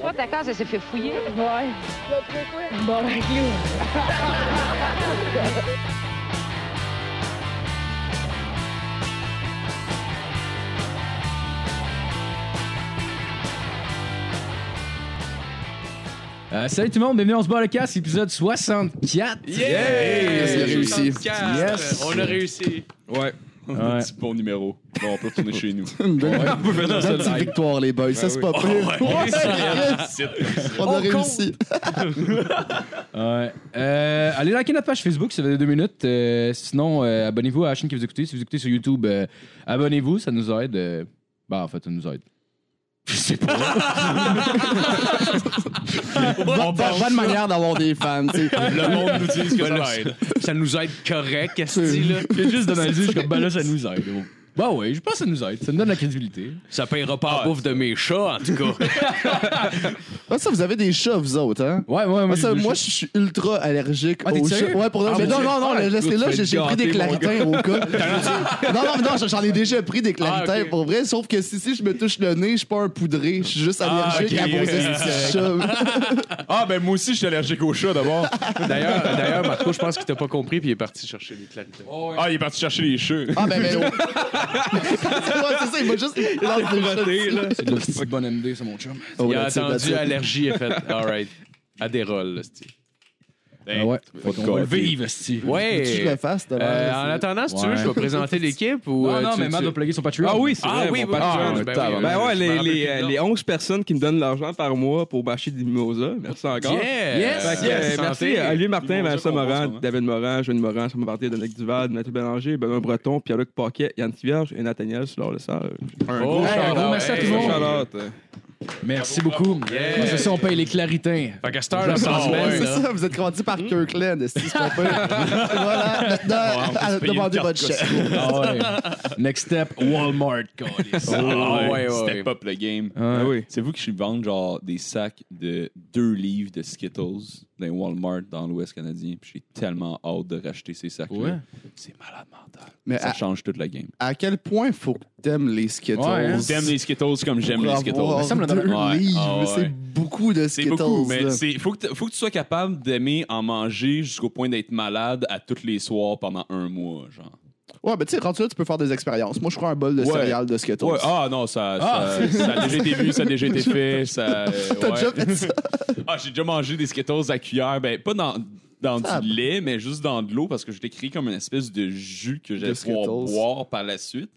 Toi, ta case, elle s'est fait fouiller. Ouais. Bon, avec nous. Euh, salut tout le monde, bienvenue on se bat le casse, épisode 64. Yeah! Yes, réussi. 64. Yes. Euh, On a réussi. Ouais. Ouais. Petit bon numéro. Bon, on peut retourner chez nous. On peut faire dans Une petite victoire, les boys. Ça, c'est pas pire. Ouais, On a réussi. Ouais. Euh, allez liker notre page Facebook, ça fait deux minutes. Euh, sinon, euh, abonnez-vous à la chaîne que vous écoutez. Si vous écoutez sur YouTube, euh, abonnez-vous, ça nous aide. euh, Bah, en fait, ça nous aide. Je sais pas. Bonne bonne manière d'avoir des fans. tu sais. Le monde nous dit que ça là, va être. ça nous aide correct, qu'est-ce là? J'ai juste donné un je suis comme, bah là, ça nous aide. gros. Bah oui, je pense que ça nous aide. Ça nous donne la crédibilité. Ça paiera pas la bouffe de mes chats, en tout cas. Ah, Ça, vous avez des chats, vous autres, hein? Ouais, ouais, moi, Moi, ça, j'ai- moi, je suis ultra allergique Ah, t'es aux sérieux? chats. Ouais, pour de vrai. Ah, mais mon non, Dieu. non, non, Ah, laissez tu vas là, te j'ai j'ai faire pris des gâter, mon claritins au cas. non, non, mais non, j'en ai déjà pris des claritins Ah, ok. pour vrai, sauf que si, si je me touche le nez, je suis pas un poudré, je suis juste Ah, allergique ok, à vos ok. estis de chats. Ah, ben moi aussi, je suis allergique au chat d'abord. D'ailleurs, d'ailleurs, Marco, je pense qu'il t'a pas compris puis il est parti chercher des clarités. Ah, il est parti chercher les chats. Ah, ben, ben, oh. Ouais, c'est ça, il m'a juste. il lance des chats. C'est de la petite bonne MD, c'est mon chum. Oh, il a that's it, that's attendu it. allergie et fait alright. Adderall, là, c'ti. Ah ouais. Faut te On va le gâter. vivre, esti. Ouais. Faut-tu que je le fasse d'abord? Euh, en attendant, si tu veux, Ouais. je vais présenter l'équipe ou. Non, euh, non, tu- mais tu- Matt va plugger son Patreon. Ah oui, c'est Ah vrai. oui, mon oui, Patreon. oui. Ben Ah, oui, ben Ben oui, ouais, je me les, rappelle les, plus de euh, nom. les 11 personnes qui me donnent l'argent par mois pour bâcher des mimosas. Merci encore. Yeah! Fait que, euh, merci Santé. à Olivier Martin, Vincent qu'on pense en ce Morand, moment. David Morand, Joanne Morand, Sam Bartier, Dominique Duval, Mathieu Bélanger, Benoît Breton, Pierre-Luc Paquet, Yann Tivierge et Nathaniel Soulard le Sage. Oh, Un gros Hey, un chat. gros merci à tout le monde. euh. Merci beaucoup. Yeah. Moi, C'est ça, on paye les claritins. Fait qu'à cette heure, là, Ah, par ouais, semaine, C'est là. ça, vous êtes grandi par Kirkland, est-ce que c'est pas pire? Voilà, maintenant, à- demandez votre chèque. Ah ouais. Next step, Walmart, Ah, câlisse. ouais, ouais, Step ouais. up le game. Ah oui. C'est vous qui je vends genre des sacs de 2 livres de Skittles dans Walmart dans l'Ouest canadien. Puis j'ai tellement hâte de racheter ces sacs-là. Ouais. C'est malade mental. Mais Ça à- change toute la game. à quel point faut que t'aimes les Skittles? Ouais, hein. J'aime les Skittles comme j'aime Pour les avoir Skittles. Ça me deux donne- Ouais, livres, ah ouais. c'est beaucoup de C'est Skittles. beaucoup, mais là. c'est faut que, t- faut que tu sois capable d'aimer en manger jusqu'au point d'être malade à tous les soirs pendant un mois, genre. Ouais, mais tu sais, rendu là, tu peux faire des expériences. Moi, je prends un bol de Ouais. céréales de Skittles. Ouais, ah non, ça, ça, ça a déjà été vu, ça a déjà été fait, ça. euh, T'as ouais. déjà fait ça? Ah, j'ai déjà mangé des Skittles à cuillère, ben pas dans dans Ah. du lait, mais juste dans de l'eau parce que j'étais créé comme une espèce de jus que j'allais De Skittles. pouvoir boire par la suite.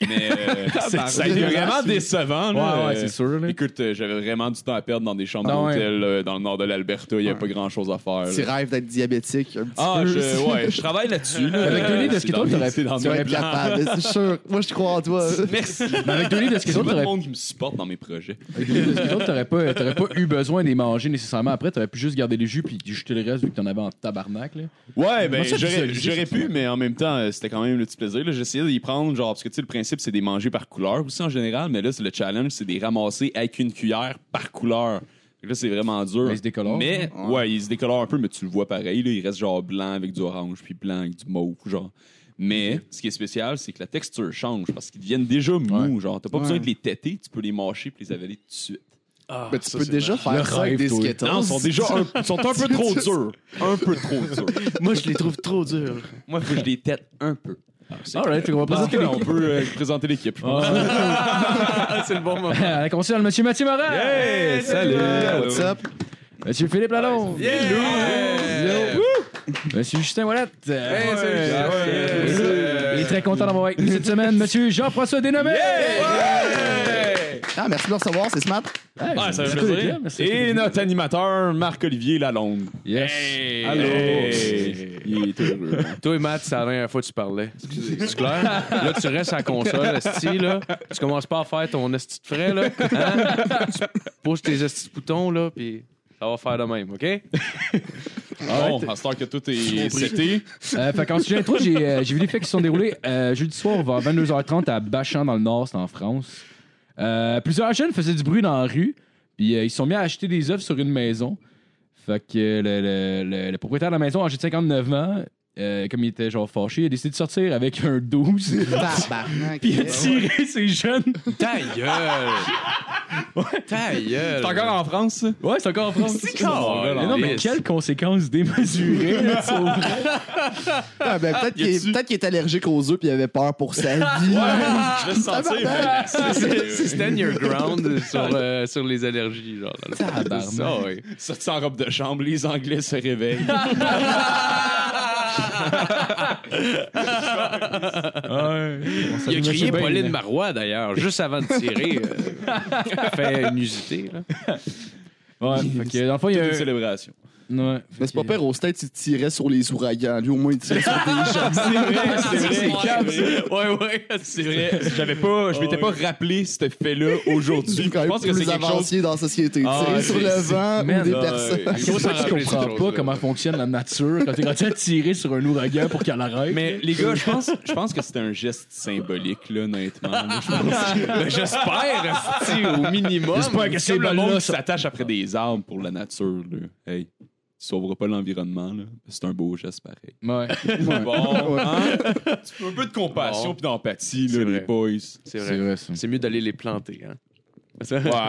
Mais euh, Tabarnak. ça a été vraiment décevant. là. Ouais, ouais, c'est sûr, là. Écoute, euh, j'avais vraiment du temps à perdre dans des chambres Ah, ouais. d'hôtel euh, dans le nord de l'Alberta. Il n'y a pas grand-chose à faire. Tu là. rêves d'être diabétique un petit Ah, peu. je, ouais, je travaille là-dessus. là. Avec deux livres de C'est dans Skittles, mes- t'aurais- c'est dans Tu vas mes être plans. capable, c'est sûr. Moi, je crois en toi. Merci. Mais avec deux livres de C'est tout Skittles, le t'aurais- monde qui me supporte dans mes projets. avec deux livres de Skittles, t'aurais pas, t'aurais pas eu besoin de les manger nécessairement après. T'aurais pu juste garder les jus puis jeter le reste vu que t'en avais en tabarnak. Là. Ouais, ben Moi, ça, j'aurais visualiser, c'est j'aurais pu, mais en même temps, euh, c'était quand même le petit plaisir. là. J'essayais d'y prendre, genre, parce que tu sais, le principe, c'est des manger par couleur aussi en général, mais là, c'est le challenge, c'est des ramasser avec une cuillère par couleur. Fait que Là, c'est vraiment dur. Mais ils se décolorent, hein? Mais, ouais, ils se décolorent un peu, mais tu le vois pareil. Là, il reste genre blanc avec du orange, puis blanc avec du mauve, genre. Mais ce qui est spécial, c'est que la texture change parce qu'ils deviennent déjà mous. Genre, t'as pas besoin de les têter, tu peux les mâcher puis les avaler tout de suite. Mais Ah, tu peux déjà Le faire ça avec rêve, des toi. Skittles. Non, ils sont déjà un, ils sont un peu trop durs. Un peu trop durs. Moi, je les trouve trop durs. Moi, faut que je les tête un peu. Alright, on va présenter on peut euh, présenter l'équipe, je pense. l'équipe. C'est le bon moment. Ah, On commence par le monsieur Mathieu Morin. Hey, salut. What's up? Monsieur Philippe Lalonde. Yeah! Yo. Monsieur Justin Wallet. Hey, salut, Justin. Ouais. Yes. Euh, Il est très content d'avoir avec nous cette semaine, monsieur Jean-François Dénommé. Ah, merci de me recevoir, c'est smart. Hey, Ah, ça c'est fait cool, les plaisir. gars, merci. Et notre animateur, Marc-Olivier Lalonde. Yes. Allô. Hey. Il est heureux. hein. Toi et Matt, c'est la dernière fois que tu parlais. C'est clair? Là, tu restes à la console, esti, là. Tu commences pas à faire ton esti de frais, là. Hein? Tu poses tes esti de boutons, là, puis ça va faire de même, OK? Bon, à ce temps Ah, que tout est cité. Euh, fait qu'en sujet intro, j'ai euh, j'ai vu les faits qui se sont déroulés euh, jeudi soir vers 22h30 à Bachan dans le Nord, c'est en France. Euh, plusieurs jeunes faisaient du bruit dans la rue, puis euh, ils se sont mis à acheter des œufs sur une maison. Fait que euh, le, le- le- le propriétaire de la maison, âgé de 59 ans, euh, comme il était genre fâché, il a décidé de sortir avec un 12. Tabarnak. Puis il a tiré ses jeunes. Ta gueule! Ta gueule! T'es encore en France, ça? Ouais, c'est encore en France. C'est encore Mais en Non, mais liste. quelles conséquences démesurées. là, tu sais. Ah, ben, peut-être qu'il peut-être qu'il est allergique aux œufs puis il avait peur pour sa vie. Je vais le sentir. Tabarnak. C'est- c'est Stand your ground sur, euh, sur les allergies, genre. dans le fond. Tabarnak. C'est ça, ouais. Sorti en robe de chambre, les Anglais se réveillent. Il a crié bien, Pauline là. Marois, d'ailleurs, juste avant de tirer. euh, fait une usité, là. Ouais, fait que dans le fond, il y C'est a. une un- célébration. Ouais, fait Mais c'est pas que- pire, au stade, il tirait sur les ouragans. Lui, au moins, il tirait sur des gens. Ah, C'est vrai, Ouais, ouais, c'est vrai. J'avais pas, je m'étais pas rappelé ce fait-là aujourd'hui. C'est quand Je même pense que plus c'est quelque chose. avancé dans la société. Ah, tirer ouais, sur c'est- le c'est- vent ou Man, des euh, ah, personnes. ouais. C'est pour ça s'en que je rappeler, ces comprends pas choses-là. comment fonctionne la nature quand t'es quand tu tirer sur un ouragan pour qu'elle arrête. Mais les gars, je pense, je pense que c'était un geste symbolique, là, honnêtement. Moi, je pense Ben, J'espère, esti, au minimum. J'espère que que ces c'est comme le monde balles-là qui s'attache après des arbres pour la nature. Là. Hey, tu sauveras pas l'environnement. là. C'est un beau geste pareil. Ouais. Bon, hein? Tu peux un peu de compassion Bon. puis d'empathie, C'est là, les vrai. boys. C'est C'est vrai. vrai, ça. C'est mieux d'aller les planter, hein.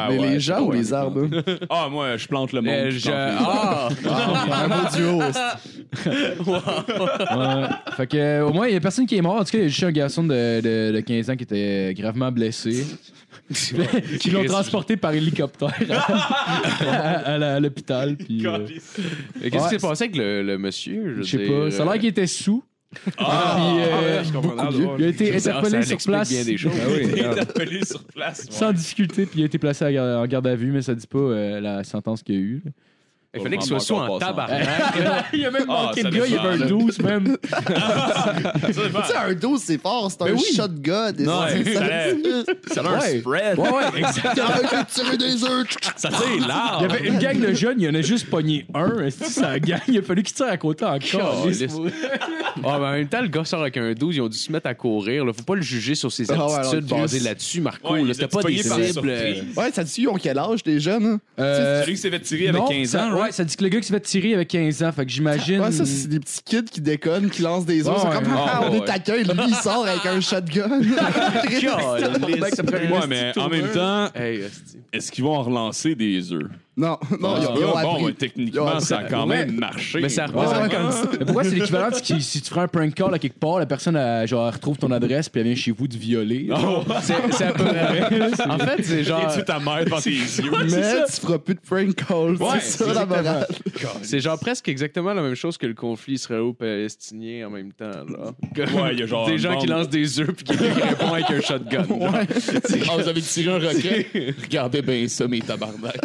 Mais les gens ou les arbres? eux? Ah, moi, je plante le monde. Euh, je je... plante les arbres. Ah! Un beau duo. Ouais. Fait que, euh, au moins, il y a personne qui est mort. En tout cas, il y a juste un garçon de, de, de 15 ans qui était gravement blessé. qui l'ont Christ. transporté par hélicoptère à, à- à la- à l'hôpital. Puis, euh, Mais Qu'est-ce qui Ouais. s'est passé avec le, le monsieur? je sais veux pas. dire, Ah, Ça a l'air qu'il était sous. Ah, Puis, euh, il a été Ça- interpellé ça sur l'explique place. bien des choses. Ah oui, regarde. appelé sur place. Sans difficulté, puis il a été placé à gar- en garde à vue, mais ça dit pas euh, la sentence qu'il a eue. là. Il fallait qu'il soit sous en tabarnak. il a même Ah, manqué ça de gars, il y dépend, avait un là. 12, man. Tu sais, un 12, c'est fort. C'est un Ben oui. shotgun. Non, C'est- ouais, ça- fallait- Ça a un Ouais. spread. Ouais, ouais, exact. Ah, j'ai tiré des œufs. Ça tire Il y l'arbre. avait une gang de jeunes, il y en a juste pogné un. Est-ce que ça gagne? Il a fallu qu'il tire à côté encore. Caliste. Ah, mais en même temps, le gars sort avec un 12, ils ont dû se mettre à courir. Là. Faut pas le juger sur ses Ah ouais, aptitudes alors, Chris. basées là-dessus, Marco. Ouais, il là. était C'était pas des pogné par cibles. surprise. euh, Ouais, ça dit, ils ont quel âge, des jeunes? hein? Euh, Celui qui s'est fait tirer avec non, 15 ça- ans. Ouais, ça dit que le gars qui s'est fait tirer avec 15 ans. Fait que j'imagine. Ouais, ça, c'est des petits kids qui déconnent, qui lancent des œufs. Ouais, c'est comme, ouais. ah, on Ouais, est ouais. à queue. Lui, il sort avec un shotgun. Caliste. Ouais, mais en même temps, Ah, Hey, hostie. est-ce qu'ils vont en relancer des œufs? non, non, ils Parce ont- que ils là, ont Ah, bon, appris. Ils ont techniquement, appris. ça a quand Ouais. même marché. Mais ça Ouais. représente Ouais. comme ça. Mais pourquoi c'est l'équivalent de ce qui- si tu ferais un prank call à quelque part, la personne elle, genre, retrouve ton adresse puis elle vient chez vous te violer? Oh, C'est c'est à peu près. En fait, c'est genre. tu ta mère devant tes yeux? Mais tu feras plus de prank calls. Ouais, c'est ça, la morale. C'est genre presque exactement la même chose que le conflit israélo-palestinien en même temps. Là. Ouais, il y a genre des un gens qui monde- lancent des œufs puis qui répondent avec un shotgun. genre. Ah, vous avez tiré un roquet? Regardez bien ça, mes tabarnak.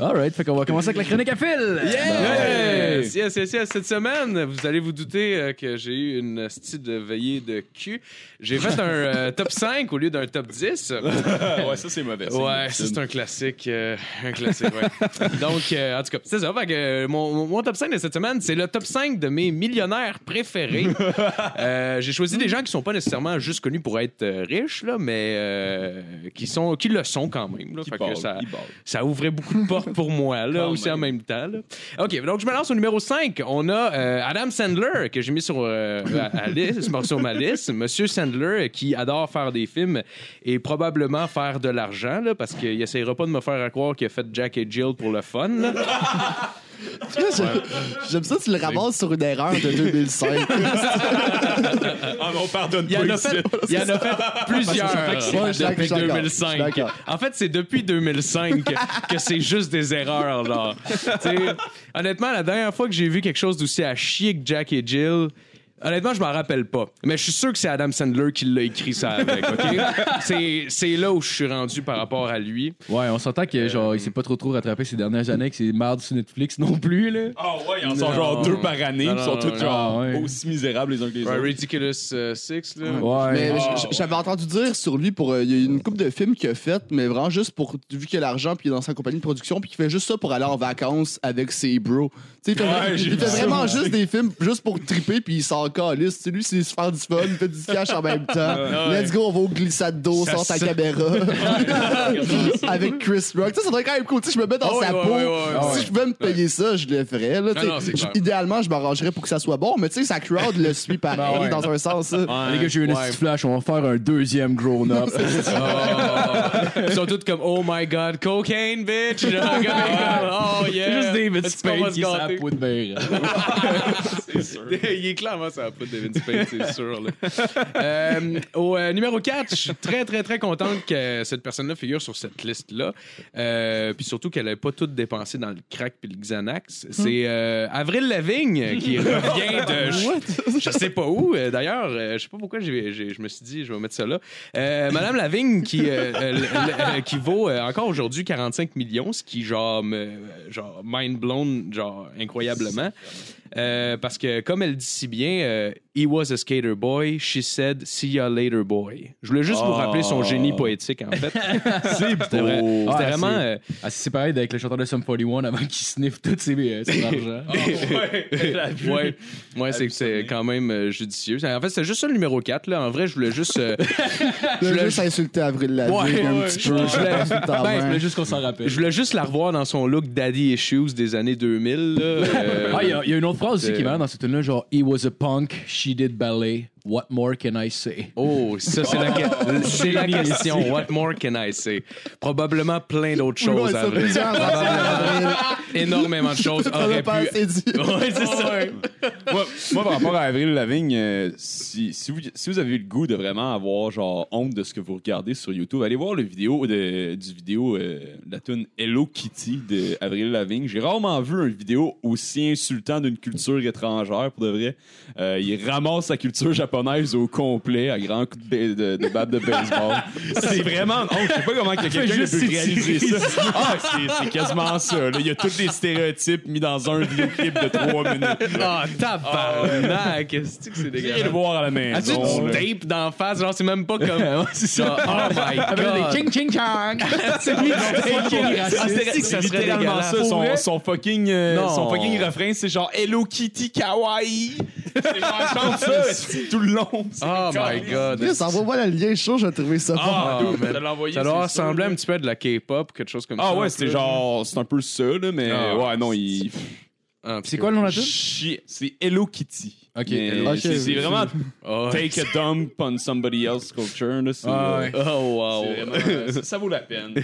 Alright, fait qu'on va commencer avec la chronique à fil! Yes! Yes, yes, yes. Cette semaine, vous allez vous douter euh, que j'ai eu une style de veillée de cul. J'ai fait un euh, top 5 au lieu d'un top 10. ouais, ça, c'est mauvais. Ouais, ça, c'est un classique. euh, un classique, ouais. Donc, euh, en tout cas, c'est ça. Fait que, euh, mon, mon- mon top 5 de cette semaine, c'est le top 5 de mes millionnaires préférés. Euh, J'ai choisi des gens qui sont pas nécessairement juste connus pour être euh, riches, là, mais euh, qui, sont, qui le sont quand même. là. Qui Fait que parle, ça- qui parle. ça ouvrait beaucoup de portes pour moi, là, Quand aussi même. en même temps. là. OK, donc je me lance au numéro 5. On a euh, Adam Sandler, que j'ai mis sur, euh, à- à liste, sur- sur ma liste. Monsieur Sandler, euh, qui adore faire des films et probablement faire de l'argent, là, parce qu'il essayera pas de me faire à croire qu'il a fait Jack et Jill pour le fun. là. J'aime- J'aime ça, tu le ramasses sur une erreur de 2005. Ah, mais on pardonne Il en pas a fait, ici. il en a fait plusieurs Ouais, je suis depuis d'accord, je suis 2005. d'accord. En fait, c'est depuis 2005 que, que c'est juste des erreurs. Là. Tu sais, honnêtement, la dernière fois que j'ai vu quelque chose d'aussi à chier que Jack et Jill, honnêtement, je m'en rappelle pas. Mais je suis sûr que c'est Adam Sandler qui l'a écrit ça avec. ok? C'est- c'est là où je suis rendu par rapport à lui. Ouais, on s'entend que genre, il s'est pas trop trop rattrapé ces dernières années avec ses mardes sur Netflix non plus, là. Ah, ouais, ils en sont Non. genre deux par année. Non, Ils sont non, tous non, genre non, ouais. aussi misérables les uns que les autres. Ridiculous 6, là. Ouais. Mais Ah. j- j- j'avais entendu dire sur lui pour euh, il y a une coupe de films qu'il a fait, mais vraiment juste pour vu qu'il a l'argent puis il est dans sa compagnie de production puis qu'il fait juste ça pour aller en vacances avec ses bros. Tu sais, il fait, Ouais, j'ai il fait vu ça, vraiment juste des films juste pour triper puis il sort s'en calisse. Tu sais, lui, c'est se faire du fun, il fait du cash en même temps. Let's go, on va au glissade d'eau Ça sans ta sent- caméra. Avec Chris Rock. Ça, ça serait quand même cool. Tu sais, je me mets dans Ah ouais, sa ouais, peau. ouais, ouais, si ouais. je pouvais me payer ça, je le ferais. là, tu sais. non, c'est Je- clair. idéalement, je m'arrangerais pour que ça soit bon, mais tu sais, sa crowd le suit pareil Ben ouais. dans un sens. ça. Les gars, j'ai eu une petite flash, on va faire un deuxième grown-up. Oh. Ils sont tous comme Oh my god, cocaine, bitch! Genre, comme, oh yeah! Juste des Vince Est-ce qu'on va Payne se qui sont à gâter? peau de bière. Il est clairement sur la poudre de Vince Payne, c'est sûr. là. Euh, au euh, numéro 4, je suis très, très, très contente que cette personne-là figure sur cette liste-là. Euh, puis surtout qu'elle n'avait pas tout dépensé dans le crack puis le Xanax. C'est euh, Avril Lavigne qui revient de... Je, je sais pas où. Euh, D'ailleurs, euh, je sais pas pourquoi j'ai- j'ai- je me suis dit, je vais mettre ça là. Euh, Madame Lavigne qui, euh, euh, l- l- euh, qui vaut euh, encore aujourd'hui 45 millions, ce qui, genre, me- genre mind blown, genre, incroyablement. Euh, parce que, comme elle dit si bien, euh, he was a skater boy, she said, see ya later boy. Je voulais juste vous rappeler son génie poétique, en fait. c'est C'était vrai- c'était Ah, vraiment. c'est- euh, Ah, c'est pareil avec le chanteur de Sum 41 avant qu'il sniffe tout ses, euh, son argent. ouais, ouais c'est- c'est quand même euh, judicieux. En fait, c'est juste ça le numéro 4. Là. En vrai, je voulais juste. euh, Je le- voulais juste insulter Avril Lavigne Ouais, un ouais, petit je- peu. je- je pense, tout en Je main. voulais Ben, juste qu'on s'en rappelle. je voulais juste la revoir dans son look Daddy Issues des années 2000. Là. Euh, Ah, il y, a- il y a une autre phrase aussi Euh, qui est marrante dans cette tune-là, genre He was a punk, she did ballet, what more can I say? Oh, ça, c'est la, que- c'est la question. What more can I say? Probablement plein d'autres Oui, ouais, choses. ça, Avril. plusieurs affaires, Probablement Avril. énormément de choses On auraient a pas pu assez dit. Ouais, c'est Oh ça. moi, moi, par rapport à Avril Lavigne, euh, si, si, vous, si vous avez eu le goût de vraiment avoir genre honte de ce que vous regardez sur YouTube, allez voir le vidéo de, du vidéo euh, de la tune Hello Kitty de Avril Lavigne. J'ai rarement vu une vidéo aussi insultant d'une culture étrangère pour de vrai. Euh, il ramasse la culture japonaise au complet à grands coups de, ba- de, de batte de baseball. c'est vraiment une honte. Je sais pas comment que quelqu'un a pu réaliser ça. Ah, c'est- c'est quasiment ça. là. Il y a tous les stéréotypes mis dans un vidéoclip de trois minutes. là. Ah, Ah, tabarnak! Qu'est-ce que c'est Viens le dégueulasse? voir à la As-tu maison. du là. tape d'en face? Genre, c'est même pas comme. Genre, oh my Avec god! des ching ching chang! Ah, C'est que ça serait littéralement dégueulasse. ça, son, son fucking, euh, Non. son fucking refrain, c'est genre Hello Kitty Kawaii. C'est genre, elle chante ça c'est tout le long. C'est Oh my god! Chris, envoie-moi le lien chaud, je vais trouver ça fort. Ah, Oh, dude, man. de l'envoyer, Ça doit c'est sûr, ressembler là. un petit peu à de la K-pop, quelque chose comme ça. Ah ouais, c'est genre, c'est un peu ça, là, mais Ah. ouais, non, il. Ah, en tout C'est cas. quoi le nom de la tune? Chier. C'est Hello Kitty. Ok, Mais Hello c'est- Kitty. C'est vraiment Oh, take a dump on somebody else's culture. Là, c'est, Ah ouais. euh, oh, wow! c'est vraiment, euh, ça- ça vaut la peine.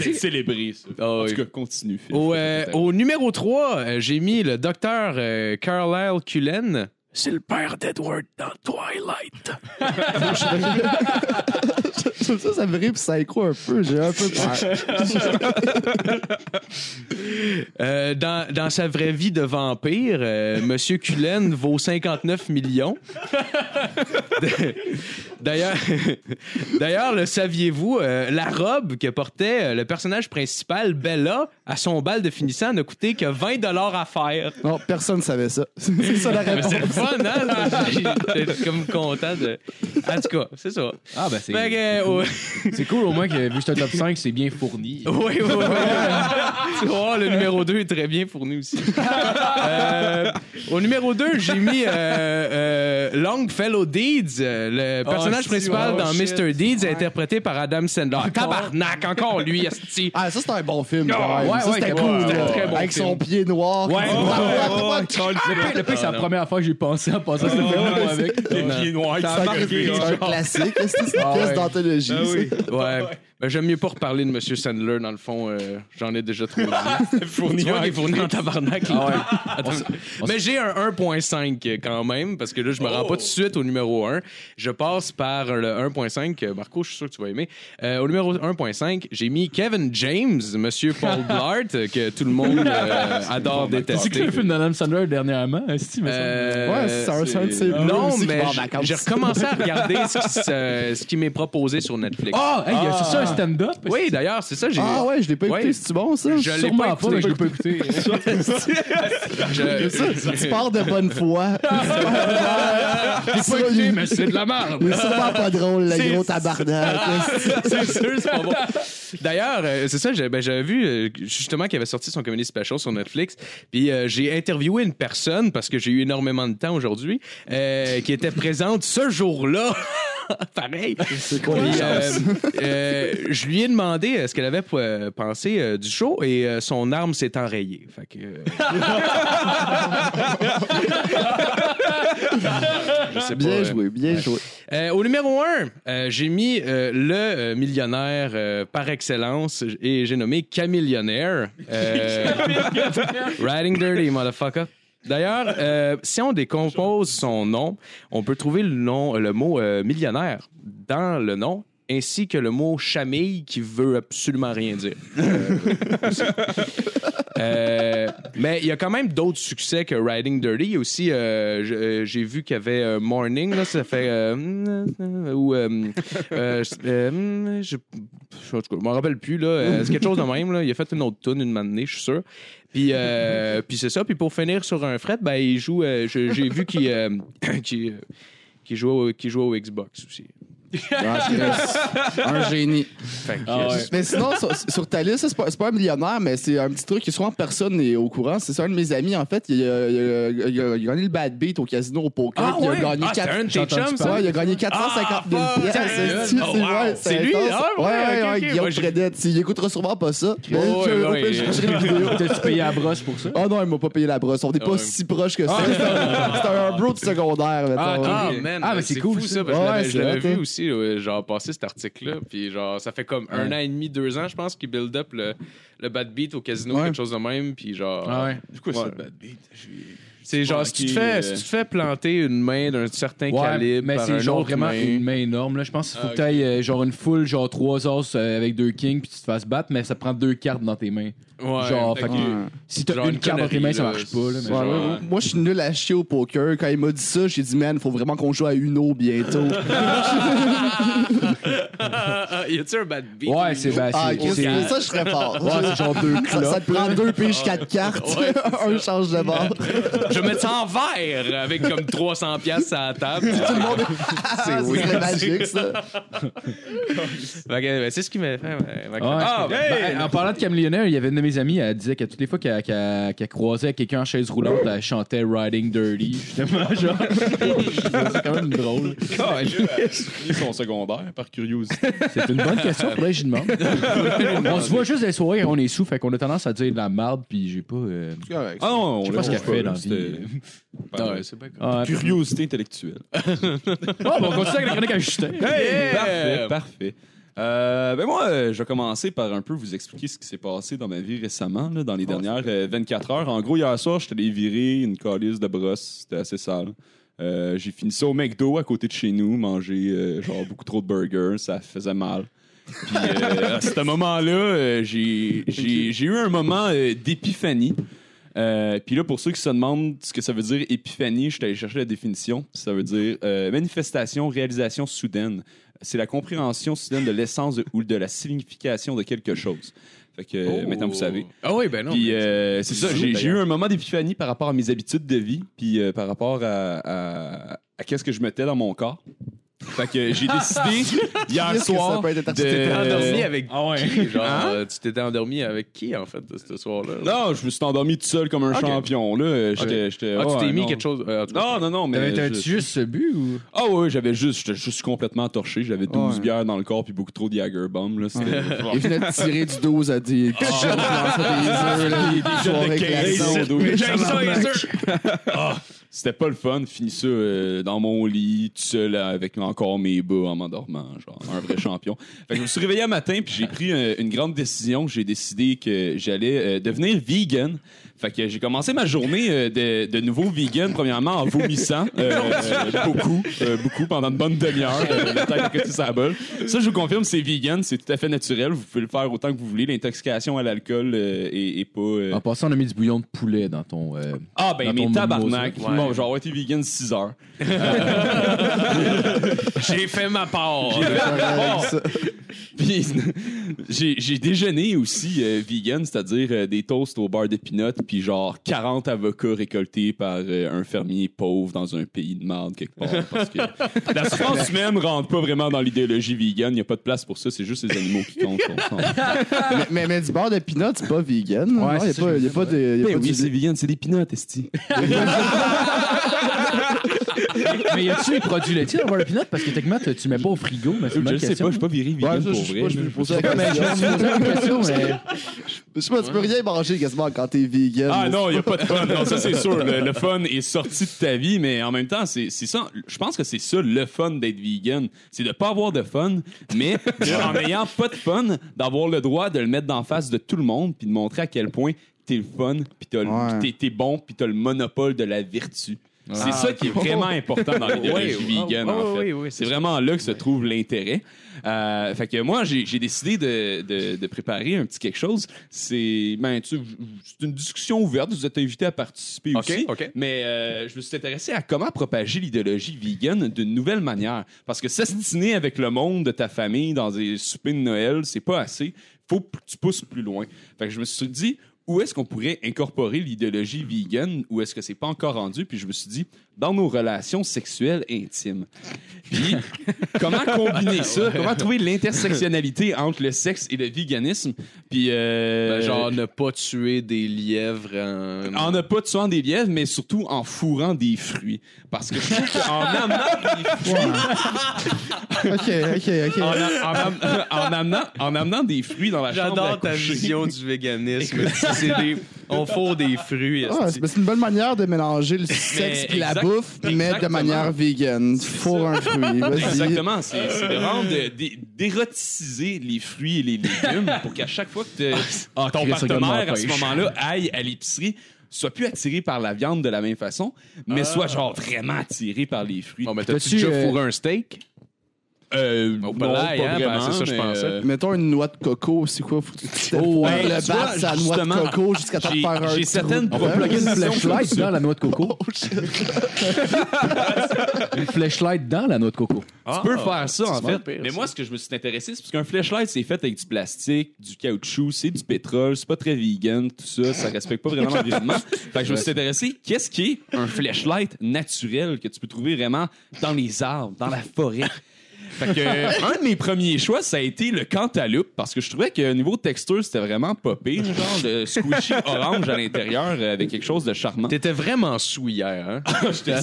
C'est célébré, ça. oh, Ah en oui. tout cas, continue. Phil. Au, euh, au numéro 3, j'ai mis le docteur euh, Carlisle Cullen. C'est le père d'Edward dans Twilight. ça, ça me rit pis ça écroule un peu. J'ai un peu peur. Euh, dans, dans sa vraie vie de vampire, euh, Monsieur Cullen vaut 59 millions. D'ailleurs, d'ailleurs, le saviez-vous, euh, la robe que portait euh, le personnage principal, Bella, à son bal de finissant, n'a coûté que 20 dollars à faire. Non, personne savait ça. C'est ça la Mais réponse. c'est le fun, hein? J'étais comme content de. En tout cas, c'est ça. Ah, ben c'est. Fait que, euh, ouais. C'est cool au moins que vu que c'est un top 5, c'est bien fourni. Oui, oui, oui. tu vois, le numéro 2 est très bien fourni aussi. Euh, au numéro 2, j'ai mis euh, euh, Longfellow Deeds. euh, le personnage si, principal oh, dans shit. Mr. Deeds est interprété par Adam Sandler. Ah, tabarnak, encore lui, esti. Ah, ça, c'était un bon film. quand Ah, même. ouais, ça, ouais, c'était ouais, cool. ouais, là. ouais, très bon Avec film. son pied noir. Ah, Ouais, Le pire, c'est la première fois que j'ai pensé à passer à cette film avec. Les pieds noirs, ça a marqué, C'est un genre. classique. C'est une Ah, pièce ouais. d'anthologie. ça. Ouais. Ben, J'aime mieux pas reparler de M. Sandler, dans le fond. euh, J'en ai déjà trop dit. fourni tu vois qu'il est fourni en tabarnak. là. Attends. Mais j'ai un 1.5 quand même, parce que là, je me rends pas tout de suite au numéro 1. Je passe par le 1.5. Euh, Marco, je suis sûr que tu vas aimer. Euh, au numéro 1.5, j'ai mis Kevin James, M. Paul Blart, euh, que tout le monde euh, adore C'est que détester. le film d'Adam Sandler dernièrement, est-ce Euh, Ouais, c'est un- c'est un de ces bleus non, aussi qui mais va en j- vacances. j'ai recommencé à regarder ce qui, se- ce qui m'est proposé sur Netflix. Ah, hey, c'est ça, un stand-up. Oui, d'ailleurs, c'est ça. J'ai... Ah ouais, je l'ai pas écouté, Ouais. c'est bon ça? Je l'ai Sûrement pas pas, mais je écouté. l'ai pas écouté. Je- Ça, tu pars de bonne foi. Ah, Je l'ai pas écouté, mais c'est de la merde. Mais sûrement pas drôle, le gros tabarnak. c'est sûr, c'est pas bon. D'ailleurs, euh, c'est ça, j'ai- ben, j'avais vu euh, justement qu'il avait sorti son comedy special sur Netflix. Puis euh, j'ai interviewé une personne, parce que j'ai eu énormément de temps aujourd'hui, euh, qui était présente ce jour-là. Pareil. Puis, euh, euh, je lui ai demandé euh, ce qu'elle avait euh, pensé euh, du show et euh, son arme s'est enrayée. Fait que, euh, Je sais pas, Bien euh, joué, bien joué. euh, au numéro 1, j'ai mis euh, le euh, millionnaire euh, par excellence et j'ai nommé Camillionnaire. Euh, Riding Dirty, motherfucker. D'ailleurs, euh, si on décompose son nom, on peut trouver le, nom, le mot euh, millionnaire dans le nom ainsi que le mot chamille qui veut absolument rien dire. Euh, aussi. Euh, mais il y a quand même d'autres succès que Riding Dirty. Il y a aussi, euh, je- euh, j'ai vu qu'il y avait euh, Morning, là, ça fait. euh, mm, euh, ou. euh, euh, je- euh, mm, je je- en tout cas, je m'en rappelle plus, là. Euh, C'est quelque chose de même, là. Il a fait une autre tune une matinée, je suis sûr. Puis, euh, puis c'est ça. Puis pour finir sur un fret, ben, il joue. euh, je- j'ai vu qu'il. euh, qu'il, euh, qu'il jouait, au, qu'il jouait au Xbox aussi. Un génie. Fait que, euh, Ah ouais. Mais sinon, sur, sur ta liste, ça, c'est pas, c'est pas un millionnaire, mais c'est un petit truc que souvent personne n'est au courant. C'est ça, un de mes amis, en fait, il a, il a- il a- il a gagné le bad beat au casino au poker. Ah puis ouais? Il a gagné Ah, c'est quatre- un de tes J'ai entendu chums, parler. ça? Il a gagné 450 000 Ah, fuck, pièces. ta C'est gueule. Oh, wow. C'est lui? intense. Ah, ouais, ouais, ok, ouais, ouais, ok. Guillaume Ouais, j'ai- Fredette. Il écoutera sûrement pas ça. Mais ouais, je- ouais, au pire, je ouais. chercherai une vidéo. T'as-tu payé à la brosse pour ça? Ah non, il m'a pas payé la brosse. On n'est pas ouais. si proche que ça. C'est un- C'est un bro de secondaire. mettons. Ah, ah, man, Ah, mais c'est hein. cool, fou, ça. ça. parce que Ouais, je l'avais- c'est je l'avais vrai, vu aussi, euh, genre, passer cet article-là. Puis, genre, ça fait comme un an et demi, deux ans, je pense, qu'il build up le, le bad beat au casino, quelque chose de même. Puis, genre, Ah, ouais. C'est quoi Ah, Ouais. ça, bad beat? J'ai- c'est genre, si tu, te manqué, fais, euh, si tu te fais planter une main d'un certain calibre, mais par c'est un genre autre vraiment main, une main énorme. Là. Je pense qu'il faut Ah, que t'ailles euh, genre une foule, genre trois os euh, avec deux kings, puis tu te fasses battre, mais ça prend deux cartes dans tes mains. Ouais, genre, fait fait que- que- Si t'as Genre une une carte dans tes connerie, mains, ça là, marche pas. Là, mais c'est- Ouais, genre- ouais, ouais. Moi, je suis nul à chier au poker. Quand il m'a dit ça, j'ai dit, man, faut vraiment qu'on joue à Uno bientôt. Ah, y a-tu un bad beat? Ouais, c'est bah, Ah, c'est- Chris, c'est- ça, je serais fort. Ouais, c'est genre deux Ça, ça te prend deux piges, quatre cartes. Ouais, un change de bord. Je vais mettre ça en verre avec comme 300 pièces à la table. Tout le monde C'est weird. Ah, magique, ça. c'est ce qui m'a fait. ouais, ma- Ouais. Ah, Ben, ben, en parlant de camionnaire, il y avait une de mes amies, elle disait que toutes les fois qu'elle qu'elle- qu'elle croisait quelqu'un en chaise roulante, elle chantait Riding Dirty, justement. Genre. c'est quand même drôle. Ni son secondaire, par curiosité. C'est une bonne question, faudrait que j'y demande. on se voit juste les soirées, on est sous, fait qu'on a tendance à dire de la merde, puis j'ai pas. euh, Ah non, on Je sais pas ce qu'elle fait dans la vie. C'était- Ah, Pardon. ouais, c'est pas grave. Ah, puis- Curiosité intellectuelle. Bon, ben, on continue avec la chronique à Justin. Parfait, parfait. Euh, ben moi, euh, je vais commencer par un peu vous expliquer ce qui s'est passé dans ma vie récemment, là, dans les dernières euh, 24 heures. En gros, hier soir, je suis allé virer une calice de brosse. C'était assez sale. Euh, j'ai fini ça au McDo à côté de chez nous, manger euh, genre beaucoup trop de burgers, ça faisait mal. Puis euh, à ce moment-là, euh, j'ai j'ai- j'ai eu un moment euh, d'épiphanie. Euh, puis là, pour ceux qui se demandent ce que ça veut dire épiphanie, je suis allé chercher la définition. Ça veut dire euh, manifestation, réalisation soudaine. C'est la compréhension soudaine de l'essence de- ou de la signification de quelque chose. Fait que euh, Oh. maintenant, vous savez. Ah oui, ben non. Puis mais- euh, c'est ça, j'ai j'ai eu un moment d'épiphanie par rapport à mes habitudes de vie, puis euh, par rapport à, à, à qu'est-ce que je mettais dans mon corps. Fait que j'ai décidé hier Qu'est-ce que ça soir peut être interprété de... T'es endormi avec Ah ouais. qui, genre, euh, Tu t'étais endormi avec qui, en fait, de ce soir-là? Non, je me suis endormi tout seul comme un champion là. Euh, j'étais- j'étais- Ah, ouais, tu t'es mis non. quelque chose. euh, en tout cas, Non, non, non, mais. T'avais- T'avais-tu je- juste ce but ou. Ah ouais, ouais, j'avais juste. J'étais juste complètement torché. J'avais 12 Ouais. bières dans le corps puis beaucoup trop de Jagger Bomb, là. C'était. Il venait de tirer du dos à des des choses dans Ah. des yeux, là. Soirée Hey, glaçante. c'est- j'ai ça, les yeux. Ah, C'était pas le fun. Fini ça euh, dans mon lit, tout seul, euh, avec encore mes bas en m'endormant, genre un vrai champion. Fait que je me suis réveillé un matin, puis j'ai pris euh, une grande décision. J'ai décidé que j'allais euh, devenir vegan. Fait que j'ai commencé ma journée euh, de, de nouveau vegan, premièrement en vomissant euh, euh, beaucoup, euh, beaucoup pendant une bonne demi-heure, euh, le temps que tu ça bolle. Ça, je vous confirme, c'est vegan, c'est tout à fait naturel. Vous pouvez le faire autant que vous voulez. L'intoxication à l'alcool euh, est, est pas. euh, En passant, on a mis du bouillon de poulet dans ton. euh, ah Dans ben mais ton tabarnak, mimosa. Ouais. bon, j'aurais été vegan 6 heures. Euh, J'ai fait ma part. Correct, ça. Puis j'ai j'ai déjeuné aussi euh, vegan, c'est-à-dire euh, des toasts au beurre d'épinote, puis genre 40 avocats récoltés par euh, un fermier pauvre dans un pays de merde quelque part. Parce que la France même rentre pas vraiment dans l'idéologie vegan. Il n'y a pas de place pour ça. C'est juste les animaux qui comptent. on s'en fout. mais, mais, mais du beurre de pinot, c'est pas vegan. hein? non? Ouais, Il n'y a c'est ça, pas, je y a me pas de. y a Ben pas oui, de- c'est vegan, c'est des pinottes, esti. Mais y a-tu des produits laitiers dans le pinot? Parce que techniquement, tu tu mets pas au frigo, mais c'est Je une bonne le sais pas, question. je suis pas viré Ouais, vegan ça, pour je sais pas, vrai. je me pose la Mais je question. me suis posé la question, mais- Je sais pas, tu peux rien manger quasiment quand t'es vegan. Ah là. non, il n'y a pas de fun. Non, ça, c'est sûr. Le, le fun est sorti de ta vie, mais en même temps, c'est c'est ça. Je pense que c'est ça le fun d'être vegan. C'est de pas avoir de fun, mais de- en n'ayant pas de fun, d'avoir le droit de le mettre d'en face de tout le monde puis de montrer à quel point t'es le fun, puis t'as le- Ouais. t'es t'es bon, puis t'as le monopole de la vertu. Ah, C'est ça qui est vraiment important dans l'idéologie Oui, oh, vegan, oh, en fait. oui, oui, c'est vraiment là que se trouve l'intérêt. Euh, fait que moi, j'ai j'ai décidé de, de- de préparer un petit quelque chose. C'est ben, tu- c'est une discussion ouverte. Vous êtes invités à participer OK, aussi. OK. Mais euh, je me suis intéressé à comment propager l'idéologie vegan d'une nouvelle manière. Parce que s'astiner avec le monde de ta famille dans des soupers de Noël, c'est pas assez. Faut que tu pousses plus loin. Fait que je me suis dit, où est-ce qu'on pourrait incorporer l'idéologie vegan ou est-ce que c'est pas encore rendu? Puis je me suis dit, dans nos relations sexuelles intimes. Puis, comment combiner ça? Comment trouver l'intersectionnalité entre le sexe et le véganisme? Puis, euh, Ben, genre, ne pas tuer des lièvres en. en ne pas tuant des lièvres, mais surtout en fourrant des fruits. Parce que je trouve qu'en amenant des fruits, Ok, ok, ok. en, am- en am- en amenant, en amenant des fruits dans la chambre à J'adore ta coucher- vision du véganisme. C'est des- On fourre des fruits. Ah, c'est esti. mais c'est une bonne manière de mélanger le sexe et la exact- bouffe, mais de exactement. manière vegan. Four un fruit, vas-y. Exactement, c'est c'est de rendre de- d'é- d'érotiser les fruits et les légumes pour qu'à chaque fois que Ah, te- ton Chris, regarde ma partenaire à ce pêche. moment-là aille à l'épicerie, soit plus attiré par la viande de la même façon, mais soit genre vraiment attiré par les fruits. Ah. Bon, mais T'as-tu, t'as-tu déjà euh, fourré un steak? Euh, Oh, non, pas l'ail, hein, ben, vraiment, c'est ça, je mais, pensais. euh, Mettons une noix de coco, c'est quoi? Faut que tu te Oh, fourres hey, le tu bat, vois, sa noix de justement, coco jusqu'à temps de j'ai- faire un j'ai trou certaines- dedans. On va plugger une une flashlight solution dans la noix de coco. Une flashlight dans la noix de coco. Tu peux faire ça, en smart fait. Ah, pire, mais ça. moi, ce que je me suis intéressé, c'est parce qu'un flashlight, c'est fait avec du plastique, du caoutchouc, c'est du pétrole, c'est pas très vegan, tout ça, ça respecte pas vraiment l'environnement. Fait que je me suis intéressé, qu'est-ce qui est un flashlight naturel que tu peux trouver vraiment dans les arbres, dans la forêt? Fait que, euh, un de mes premiers choix, ça a été le cantaloupe, parce que je trouvais que niveau texture, c'était vraiment pas pire. Genre de squishy orange à l'intérieur euh, avec quelque chose de charmant. T'étais vraiment sous hier, hein? J'étais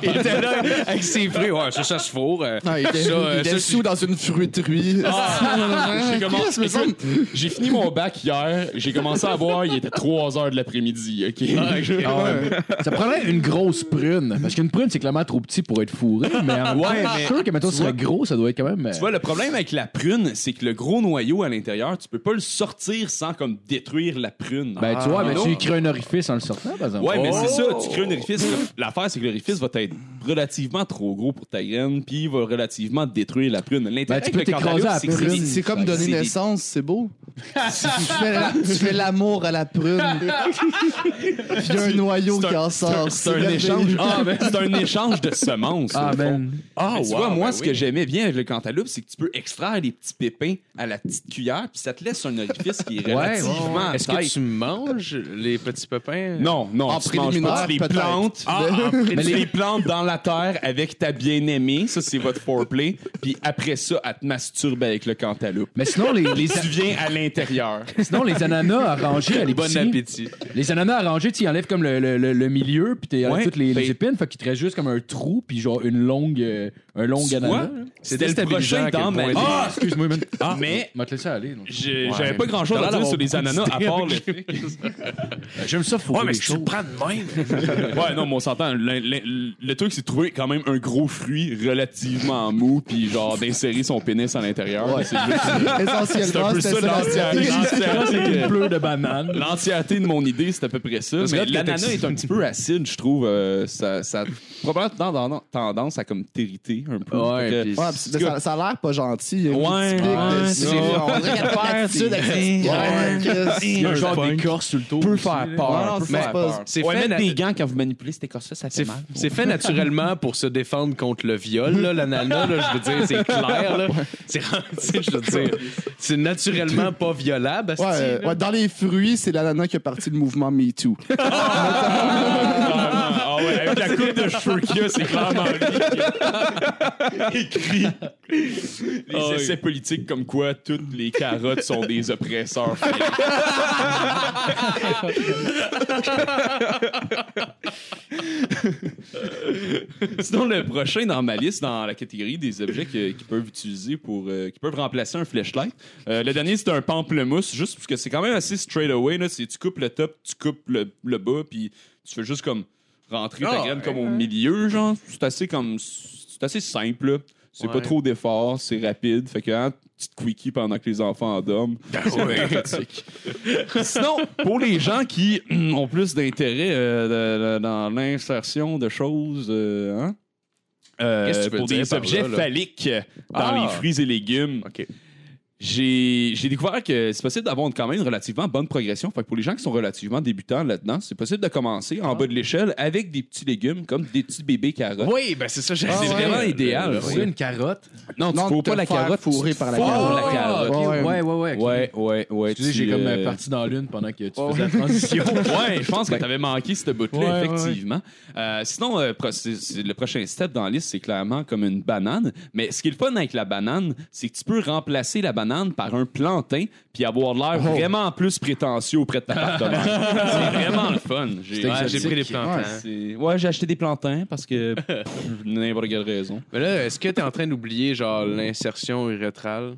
T'étais là avec ses fruits. Ouais, ça, ça se fourre. euh, Ah, il était, ça, il euh, était ça, sous dans une fruiterie. Ah, J'ai commencé- Qu'est-ce que c'est Écoute, J'ai fini mon bac hier, j'ai commencé à boire, il était 3 heures de l'après-midi, OK? Ah ouais. Ça prendrait une grosse prune. Parce qu'une prune, c'est clairement trop petit pour être fourré. Mais en Ouais, même temps, je suis mais- sûr que, mettons, ce serait gros, ça doit être quand même. Tu vois, le problème avec la prune, c'est que le gros noyau à l'intérieur, tu peux pas le sortir sans comme détruire la prune. Ben, tu vois, mais non. tu y crées un orifice en le sortant, par exemple. Oh. Ouais, mais c'est ça, tu crées un orifice. L'affaire, c'est que l'orifice va être relativement trop gros pour ta graine, puis il va relativement détruire la prune. L'intérêt Ben, tu peux avec le t'écraser cantaloupe, à la c'est que prune. c'est- C'est comme c'est donner des- naissance, c'est beau. tu fais la- tu fais l'amour à la prune. Puis y a un noyau c'est qui un- en sort. C'est un échange. Ah, ben, c'est un échange de semences. Ah, au fond. ben. Ah, tu wow, vois, moi, ben ce oui. que j'aimais bien avec le cantaloupe, c'est que tu peux extraire les petits pépins à la petite cuillère, puis ça te laisse un orifice qui est Ouais, relativement Est-ce tight. que tu manges les petits pépins? Non, non, En tu manges préliminaire, pas. Tu les peut-être. plantes. Ah, Mais- Mais tu les- les plantes dans la terre avec ta bien-aimée. Ça, c'est votre foreplay. Puis après ça, elle te masturbe avec le cantaloupe. Mais sinon, les, les, Tu viens à l'intérieur. sinon, les ananas arrangés à Bon l'épicerie. appétit. Les ananas arrangés, tu y enlèves comme le, le- le- le milieu, puis tu enlèves Ouais, toutes les, les ben- épines, fait qu'il te reste juste comme un trou, puis genre une longue, euh, un long Tu vois? ananas. C'était le déstabilisant prochain à quel dans ma point vie. t'es- Ah, excuse-moi, man. Mais Je vais te laisser aller. donc. j'ai- Ouais. j'avais pas grand-chose T'as à l'air dire sur les d'avoir ananas, à part le J'aime ça fourrer les choses. prends de même. ouais, non, mais on s'entend. Le, le- le truc, c'est de trouver quand même un gros fruit relativement mou, puis genre d'insérer son pénis à l'intérieur. Ouais. C'est juste- C'est un Essentiellement, peu c'était ça ça. l'entièreté. C'est L'entièreté- une pleure de banane. L'entièreté de mon idée, c'est à peu près ça. Ça serait Mais que l'ananas t'es- est un petit peu acide, je trouve. Euh, ça, ça a probablement tendance à comme t'hériter un peu. Ouais, puis- Ouais, pis c'est- ça, ça a l'air pas gentil. Il y a une Ouais, petite pique de- ouais, c'est- c'est- On dirait qu'il y a pas d'attitude avec cette Il y a un genre punk. d'écorce sur le tour. Peut aussi, faire là. peur. Ouais, non, peut c'est faire ça. peur. C'est Ouais, fait, mettre nat- des gants quand vous manipulez cet écorce ça fait c'est- mal. c'est fait naturellement pour se défendre contre le viol, là, l'ananas, là, je veux dire, c'est clair. là. C'est rendu, je veux dire, c'est naturellement pas violable. asti, Ouais, euh, là. ouais, dans les fruits, c'est l'ananas qui a parti le mouvement Me Too. Ah ouais, avec la coupe de cheveux qu'il a, c'est clairement lui écrit les essais politiques comme quoi toutes les carottes sont des oppresseurs. Sinon, le prochain dans ma liste, dans la catégorie des objets que- qu'ils peuvent utiliser pour. euh, qui peuvent remplacer un flashlight, euh, le dernier, c'est un pamplemousse, juste parce que c'est quand même assez straight away. Là, C'est- tu coupes le top, tu coupes le, le bas, puis tu fais juste comme rentrer ta Ah, graine ouais. comme au milieu, genre. C'est assez comme. C'est assez simple, là. C'est pas Ouais. trop d'efforts, c'est rapide. Fait que, hein, petite quickie pendant que les enfants dorment. C'est bien pratique. Sinon, pour les gens qui hum, ont plus d'intérêt euh, de- de- dans l'insertion de choses, euh, hein, euh, Qu'est-ce que tu veux pour dire des par là, objets là? phalliques euh, dans Ah. les fruits et légumes, OK. j'ai j'ai découvert que c'est possible d'avoir une- quand même une relativement bonne progression. Fait que pour les gens qui sont relativement débutants là-dedans, c'est possible de commencer Ah. en bas de l'échelle avec des petits légumes comme des petits bébés carottes. Oui, ben c'est ça, j'ai c'est vraiment idéal. Ben C'est oui. une carotte. Non, tu Non, faut te pas la faire carotte, fourrer tu par la fourres carotte. la carotte. ok, Ouais, Ah, ouais, ouais, ok. Ouais, ouais, ouais. Excusez, tu, j'ai comme euh, euh, Ben. parti dans l'une pendant que tu faisais la transition. ouais, je pense que t'avais manqué ce Ouais, bout-là, ouais, effectivement. Euh, sinon, euh, pro- c'est- c'est- le prochain step dans la liste, c'est clairement comme une banane. Mais ce qui est le fun avec la banane, c'est que tu peux remplacer la banane par un plantain puis avoir l'air Oh. vraiment plus prétentieux auprès de ta partenaire. c'est vraiment le fun. J'ai Ouais, j'ai pris les Ouais, plantains. c'est- ouais, j'ai acheté des plantains parce que pff, n'importe quelle raison. Mais là, est-ce que t'es en train d'oublier, genre, l'insertion urétrale?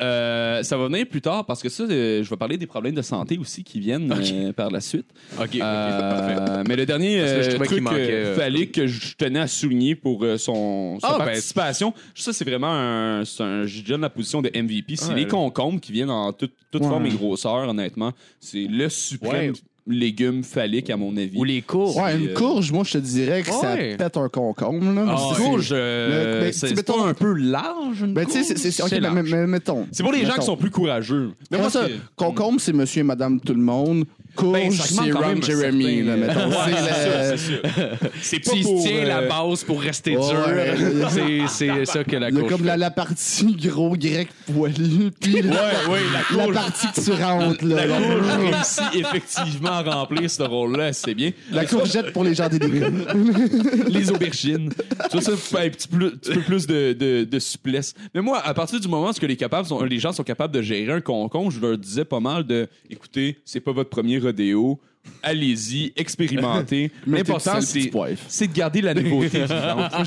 Euh, ça va venir plus tard parce que ça, euh, je vais parler des problèmes de santé aussi qui viennent euh, par la suite. OK, Euh, mais le dernier Parce que je euh, trouvais qu'il truc manquait, euh, euh, phallique que je tenais à souligner pour euh, son, sa Ah, ben, participation, ça c'est vraiment un, c'est un- je donne la position de MVP, c'est Ouais. les concombres qui viennent en toute toute Ouais. forme et grosseur honnêtement, c'est le suprême Ouais. légume phallique à mon avis. Ou les cours. Ouais, Ouais, euh, une courge, moi, je te dirais que ça Ouais. pète un concombre. là. Ah, C'est- courge, euh, Le- ben, c'est tu- c'est mettons- pas un peu large une Ben, tu sais, courge? c'est- c'est- ok, C'est mais- large. mais- mais mettons. C'est pour les gens Mettons. qui sont plus courageux. Mais moi, ça, que- concombre, c'est monsieur et madame tout le monde. Ben, Courge, ça c'est demande quand même Ron un Jeremy, certain- là, mettons. Ouais, C'est c'est le- ça, c'est ça. C'est pas Tu pour, tiens la euh, Ah, base pour rester Ouais. dur. hein. C'est- C'est ça que la Il y a courge comme la, la partie gros grec poilu, puis la, Ouais, ouais, la la courge. partie que tu rentres, là. La La, courge réussit effectivement à remplir ce rôle-là, c'est bien. courgette pour les gens des légumes. Les aubergines. Ça, ça fait un petit, plus- petit peu plus de, de- de souplesse. Mais moi, à partir du moment où ce que les, capables sont, les gens sont capables de gérer un concombre, je leur disais pas mal de écoutez, c'est pas votre premier rodéo, allez-y, expérimentez. Mais L'important, c'est c'est de garder la nouveauté vivante. Ah.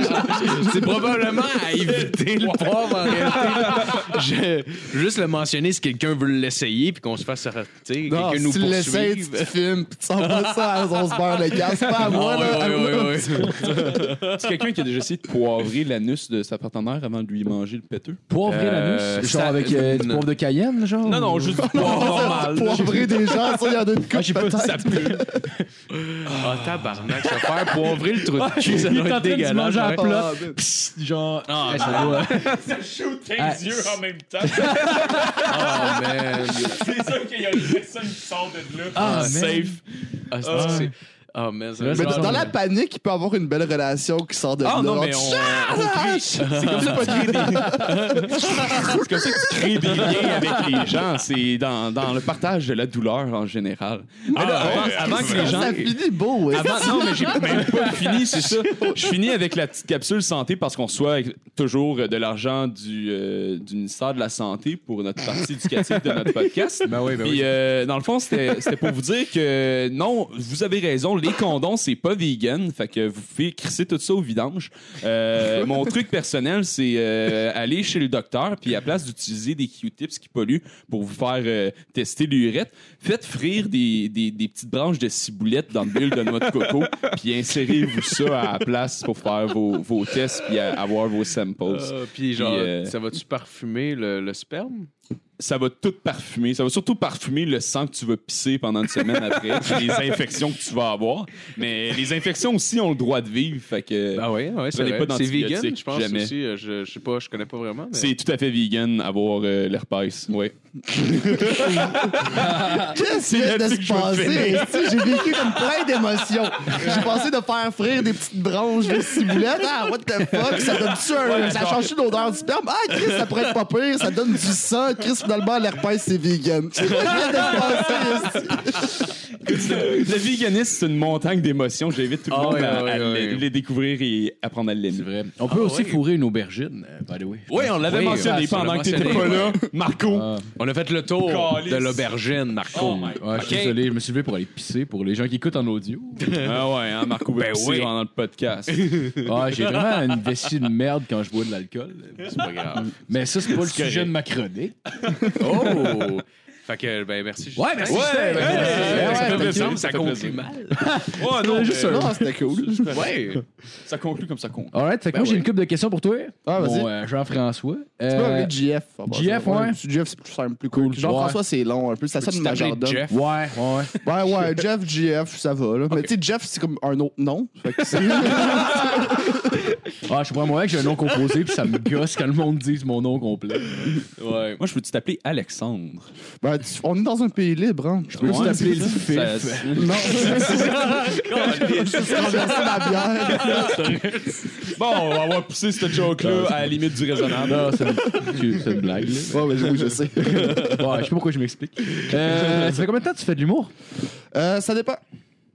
C'est probablement à éviter le pauvre en réalité. Je, juste le mentionner si quelqu'un veut l'essayer puis qu'on se fasse arrêter, Non, quelqu'un si nous tu l'essayes, tu poursuive. te filmes, puis tu s'envoies ça à on se beurre de gaz. C'est pas à moi, Ah ouais, là. ouais, ouais, ouais. C'est quelqu'un qui a déjà essayé de poivrer l'anus de sa partenaire avant de lui manger le péteux? Poivrer Euh, l'anus. Genre ça- avec euh, du non. poivre de Cayenne, genre. Non, non, ou- juste du poivre normal. Poivrer des gens, ça, il y en a une coupe, peut-être. Ah, tabarnak, ça faire poivrer le trou de cul, ça Il est en doit train être de se dégueulasse. hein. manger à ouais. plat. Ah, Psst, Genre. Ah, Eh, ça doit- shoot tes Ah. yeux en même temps. Ah, man. C'est sûr qu'il y a une personne qui sort de là. Ah, man. safe. Ah, c'est- c'est- ah, man, ça- Mais Mais Ouais. dans la panique, il peut avoir une belle relation qui sort de là. Ah non, Genre, mais on, tch- on crie. C'est comme ça que tu crées des... C'est comme ça que tu crées des liens avec les gens. C'est dans, dans le partage de la douleur en général. Mais là, ouais, avant- ouais, avant, que les gens... Ah, Ça finit beau, ouais. Avant- non, mais j'ai même pas fini, c'est ça. Je finis avec la petite capsule santé parce qu'on reçoit toujours euh, de l'argent du, euh, du ministère de la Santé pour notre partie éducative de notre podcast. Ah Ben oui, ben Puis, oui. euh, dans le fond, c'était c'était pour vous dire que non, vous avez raison, les condoms, c'est pas vegan. Fait que vous pouvez crisser tout ça au vidange. Euh, mon truc personnel, c'est euh, aller chez le docteur, puis à place d'utiliser des Q-tips qui polluent pour vous faire euh, tester l'urette, faites frire des, des, des petites branches de ciboulette dans de l'huile de noix de coco, puis insérez-vous ça à la place pour faire vos, vos tests, puis à- avoir vos samples. Ah, puis genre, Puis, euh, ça va-tu parfumer le, le sperme? ça va tout parfumer. Ça va surtout parfumer le sang que tu vas pisser pendant une semaine après, puis les infections que tu vas avoir. Mais les infections aussi ont le droit de vivre. Fait que Ah ouais, ouais, c'est Prenez vrai. pas C'est vegan, d'antibiotiques, je pense jamais. aussi. euh, Je, je sais pas, je connais pas vraiment. mais- c'est tout à fait vegan avoir euh, l'herpès. Ouais. Qu'est-ce qui vient de là-dessus que se je veux passer? finir. esti? J'ai vécu comme plein d'émotions. J'ai passé de faire frire des petites branches de ciboulette. Ah, what the fuck? Ça donne-tu un. ça change-tu l'odeur du sperme? Ah, Chris, ça pourrait être pas pire. Ça donne du sang. Chris, finalement, l'herpès, c'est vegan. C'est quoi qui vient de se passer? esti? le, le véganisme, c'est une montagne d'émotions. J'invite tout le Ah monde ouais, à, ouais, à ouais. les, les découvrir et apprendre à l'aimer. C'est vrai. On peut aussi ouais. fourrer une aubergine, euh, by the way. Oui, on l'avait Oui, Ah, mentionné ouais, on pendant l'a que t'étais pas mentionné, là. Marco, Ah, On a fait le tour Calice. de l'aubergine, Marco. Oh my ouais, je suis Ok. désolé, je me suis levé pour aller pisser pour les gens qui écoutent en audio. Ah ouais, hein, Marco veut Ben pisser oui. pendant le podcast. Ah, j'ai vraiment une vessie de merde quand je bois de l'alcool. C'est pas grave. Mais ça, c'est pas le sujet correct. de ma chronique. Oh! Fait que, ben, merci. Justin. Ouais, merci, Ouais, Justin. ouais, Ben, ouais, ouais, ça fait thank plaisir, ça you. Ça fait conclut plaisir. mal. Oh non, juste mais- un. Non, c'était cool. Ben Ouais. Ça conclut comme ça conclut. All right, fait que moi, j'ai une couple de questions pour toi. Ah, vas-y. Bon, euh, Jean-François. Tu peux Euh, appeler GF. en passant. GF, ouais. GF, c'est plus simple, plus cool. Jean-François, c'est long un peu. Ça sonne Peux-tu t'appeler majordome. Jeff? ouais, ouais, ouais. Ouais, ouais, Jeff, GF, ça va. Là. Mais tu sais, Jeff, c'est comme un autre nom. Fait que c'est- Ah, je comprends moi que j'ai un nom composé, puis ça me gosse quand le monde dit mon nom complet. Ouais. Moi, je peux-tu t'appeler Alexandre? Ben, tu- on est dans un pays libre, hein. Je peux juste t'appeler le Ça- fif. Non, c'est traverser ma bière. Bon, on va avoir poussé cette joke-là à la limite du raisonnable. Non, c'est une, c'est une blague. là. Ouais, mais oui, je sais. Ouais, Ah, je sais pas pourquoi je m'explique. Euh, ça fait combien de temps que tu fais de l'humour? Euh, ça dépend.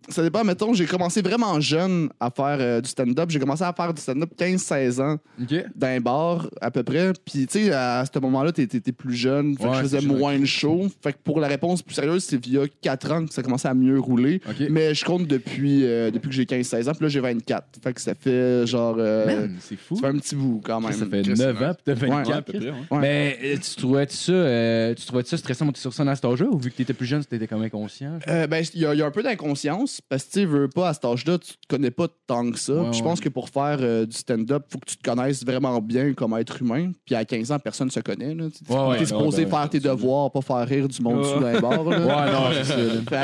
Ça dépend, mettons, j'ai commencé vraiment jeune à faire euh, du stand-up. J'ai commencé à faire du stand-up 15-16 ans OK. dans un bar, à peu près. Puis, tu sais, à ce moment-là, t'es- t'es t'es plus jeune. Fait que Ouais, je faisais c'est sûr. moins de show. Fait que pour la réponse plus sérieuse, c'est via 4 ans que ça commençait à mieux rouler. OK. Mais je compte depuis, euh, depuis que j'ai 15-16 ans. Puis là, j'ai 24. Fait que ça fait genre... euh, Man, c'est fou. ça fait un petit bout, quand même. Ça fait Chris, 9 c'est ans, puis t'as 24. Ouais, à peu près, ouais. Ouais. Mais euh, tu trouvais ça, euh, tu trouvais ça stressant de monter sur scène à cet âge-là ou vu que t'étais plus jeune, t'étais comme inconscient? genre? Euh, ben, il y, a- il y a un peu d'inconscience parce que tu sais, veux pas à cet âge-là, tu te connais pas tant que ça. Ouais, Puis je ouais. pense que pour faire euh, du stand-up, faut que tu te connaisses vraiment bien comme être humain. Puis à 15 ans, personne se connaît. Là. Tu- tu- Ouais, ouais, t'es ouais, supposé ben, faire tes devoirs, pas faire rire du monde sous d'un bar. là. Ouais, non, c'est ça.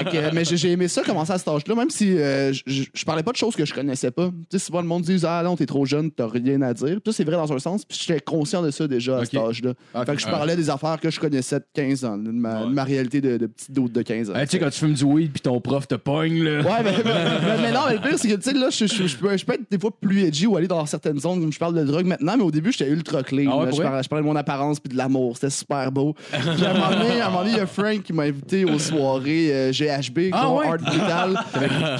Fait que, euh, mais j'ai j'ai aimé ça commencer à cet âge-là, même si euh, j- j- je parlais pas de choses que je connaissais pas. Tu sais, souvent le monde dit Ah non, t'es trop jeune, t'as rien à dire. Puis ça, c'est vrai dans un sens. Puis j'étais conscient de ça déjà à Ok. cet âge-là. Ah, fait que je ouais. parlais des affaires que je connaissais de 15 ans, de ma, de ma réalité de, de petite doute de 15 ans. Hey, tu sais, quand tu fumes du weed puis ton prof te pogne, là. Ouais, mais, mais- mais non, mais le pire, c'est que, tu sais, là, je, je- je peux, je peux être des fois plus edgy ou aller dans certaines zones. comme Je parle de drogue maintenant, mais au début, j'étais ultra clean. Ah ouais, pour là. je, vrai? parlais, je parlais de mon apparence puis de l'amour. C'était super beau. Puis à un moment donné, à un moment donné, il y a Frank qui m'a invité aux soirées euh, GHB, Ah con ouais? Art Brutal.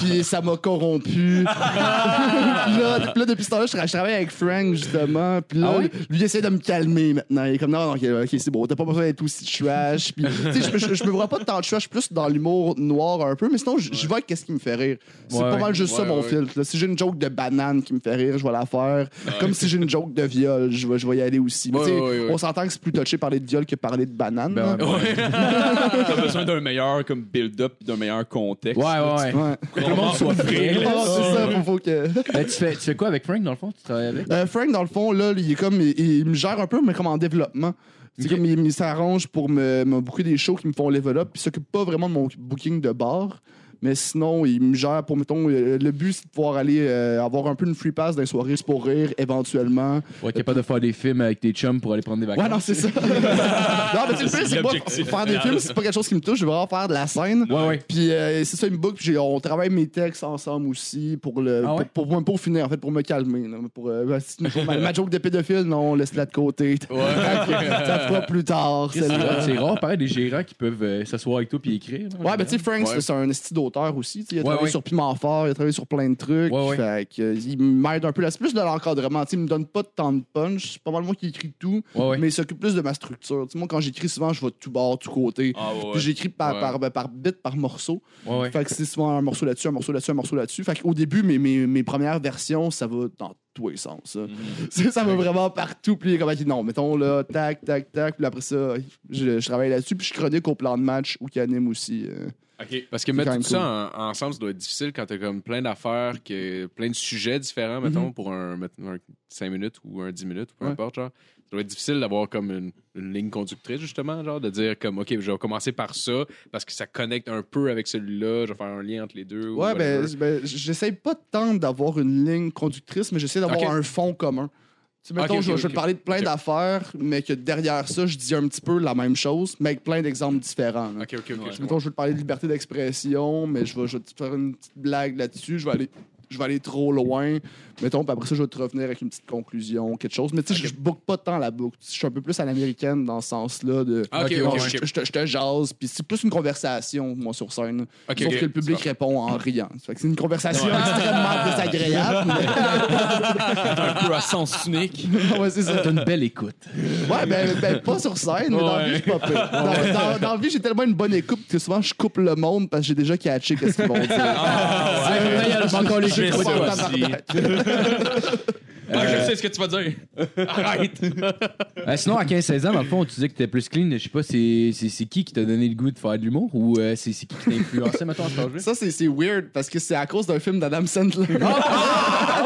puis ça m'a corrompu. puis, Ah! là, puis là, depuis ce temps-là, je, tra- je travaille avec Frank, justement. Puis là, Ah ouais? lui, il essaie de me calmer maintenant. Il est comme, non, non, ok, ok, c'est bon. T'as pas besoin d'être aussi trash. Puis, tu sais, je, je- je me vois pas tant trash, plus dans l'humour noir un peu. Mais sinon, j- j'y vois qu'est-ce qui me fait rire. C'est Ouais, pas ouais. mal juste ça, Ouais, mon ouais. filtre. là. Si j'ai une joke de banane qui me fait rire, je vais la faire. Comme si j'ai une joke de viol, je vais, je vais y aller aussi. Mais Ouais, tu ouais, sais, ouais. on s'entend que c'est plus touché parler de viol que parler de banane. Ben là. ouais. T'as besoin d'un meilleur comme build-up, d'un meilleur contexte. Ouais, ouais, ouais. Ouais. Que le monde soit prêt. Non, là. c'est ça, faut- faut que. Ben, tu, fais, tu fais quoi avec Frank, dans le fond? Tu travailles avec? Euh, Frank, dans le fond, là, il est comme. Il, il me gère un peu, mais comme en développement. C'est Ok. comme il, il s'arrange pour me, me booker des shows qui me font level up, puis il s'occupe pas vraiment de mon booking de bar. Mais sinon, il me gère pour, mettons, euh, le but, c'est de pouvoir aller euh, avoir un peu une free pass d'un soirée c'est pour rire, éventuellement. Ouais, capable de faire des films avec tes chums pour aller prendre des vacances. Ouais, non, c'est ça. non, mais tu sais, le pire, c'est que moi, l'objectif. faire des films, c'est pas quelque chose qui me touche. Je veux vraiment faire de la scène. Ouais, ouais. Puis euh, c'est ça, il me book. puis j'ai- on travaille mes textes ensemble aussi pour le Ah ouais? pour, pour, pour finir, en fait, pour me calmer. là, pour, euh, bah, si- pour ma, ma joke de pédophile, non, laisse-la de côté. ça fera plus tard. C'est celle-là. rare- c'est rare, pareil, des gérants qui peuvent euh, s'asseoir avec toi puis écrire. là, en Ouais, ben général. tu sais, Frank, c'est- c'est un esti d'auteur aussi. tu sais, Il a Ouais, travaillé ouais. sur Piment Fort, il a travaillé sur plein de trucs. Ouais, ouais. Fait que, euh, il m'aide un peu. là. C'est plus de l'encadrement. tu sais, Il me donne pas de temps de punch. C'est pas mal moi qui écris tout, Ouais, ouais. mais il s'occupe plus de ma structure. Tu sais, moi, quand j'écris souvent, je vais de tout bord, tout côté. Ah ouais, Puis j'écris par, Ouais. par, par, bit, par morceau. Ouais, ouais. Fait que c'est souvent un morceau là-dessus, un morceau là-dessus, un morceau là-dessus. Fait qu'au début, mes, mes, mes premières versions, ça va dans tous les sens. là. Mm-hmm. Ça, ça va vraiment partout. Puis il est comme, Ok, non, mettons là, tac, tac, tac. Puis après ça, je, je travaille là-dessus. Puis je chronique au plan de match ou qui anime aussi. euh. OK. Parce que quand mettre tout même ça en- ensemble, ça doit être difficile quand t'as comme plein d'affaires, que, plein de sujets différents, mettons, pour un, 5 minutes ou un 10 minutes, peu Mm-hmm. Ouais. importe, genre. ça doit être difficile d'avoir comme une, une ligne conductrice, justement, genre de dire comme, OK, je vais commencer par ça parce que ça connecte un peu avec celui-là, je vais faire un lien entre les deux. ou Ouais, ben, whatever. ben, j'essaie pas tant d'avoir une ligne conductrice, mais j'essaie d'avoir Ok. un fond commun. Tu sais, mettons, Ok, ok, je, je vais ok. te parler de plein Ok. d'affaires, mais que derrière ça, je dis un petit peu la même chose, mais avec plein d'exemples différents. là. OK, OK, OK. je Mettons, je vais te parler de liberté d'expression, mais je vais, je vais te faire une petite blague là-dessus, je vais aller. Je vais aller trop loin. Mettons, puis après ça, je vais te revenir avec une petite conclusion, quelque chose. Mais tu sais, je- je boucle pas tant la boucle. Je suis un peu plus à l'américaine dans ce sens-là. De, Ah, ok, Bon, ok, je, ok. je te- je te jase, puis c'est plus une conversation, moi, sur scène. comprends. OK, Sauf OK. que le public répond en riant. Ça fait que c'est une conversation extrêmement désagréable. un peu à sens unique. mais- ouais, c'est ça. T'as une belle écoute. Ouais, ben, ben, pas sur scène, mais dans la vie, je suis pas pire. Dans, dans- dans la vie, j'ai tellement une bonne écoute que souvent, je coupe le monde parce que j'ai déjà catché qu'est-ce qu'ils vont dire. Ah, encore les Je jeux suis trop trop en tard. tabarnak. je sais ce que tu vas dire. Arrête. Euh, Sinon, à 15-16 ans, dans le fond, tu disais que t'étais plus clean. Je sais pas, c'est c'est- c'est qui qui t'a donné le goût de faire de l'humour ou euh, c'est c'est qui qui t'a influencé, maintenant à ce âge-là? Ça, c'est c'est weird parce que c'est à cause d'un film d'Adam Sandler.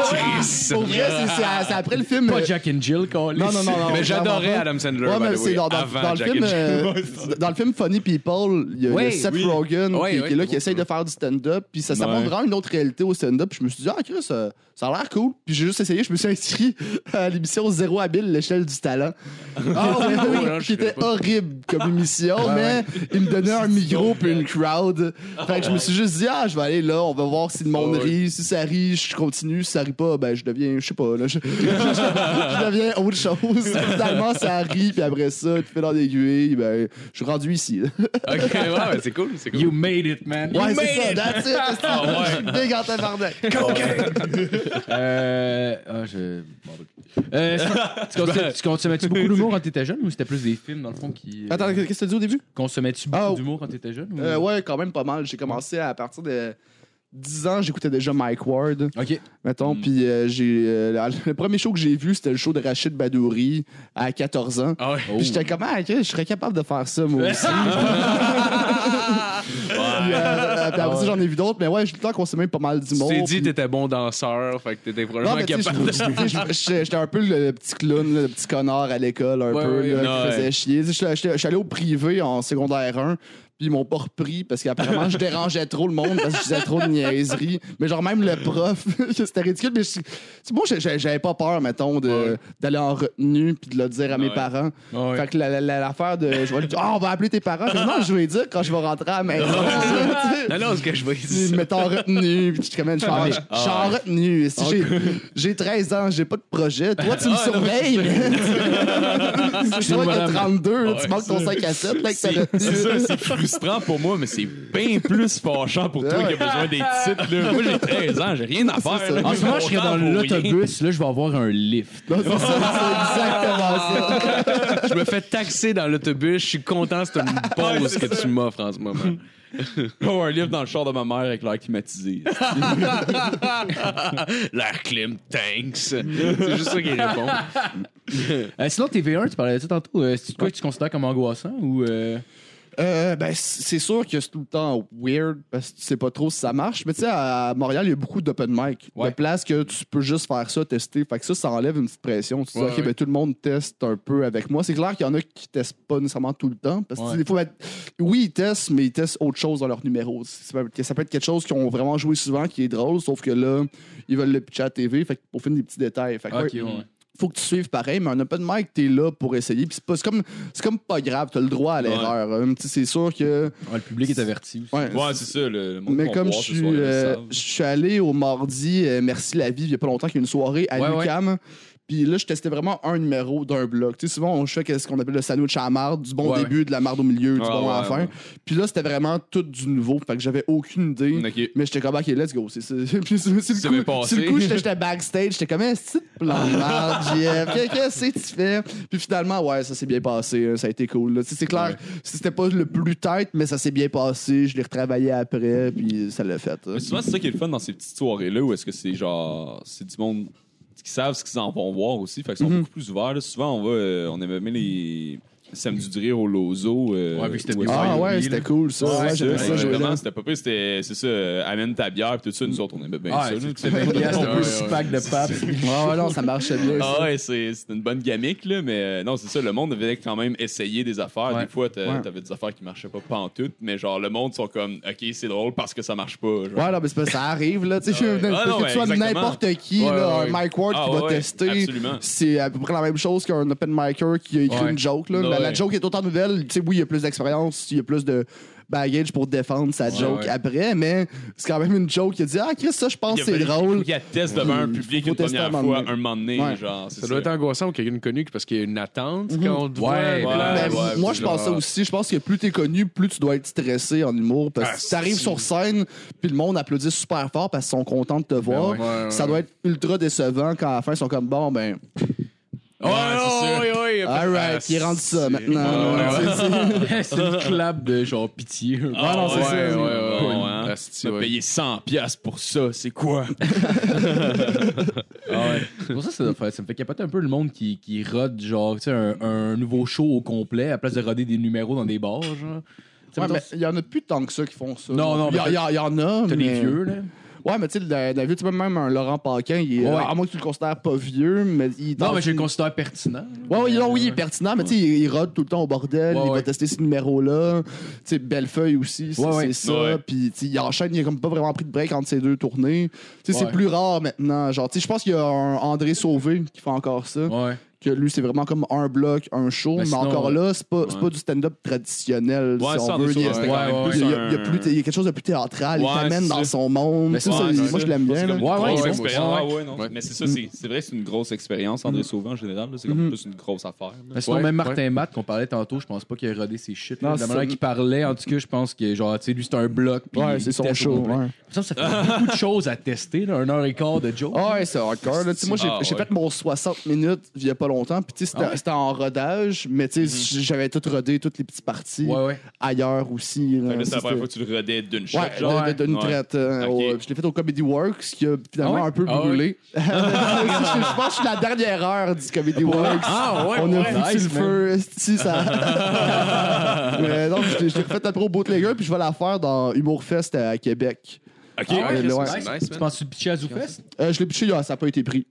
Pour vrai, c'est- c'est à- c'est après le film. Pas euh, Jack and Jill, Carlis. Non, non, non, non. Mais j'adorais vraiment pas. Adam Sandler, Ouais, by mais the c'est way, dans, dans- avant dans le Jack film, and Jill. euh, dans le film Funny People, il y a Oui, le Seth oui. Rogen Ouais, qui, ouais, qui est là, c'est qui essaye de faire du stand-up. Puis ça, ça Ouais. montre vraiment une autre réalité au stand-up. Puis je me suis dit, ah, Chris, euh, ça a l'air cool. Puis j'ai juste essayé, je me suis inscrit à l'émission Zéro Habile, l'échelle du talent. Ah ouais, oui, Ouais, je qui était savais pas. horrible comme émission, mais il me donnait un micro puis une crowd. Fait que je me suis juste dit, ah, je vais aller là, on va voir si le monde Ah ouais. rit. Si ça rit, je continue. Si ça rit pas, ben, je deviens, je sais pas, là, je, je- je deviens autre chose. Finalement, ça rit, puis après ça, tu fais dans l'aiguille, ben, je suis rendu ici. là. OK, ouais, ben, c'est cool, c'est cool. You made it, man. Ouais, c'est ça, that's it, that's it. Ah, ouais. Je suis big en tabarnak. Euh. Ah, je. bon, ben. Euh, tu Ben. consommais- tu consommais-tu beaucoup d'humour quand t'étais jeune ou c'était plus des films, dans le fond, qui. euh, Attends, qu'est-ce que tu as dit au début? Consommais-tu beaucoup Ah, d'humour quand t'étais jeune? ou- Euh, ouais, quand même pas mal. J'ai commencé à partir de 10 ans, j'écoutais déjà Mike Ward. Ok. Mettons, Mm. puis euh, j'ai euh, le premier show que j'ai vu, c'était le show de Rachid Badouri à 14 ans. Ah ouais. Puis j'étais comme, ah, ok, je serais capable de faire ça, moi aussi. Puis, euh, puis après ça, j'en ai vu d'autres, mais ouais, j'ai tout le temps consommé pas mal Tu d'humour. t'es dit puis- que t'étais bon danseur, fait que t'étais Oh. non, probablement mais tu sais, capable de... je- tu sais, je- j'étais j'étais un peu le, petit clown, là, le petit connard à l'école, un Ouais, peu, ouais, là, non, qui faisait ouais. chier. Tu sais, j'étais- j'étais- Je suis allé au privé en secondaire 1, puis ils m'ont pas repris parce qu'apparemment, je dérangeais trop le monde parce que je disais trop de niaiseries. Mais genre, même le prof, c'était ridicule. Mais je- c'est bon, j'ai- j'avais pas peur, mettons, de- Ouais. d'aller en retenue puis de le dire à mes Ouais. parents. Ouais. Fait que la- la- la- l'affaire de. Je vais lui dire, Ah, on va appeler tes parents. Je dis, non, je vais lui dire quand je vais rentrer à la maison. Tu sais. Non, non, ce que je vais Puis dire. ils me t'en retenu, puis tu Ah, commences, je suis en- je suis en retenu. Si j'ai- J'ai 13 ans, j'ai pas de projet. Toi, tu me Ah, surveilles. C'est toi qui as 32, là, tu manques ton 5 à 7, là, avec ta Ah C'est retenue. c'est ça, c'est frustrant pour moi, mais c'est bien plus fâchant pour toi qui a besoin des titres. Là. Moi, j'ai 13 ans, j'ai rien à C'est faire. ça. là. En ce moment, je serais dans Content pour rien. l'autobus, là, je vais avoir un lift. Non, C'est ça, c'est exactement ça. Je me fais taxer dans l'autobus, je suis content, c'est une pause que tu m'offres en ce Hum. moment. Oh, un livre dans le char de ma mère avec l'air climatisé. L'air clim, thanks. C'est juste ça qui répond. Euh, sinon, TV1, tu parlais de ça tantôt. euh, C'est quoi que tu considères comme angoissant ou. euh, Euh, ben, c- c'est sûr que c'est tout le temps weird parce que tu sais pas trop si ça marche. Mais tu sais, à Montréal, il y a beaucoup d'open mic. Ouais. De places que tu peux juste faire ça, tester. Fait que ça, ça enlève une petite pression. Tu te dis, Ouais, OK, ouais. ben, tout le monde teste un peu avec moi. C'est clair qu'il y en a qui testent pas nécessairement tout le temps. Parce que Ouais. tu sais, des fois, ben, oui, ils testent, mais ils testent autre chose dans leur numéro. Ça peut être- ça peut être quelque chose qu'ils ont vraiment joué souvent, qui est drôle, sauf que là, ils veulent le pitcher à TV. Fait que pour finir des petits détails. Fait que, ouais, Ok, ouais. faut que tu suives pareil, mais un open mic, t'es là pour essayer. Puis c'est pas- c'est comme, c'est comme pas grave, t'as le droit à l'erreur. hein. Tu sais, C'est sûr que. Ah, le public est averti aussi. ouais, Ouais, c'est ça. Le, le monde mais qu'on comme je voit ce suis, soir, ils le euh, savent. je suis allé au mardi, euh, merci la vie, il y a pas longtemps qu'il y a une soirée à Ouais, ouais. l'UCAM. Puis là, je testais vraiment un numéro d'un bloc. Tu sais, souvent, on fait ce qu'on appelle le sandwich à la marde, du bon Ouais, début, de la marde au milieu, du Ah, bon à la ouais, fin. ouais. Puis là, c'était vraiment tout du nouveau. Fait que j'avais aucune idée. Ok. Mais j'étais comme, ok, let's go. C'est c'est- puis c'est- c'est Ça le m'est coup, passé. c'est le coup, j'étais j'étais backstage. J'étais comme, est-ce que plan de merde, JF? Qu'est- Qu'est-ce que tu fais? Puis finalement, ouais, ça s'est bien passé. hein, Ça a été cool. là. Tu sais, C'est clair, c'était pas le plus tête, mais ça s'est bien passé. Je l'ai retravaillé après, puis ça l'a fait. hein. Mais Euh, souvent, c'est ça qui est le fun dans ces petites soirées-là où est-ce que c'est genre. C'est du monde Mhm. qui savent ce qu'ils en vont voir aussi. Fait qu'ils sont beaucoup plus ouverts. là. Souvent, on va. euh, on aimait bien les. Samedi du rire au Lozo. euh, Ouais, vu que c'était où plus est-ce fort, Ah il ouais, oublie, c'était là. cool ça. Ouais, Ah, Ouais, j'aimais c'est ça ça, jouer là. vraiment, c'était pas pire, c'était c'est ça, euh, amène ta bière pis tout ça, nous autres on aimait bien Ah, ça. c'est- là. c'est bien Yes, Ouais, un peu ouais, six ouais. packs de papes. Ouais, ouais, non, ça marchait bien. ça. Ah ouais, c'est c'est une bonne gamique, là, mais euh, non, c'est ça, le monde devait quand même essayer des affaires. Ouais. Des fois, t'a- Ouais. t'avais des affaires qui marchaient pas pantoute, mais genre, le monde sont comme, OK, c'est drôle parce que ça marche pas. genre. Ouais, non, mais c'est parce que ça arrive, là. Tu sais, je- Ah ouais. Ah non, que tu ouais, sois exactement. n'importe qui, Ouais, là, ouais, un ouais. Mike Ward Ah qui va ouais, tester. absolument. C'est à peu près la même chose qu'un open micer qui a écrit Ouais. une joke, là. La, la Ouais. joke est autant nouvelle. Tu sais, oui, il y a plus d'expérience, il y a plus de baggage pour défendre sa joke ouais. après, mais c'est quand même une joke qui dit Ah, Chris, ça, je pense que Il c'est y a- drôle. Il y a test devant un Faut public une tester première un moment fois, donné. un moment donné, Ouais. genre, c'est Ça doit être angoissant pour quelqu'un de connu parce qu'il y a une attente quand on te voit. Ouais, là. Ben, ouais, ouais, moi, c'est je pense ça genre- aussi. Je pense que plus t'es connu, plus tu dois être stressé en humour. Parce Ah, que si t'arrives sur scène, puis le monde applaudit super fort parce qu'ils sont contents de te voir, Ben ouais, ouais, ça ouais. doit être ultra décevant quand à la fin, ils sont comme bon, ben, Ouais, ouais, ouais, ouais. Ah, alright, ils rendent ça maintenant. Ouais, là. ouais, C'est- c'est- c'est une clap de genre pitié. Ah non, c'est ouais, ça. ouais, c'est- ouais, ouais, bon, ouais. hein. Asti, Tu m'as Ah, ouais. payé 100 piastres pour ça, c'est quoi? Ah C'est pour ça, que ça, doit faire- ça me fait capoter un peu le monde qui, qui rode genre, tu sais, un, un nouveau show au complet à place de roder des numéros dans des bars, genre. Tu sais, Ouais, mettons, mais il y en a plus tant que ça qui font ça. Non, non, Il y, a- mais- il y a- il y en a. T'as mais- des vieux, là. Ouais, mais tu sais, dans- dans la vie, tu peux même un Laurent Paquin, il est- Ouais. à moins que tu le considères pas vieux, mais il est Non, dans mais je le une- considère pertinent. Ouais, ouais, non, oui, il est pertinent, mais tu sais, il il rôde tout le temps au bordel, Ouais, il va ouais. tester ces numéros-là. Tu sais, Bellefeuille aussi, c'est Ouais, ouais. c'est ça. Ouais. Puis, tu sais, il enchaîne, il a comme pas vraiment pris de break entre ces deux tournées. Tu sais, Ouais. c'est plus rare maintenant. Genre, tu sais, je pense qu'il y a un André Sauvé qui fait encore ça. Ouais. Que lui, c'est vraiment comme un bloc, un show. Mais Mais, sinon, encore ouais. là, c'est pas, c'est Ben, Ouais. pas du stand-up traditionnel, Ouais, si ça, on on veut. est Il y sûr, a- c'était ouais, quand même ouais. plus il y, a, un- il y a plus- il y a quelque chose de plus théâtral. Ouais, il t'amène c'est dans ça. son monde. Mais Ça, c'est- ça, ouais, c'est moi, je l'aime bien. C'est là. comme une Ouais, ouais, grosse ouais, expérience. ouais, Ah ouais, non. ouais. Mais c'est ça, Mm. c'est c'est vrai que c'est une grosse expérience. André Sauvin, en général, là, c'est comme plus une grosse affaire. là. Mais sinon, Ouais, même ouais. Martin Matt qu'on parlait tantôt, je pense pas qu'il ait rodé ses shit. Non, Non, la c'est manière ça. qu'il parlait, en tout cas, je pense que genre, tu sais, lui, c'est un bloc. puis Ouais, il c'est son teste au show, complet. ouais. Ça, ça fait beaucoup de choses à tester, là, un heure et quart de Joe. Ah ouais, c'est hardcore. Là. Tu sais, Moi, j'ai Ah j'ai ouais. fait mon 60 minutes il y a pas longtemps. Puis, tu sais, c'était Ah ouais? c'était en rodage, mais tu Mm-hmm. sais, j'avais tout rodé, toutes les petites parties Ouais, ouais. ailleurs aussi. là. Fait que là, C'est Ça, la première fois c'était- que tu le redais d'une shot. Ouais, genre. ouais, de- d'une Ouais. traite. euh, Ok. au- je l'ai fait au Comedy Works, qui a finalement Ah ouais? un peu Ah ouais. brûlé. je pense que je suis la dernière heure du Comedy Works. Ah ouais, On a ouais. foutu Nice, le feu, si ça. mais non, je l'ai je l'ai refait après au Bootlegger, puis je vais la faire dans Humour Fest à Québec. Ok, Ah ouais, ouais, mais c'est- ouais. c'est nice, Tu man. penses-tu le pitcher à Zoufest? Euh, je l'ai piché, là, ça n'a pas été pris.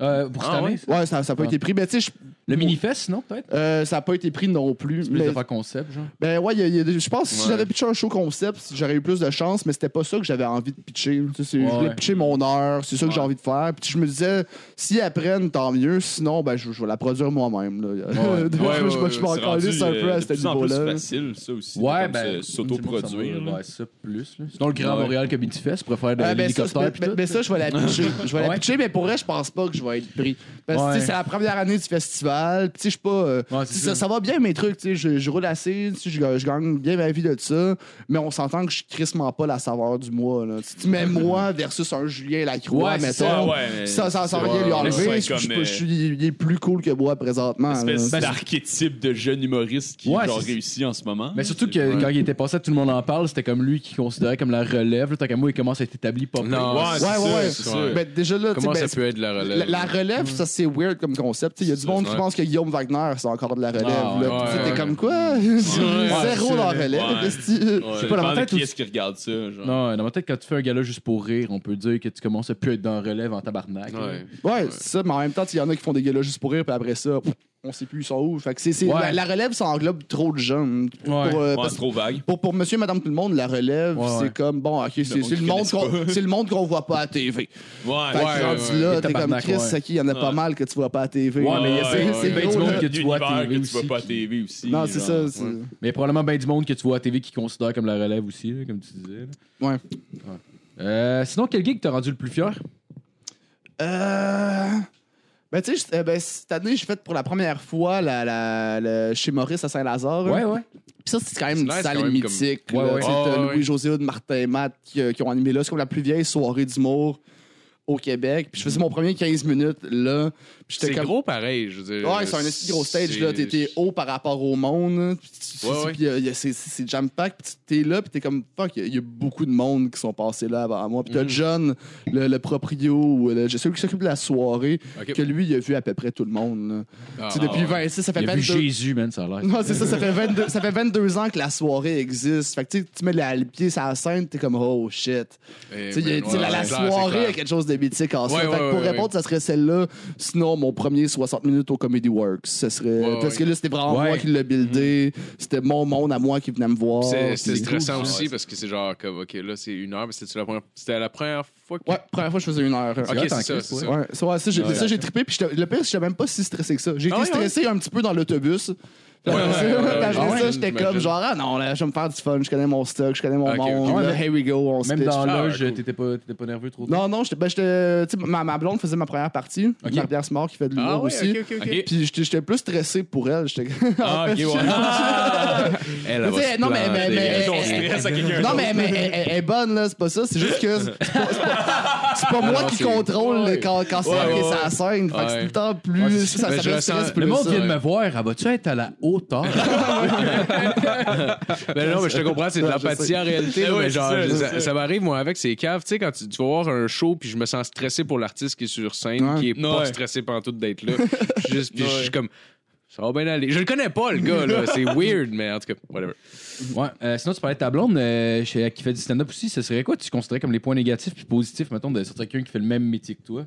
Euh, pour cette Ah année? ouais? ça? Ouais, ça n'a pas Ah. été pris, mais tu sais, je- Le mini-fest, non, peut-être? Euh, ça n'a pas été pris non plus. Plus mais- d'affaires concept, genre. ben ouais, il y a- il y a des- je pense que si Ouais. j'avais pitché un show concept, si j'aurais eu plus de chance, mais c'était pas ça que j'avais envie de pitcher. Tu sais, c'est- Je Ouais. voulais pitcher mon heure, c'est ça que j'ai envie de faire. Puis je me disais, s'ils apprennent, tant mieux, sinon, ben je, je vais la produire moi-même. là. je Ouais, je- je ouais, m'en c'est calisse rendu, un peu euh, à de ce plus en plus niveau-là. facile, ça aussi. Ouais, comme ben. se- S'autoproduire. là. Ouais, ça plus. Là. Sinon, le Grand Ouais. Montréal Comedy Fest, pour faire de Ah, ben, ça, l'hélicoptère. mais, pis mais- tout. mais ça, je vais la pitcher. Je vais la Ouais. pitcher, mais pour vrai, je pense pas que je vais être pris. Parce que tu sais, Ouais. c'est la première année du festival. Puis, tu sais, je suis pas. euh, Ouais, tu c'est sais, ça. ça, ça va bien mes trucs. tu sais, Je, je roule assez. tu sais, Je, je gagne bien ma vie de ça. Mais on s'entend que je suis crissement pas la saveur du mois. Là. Tu- Tu mets moi versus un Julien Lacroix, Ouais, c'est mettons. ça, ouais, mais- ça, ça, ça va Ouais, rien lui ouais, enlever. ouais, Je- comme, je- euh, je suis- Il est plus cool que moi présentement. là. espèce Ben, d'archétype de jeune humoriste qui Ouais, genre c'est- réussit en ce moment. Mais surtout que quand il était passé, tout le monde en parle, c'était comme lui qui considérait comme la relève. Là, tant qu'à moi, il commence à être établi pas Non, Ouais, c'est ouais, ça, ouais. c'est ça. Ben, déjà là, tu sais, Comment ben, ça peut être de la relève? La, la relève, ça c'est weird comme concept. Il y a du C'est monde ça, qui ouais. pense que Guillaume Wagner, c'est encore de la relève. Ah, là. ouais, Puis, tu sais, ouais, t'es ouais. comme quoi? Zéro c'est- dans la relève. ouais. esti. Ouais, C'est pas dans ma dépend de tête qui aussi. est-ce qui regarde ça. genre. Non, dans ma tête, quand tu fais un gala juste pour rire, on peut dire que tu commences à plus être dans relève en tabarnak. là. Ouais. Ouais, c'est ça, mais en même temps, il y en a qui font des galas juste pour rire, puis après ça, pff, on sait plus ils sont où. Fait que c'est, c'est- Ouais. la, la relève, ça englobe trop de jeunes. Pour, Ouais. euh, Ouais, parce- c'est trop vague. pour, pour monsieur, madame, tout le monde, la relève, Ouais, ouais. c'est comme, bon, ok, c'est, monde c'est le qui monde connaissent qu'on, pas. c'est le monde qu'on voit pas à TV. Ouais, Fait que ouais, rendu ouais. Les là, t'es comme tabarnak, Chris, ouais. à qui il y en a pas Ouais. mal que tu vois pas à TV. Ouais, mais il y a- c'est, ouais, c'est ouais. Ben, gros, du monde là. que tu vois à L'univers TV que tu vois aussi, pas à qui- TV aussi. Non, c'est ça. genre. c'est- Mais il y a probablement bien du monde que tu vois à TV qui considère comme la relève aussi, là, comme tu disais. là. Ouais. Euh, sinon, quel gig t'a rendu le plus fier? Euh... Ben, tu sais, je- euh, ben, cette année, j'ai fait pour la première fois la, la- le- chez Maurice à Saint-Lazare. Ouais, ouais. Puis ça, c'est quand même C'est une nice, salle quand même, mythique. comme- là. Ouais, ouais. Tu sais, Ah, t'as ouais, ouais. Louis-José Hood, Martin Matt qui, euh, qui ont animé là. C'est comme la plus vieille soirée d'humour au Québec. Puis je faisais mon premier 15 minutes là. Puis C'est j'étais comme. gros pareil, je veux dire. Ouais, c'est un petit gros stage, Euh, c'est- là. T'es- T'es haut par rapport au monde. Puis tu- tu- Ouais, tu- ouais. puis, euh, y a- c'est- c'est c'est jam-pack. Puis tu- t'es là, puis t'es comme, fuck, il y, a beaucoup de monde qui sont passés là avant moi. Puis Mhm. t'as John, le, le proprio, ou le, celui qui s'occupe de la soirée, Ok. que lui, il a vu à peu près tout le monde. là. Ah, Tu sais, depuis 26, ça fait Il a vu 22 Jésus, man, ça a l'air. non, c'est ça, ça fait, 22, ça fait 22 ans que la soirée existe. Fait que tu sais, tu mets la- le pied sur la scène, t'es comme oh shit. eh, Tu sais, il y a- ben, tu sais, ouais, la, la c'est clair, c'est soirée clair. a quelque chose de mythique en soi. Ouais, Fait que ouais, pour ouais, répondre, ouais. ça serait celle-là. Sinon, mon premier 60 minutes au Comedy Works. Ça serait, Ouais, parce que ouais. Mhm. là, c'était vraiment Ouais. moi qui l'ai buildé. C'était mon monde à moi qui venait me voir. C'est Oh, c'est Puis- stressant Ouais. aussi parce que c'est genre, comme, ok, là, c'est une heure, mais c'était la première, c'était la première fois que. Ouais, première fois, je faisais une heure. Ok, Ouais, c'est t'en ça, crisses, c'est ouais. ça. Ouais, ça, ouais, ça, j'ai, ça, j'ai trippé. Puis j'étais- le pire, je n'étais même pas si stressé que ça. J'ai Ah été ouais, stressé un petit peu dans l'autobus. Puis Ouais, après ouais, ouais, ça, ouais, après ouais, ça, j'étais j'imagine. comme genre, ah non, là, je vais me faire du fun, je connais mon stock, je connais mon Ok, ok. monde. Ouais, là, mais- here we go, on se Même pitch. dans Ah, l'âge, cool. t'étais pas, t'étais pas nerveux trop. Non, non, j'étais, ben, j'étais, tu sais, ma, ma blonde faisait ma première partie, Ok. Marie-Pierre Smart qui fait de l'humour Ah, ouais, aussi. ok, ok, ok. Puis j'étais, j'étais plus stressé pour elle. J'étais... Ah, ok, ouais. Ah, Elle, elle Tu sais, va se non, mais- mais- planter. mais- Ton stress à quelqu'un non, d'autre. mais, mais elle, elle est bonne, là, c'est pas ça. C'est juste que c'est pas, c'est pas- c'est pas moi qui c'est- contrôle Ouais. le- quand, quand c'est Ouais, marqué ouais, sur la scène. Fait que c'est Ouais. tout le temps plus. ça, mais ça je me stresse ressens- Ben, plus. Le monde ça. vient de me voir, elle va-tu être à la hauteur? Ben non, mais je te comprends, c'est de Ouais, je l'empathie sais. en réalité. Eh Ouais, mais ouais, genre, c'est ça, ça, c'est ça. ça m'arrive, moi, avec ces caves. Tu sais, quand tu, tu vas voir un show, puis je me sens stressé pour l'artiste qui est sur scène, Ouais. qui est pas Ouais. stressé pendant tout d'être là. Je suis juste, puis je suis comme, ça va bien aller. Je le connais pas, le gars, là. C'est weird, mais en tout cas, whatever. Ouais. euh, sinon, tu parlais de ta blonde euh, chez- qui fait du stand-up aussi. Ce serait quoi tu considérais comme les points négatifs puis positifs, mettons, de sortir quelqu'un qui fait le même métier que toi?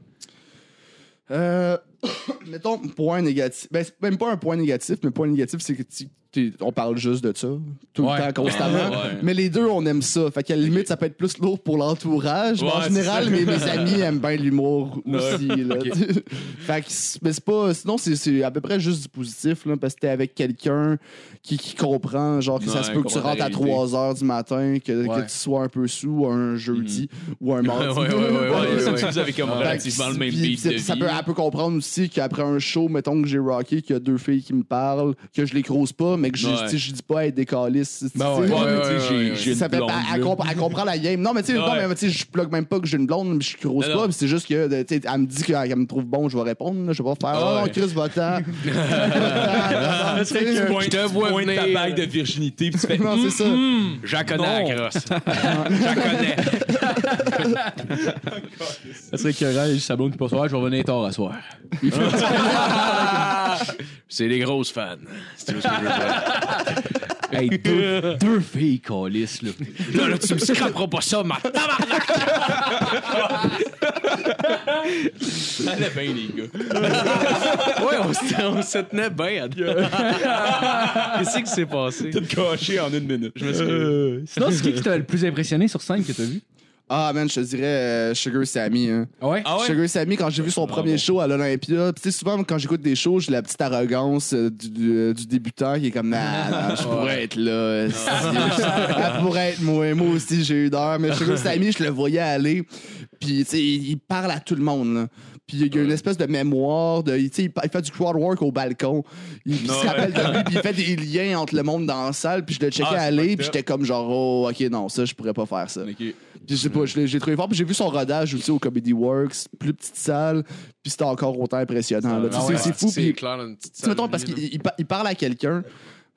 Euh, mettons, point négatif. Ben, c'est même pas un point négatif, mais point négatif, c'est que tu- t'es- on parle juste de ça tout Ouais. le temps, constamment. Ah, ouais. Mais les deux, on aime ça. Fait qu'à la limite, ça peut être plus lourd pour l'entourage. mais en Ouais, général, c'est mes, mes amis aiment bien l'humour aussi. là. fait que, c'est- mais c'est pas. Sinon, c'est- c'est à peu près juste du positif, là, parce que t'es avec quelqu'un qui, qui comprend, genre, que ça Ouais, se peut que tu comprend rentres la à réalité. 3 h du matin, que, que Ouais. tu sois un peu sous un jeudi ou un mardi. Ouais, ouais, ouais, ouais, ouais, Mhm. Ouais, ouais. ça, vous avez comme relativement le même Puis, beat ça- de ça vie. peut, elle peut comprendre aussi qu'après un show, mettons que j'ai rocké, qu'il y a deux filles qui me parlent, que je les croise pas, mais que je, Ouais. tu sais, je dis pas être des calices. tu sais. Ben ouais. Ouais, Ouais, mais tu sais, ouais, ouais, j'ai- ouais. j'ai une ça fait blonde, pas- là. elle, comp- elle comprend la game. Non, mais tu sais, non, Ouais. mais tu sais, je plug même pas que j'ai une blonde, mais je croise Non, pas. non. mais C'est juste que tu sais, elle me dit qu'elle qu'elle me trouve bon, je vais répondre. là. Je vais pas faire Ah Oh, ouais. Chris, va-t'en. Va-t'en. Tu sais, tu pointes- Je te tu vois pointes ta venir. bague de virginité puis tu fais Non, c'est ça. J'en connais Non. la grosse. J'en connais. Ça serait que juste sa blonde qui peut soir, je vais venir tard à soir. C'est les grosses fans. C'est tout ce que je veux dire. Hey, deux, deux filles calices, là. Là, là, tu me scraperas pas ça, ma tabarnak! ça allait bien, les gars. Ouais, on se, on se tenait bien à deux. Qu'est-ce qui s'est passé? Tout gâché en une minute. Je me suis Euh, Sinon, c'est qui qui t'a le plus impressionné sur scène que t'as vu? Ah, man, je te dirais euh, Sugar Sammy. hein. Ouais. Ah ouais? Ah Sugar Sammy, quand j'ai vu son premier show à l'Olympia, pis tu sais, souvent, quand j'écoute des shows, j'ai la petite arrogance euh, du, du- euh, du débutant qui est comme, nah, nah, je pourrais être là. euh, si, Ça pourrait être moi. Moi aussi, j'ai eu d'heure. Mais Sugar Sammy, je le voyais aller. Puis, tu sais, il il parle à tout le monde. là. Puis, il y a une espèce de mémoire. De, il- tu sais, il pa- il fait du crowd work au balcon. Il, il se rappelle de lui, puis il fait des liens entre le monde dans la salle. Puis, je le checkais Ah, c'est aller, fucked puis up. j'étais comme, genre, oh, ok, non, ça, je pourrais pas faire ça. Ok. Puis je sais pas, je l'ai- j'ai trouvé fort. Puis j'ai vu son rodage aussi au Comedy Works, plus petite salle. Puis c'était encore autant impressionnant. là. Bah, Tu sais, Ah, Ouais, Ah c'est fou. Puis, C'est tu clair, une petite sais, mettons, parce qu'il il pa- il parle à quelqu'un.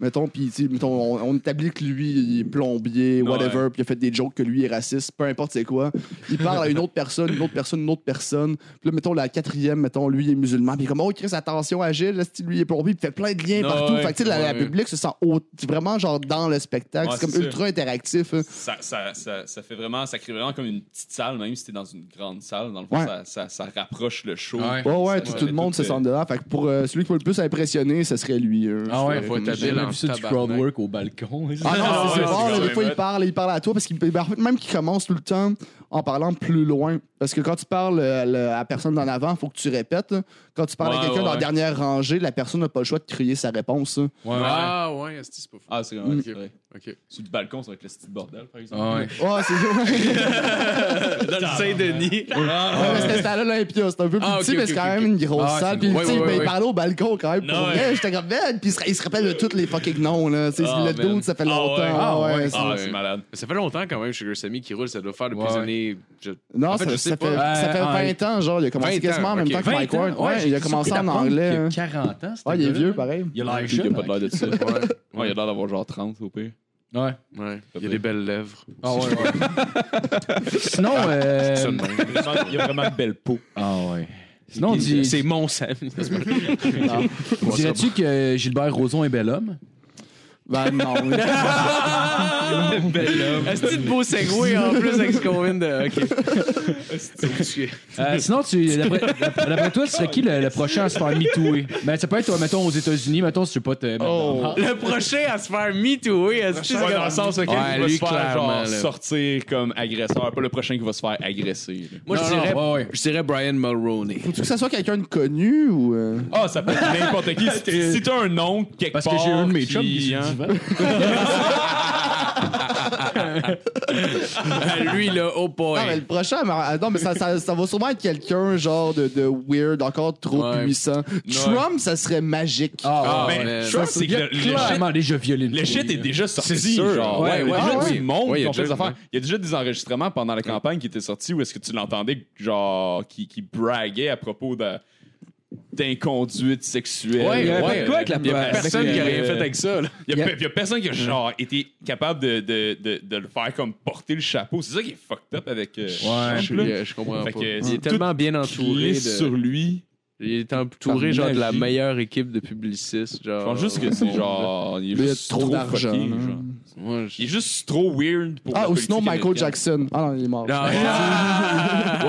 Mettons, puis tu sais, mettons, on, on établit que lui, il est plombier, whatever, puis il a fait des jokes que lui est raciste, peu importe c'est quoi. Il parle à une autre personne, une autre personne, une autre personne. Puis là, mettons, la quatrième, mettons, lui, il est musulman, puis il est comme, oh, Chris, attention à Gilles, là, si lui, il est plombier, puis il fait plein de liens Non, partout. ouais. fait que tu sais, la, la Ouais. public se sent au- vraiment, genre, dans le spectacle. Ouais, c'est comme c'est ça. ultra interactif. hein. ça, ça, ça, ça fait vraiment, ça crée vraiment comme une petite salle, même si t'es dans une grande salle. Dans le fond, Ouais. ça, ça, ça rapproche le show. Ouais. Ouais, Oh ouais, Ça tout, fait tout le monde se tout, euh, sent dedans. Fait que pour euh, celui qui m'a le plus impressionné, ce serait lui. euh, Ah ouais, je faut être dirais. habile. J'ai vu en ça du tabarnak. crowd work au balcon. Ah non, Ah c'est ouais, rare, c'est là, quand des fois, même il parle, il parle à toi parce qu'il ben, en fait, même qu'il commence tout le temps en parlant plus loin. Parce que quand tu parles euh, à la- à la personne d'en avant, faut que tu répètes. là. Quand tu parles à Ouais, quelqu'un ouais, dans la ouais. dernière rangée, la personne n'a pas le choix de crier sa réponse. là. Ouais, ouais. Ah ouais, esti, c'est pas fou. Ah, c'est vraiment Mm. Ok. c'est vrai. Ok. Sur le balcon, ça va être le style bordel, par exemple. Ah, Ah ouais. Ouais, c'est Dans le Saint-Denis. Ouais, mais c'était à l'Olympia, c'était un peu plus Ah, ok, petit, mais ok, c'est quand ok, même une grosse Ah, salle. c'est Puis une- tu ouais, sais, ouais, ben, il ouais. parlait au balcon quand même. Pour Non, vrai, j'étais comme man, puis il se- il se rappelle de tous les fucking noms là. Tu sais, Ah, le man. dude, ça fait Ah, longtemps. ouais. Ah, ouais, Ah, c'est- c'est malade. Mais Ça fait longtemps quand même, Sugar Sammy qui roule, ça doit faire depuis Ouais. les années. je- Non, en fait, ça- je ça ça fait, ça fait Euh, en- 20 ans, genre, il a commencé 20 quasiment en ans, même ok. temps que Mike Ward. Ouais, il a commencé en anglais. hein. Il a 40 ans. Ouais, il est vieux, bah. pareil. Il a l'air Il a jeune. pas de l'air de ça. Ouais, il a l'air d'avoir genre 30 au pire. Ouais. Ouais. Il y a des belles lèvres. Ah ouais, Sinon, Ça de euh... même. Il a vraiment une belle peau. Ah ouais. Sinon, Puis, euh, dis- C'est mon Samy. dirais-tu que Gilbert Rozon est bel homme? Ben non. mais- Est-ce que beau segway en plus avec ce qu'on vient de. Ok. Euh, sinon, tu, d'après, d'après- d'après toi, ce serait qui le, le prochain à se faire mitouer? Ben, ça peut être, toi, mettons, aux États-Unis, mettons, si tu veux pas te mettre dans le- Le prochain à se faire metooer, est-ce que c'est Ouais, dans le sens auquel Ouais, il va lui, se faire clairement, genre, là. sortir comme agresseur, pas le prochain qui va se faire agresser. là. Moi, je Non, non, dirais, ouais, ouais. je dirais Brian Mulroney. Faut-tu que ça soit quelqu'un de connu ou. euh? Ah, ça peut être n'importe qui. Si si t'as un nom quelque Parce part. que j'ai un de mes qui, chums qui hein, est souvent. Lui, là, oh boy. Non, mais le prochain, mais- ah, non, mais ça, ça, ça va sûrement être quelqu'un genre de, de weird, encore trop Ouais. puissant. Trump, ça serait magique. Ah, Ah, ouais. ben, mais Trump, c'est que le, le shit, Clairement, déjà violé. une le shit fille, est là. déjà sorti. sûr, genre. ouais, il y a ouais, déjà ouais. du monde Ouais, il y a qui ont fait des déjà- affaires. ouais. Il y a déjà des enregistrements pendant la campagne qui étaient sortis où est-ce que tu l'entendais, genre, qui, qui braguait à propos de d'inconduite sexuelle. Ouais, il y avait ouais, fait de quoi avec la- il y a avec personne le- qui a rien fait avec ça. là. Il y a, Il y a- il y a personne qui a genre été capable de, de, de, de le faire comme porter le chapeau. C'est ça qui est fucked up avec euh, Ouais. Trump, là. Je, je comprends Fait pas. que, il c'est est tellement bien entouré. Touré De, sur lui. Il est entouré Par genre de la magie. meilleure équipe de publicistes. Genre, Je pense juste que c'est genre. Euh, Il est Il y a juste trop trop d'argent, fucké, hein. genre. Moi, je- Il est juste trop weird pour. Ah, la ou sinon politique Michael américaine. Jackson. Ah non, il est mort. Non,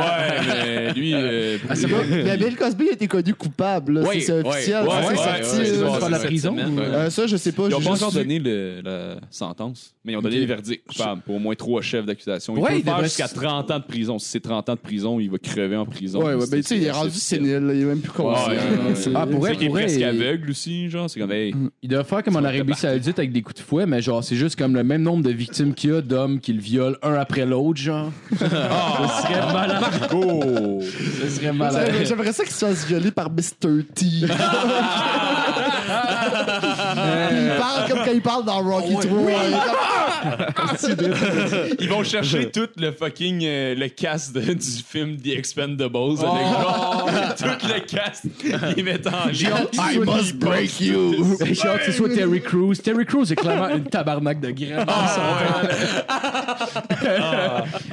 Ouais, mais lui. euh, Ah, c'est lui, pas- euh, Mais Bill Cosby a été connu coupable. là. Ouais, C'est- c'est ouais, officiel. ouais, c'est ouais, sorti, ouais, là. c'est Tu vas bon, à euh, la cette prison? semaine, ou- ouais. Euh, ça, je sais pas. Ils ont j'ai pas juste encore vu- donné le- la sentence, mais ils ont donné Ok. le verdict coupable pour au moins trois chefs d'accusation. Il Ouais, il peut faire devrait- jusqu'à 30 ans de prison. Si c'est 30 ans de prison, il va crever en prison. Ouais, ouais, C'est- mais tu sais, il est c'est- rendu c'est- sénile. là. Il est même plus conscient. ouais, là, ouais. c'est- Ah, pour C'est vrai, qu'il est pour vrai, presque il- aveugle aussi, genre. C'est comme, Mm. hey, Il doit faire comme en Arabie Saoudite avec des coups de fouet, mais genre, c'est juste comme le même nombre de victimes qu'il y a d'hommes qui le violent un après l'autre, genre. Ce serait malade. go! Ce serait malade. J'aimerais- J'aimerais ça qu'il se fasse violer par Mr. T. il parle comme quand il parle dans Oh, Rocky 3. Ah! ah! Ils vont chercher tout le fucking euh, le cast de- du film The Expendables Ah, avec genre tout le cast ils mettent en lien. I Ah, must break you. Hey, J'ai hâte que ce soit Terry Crews. Terry Crews est clairement une tabarnak de graines.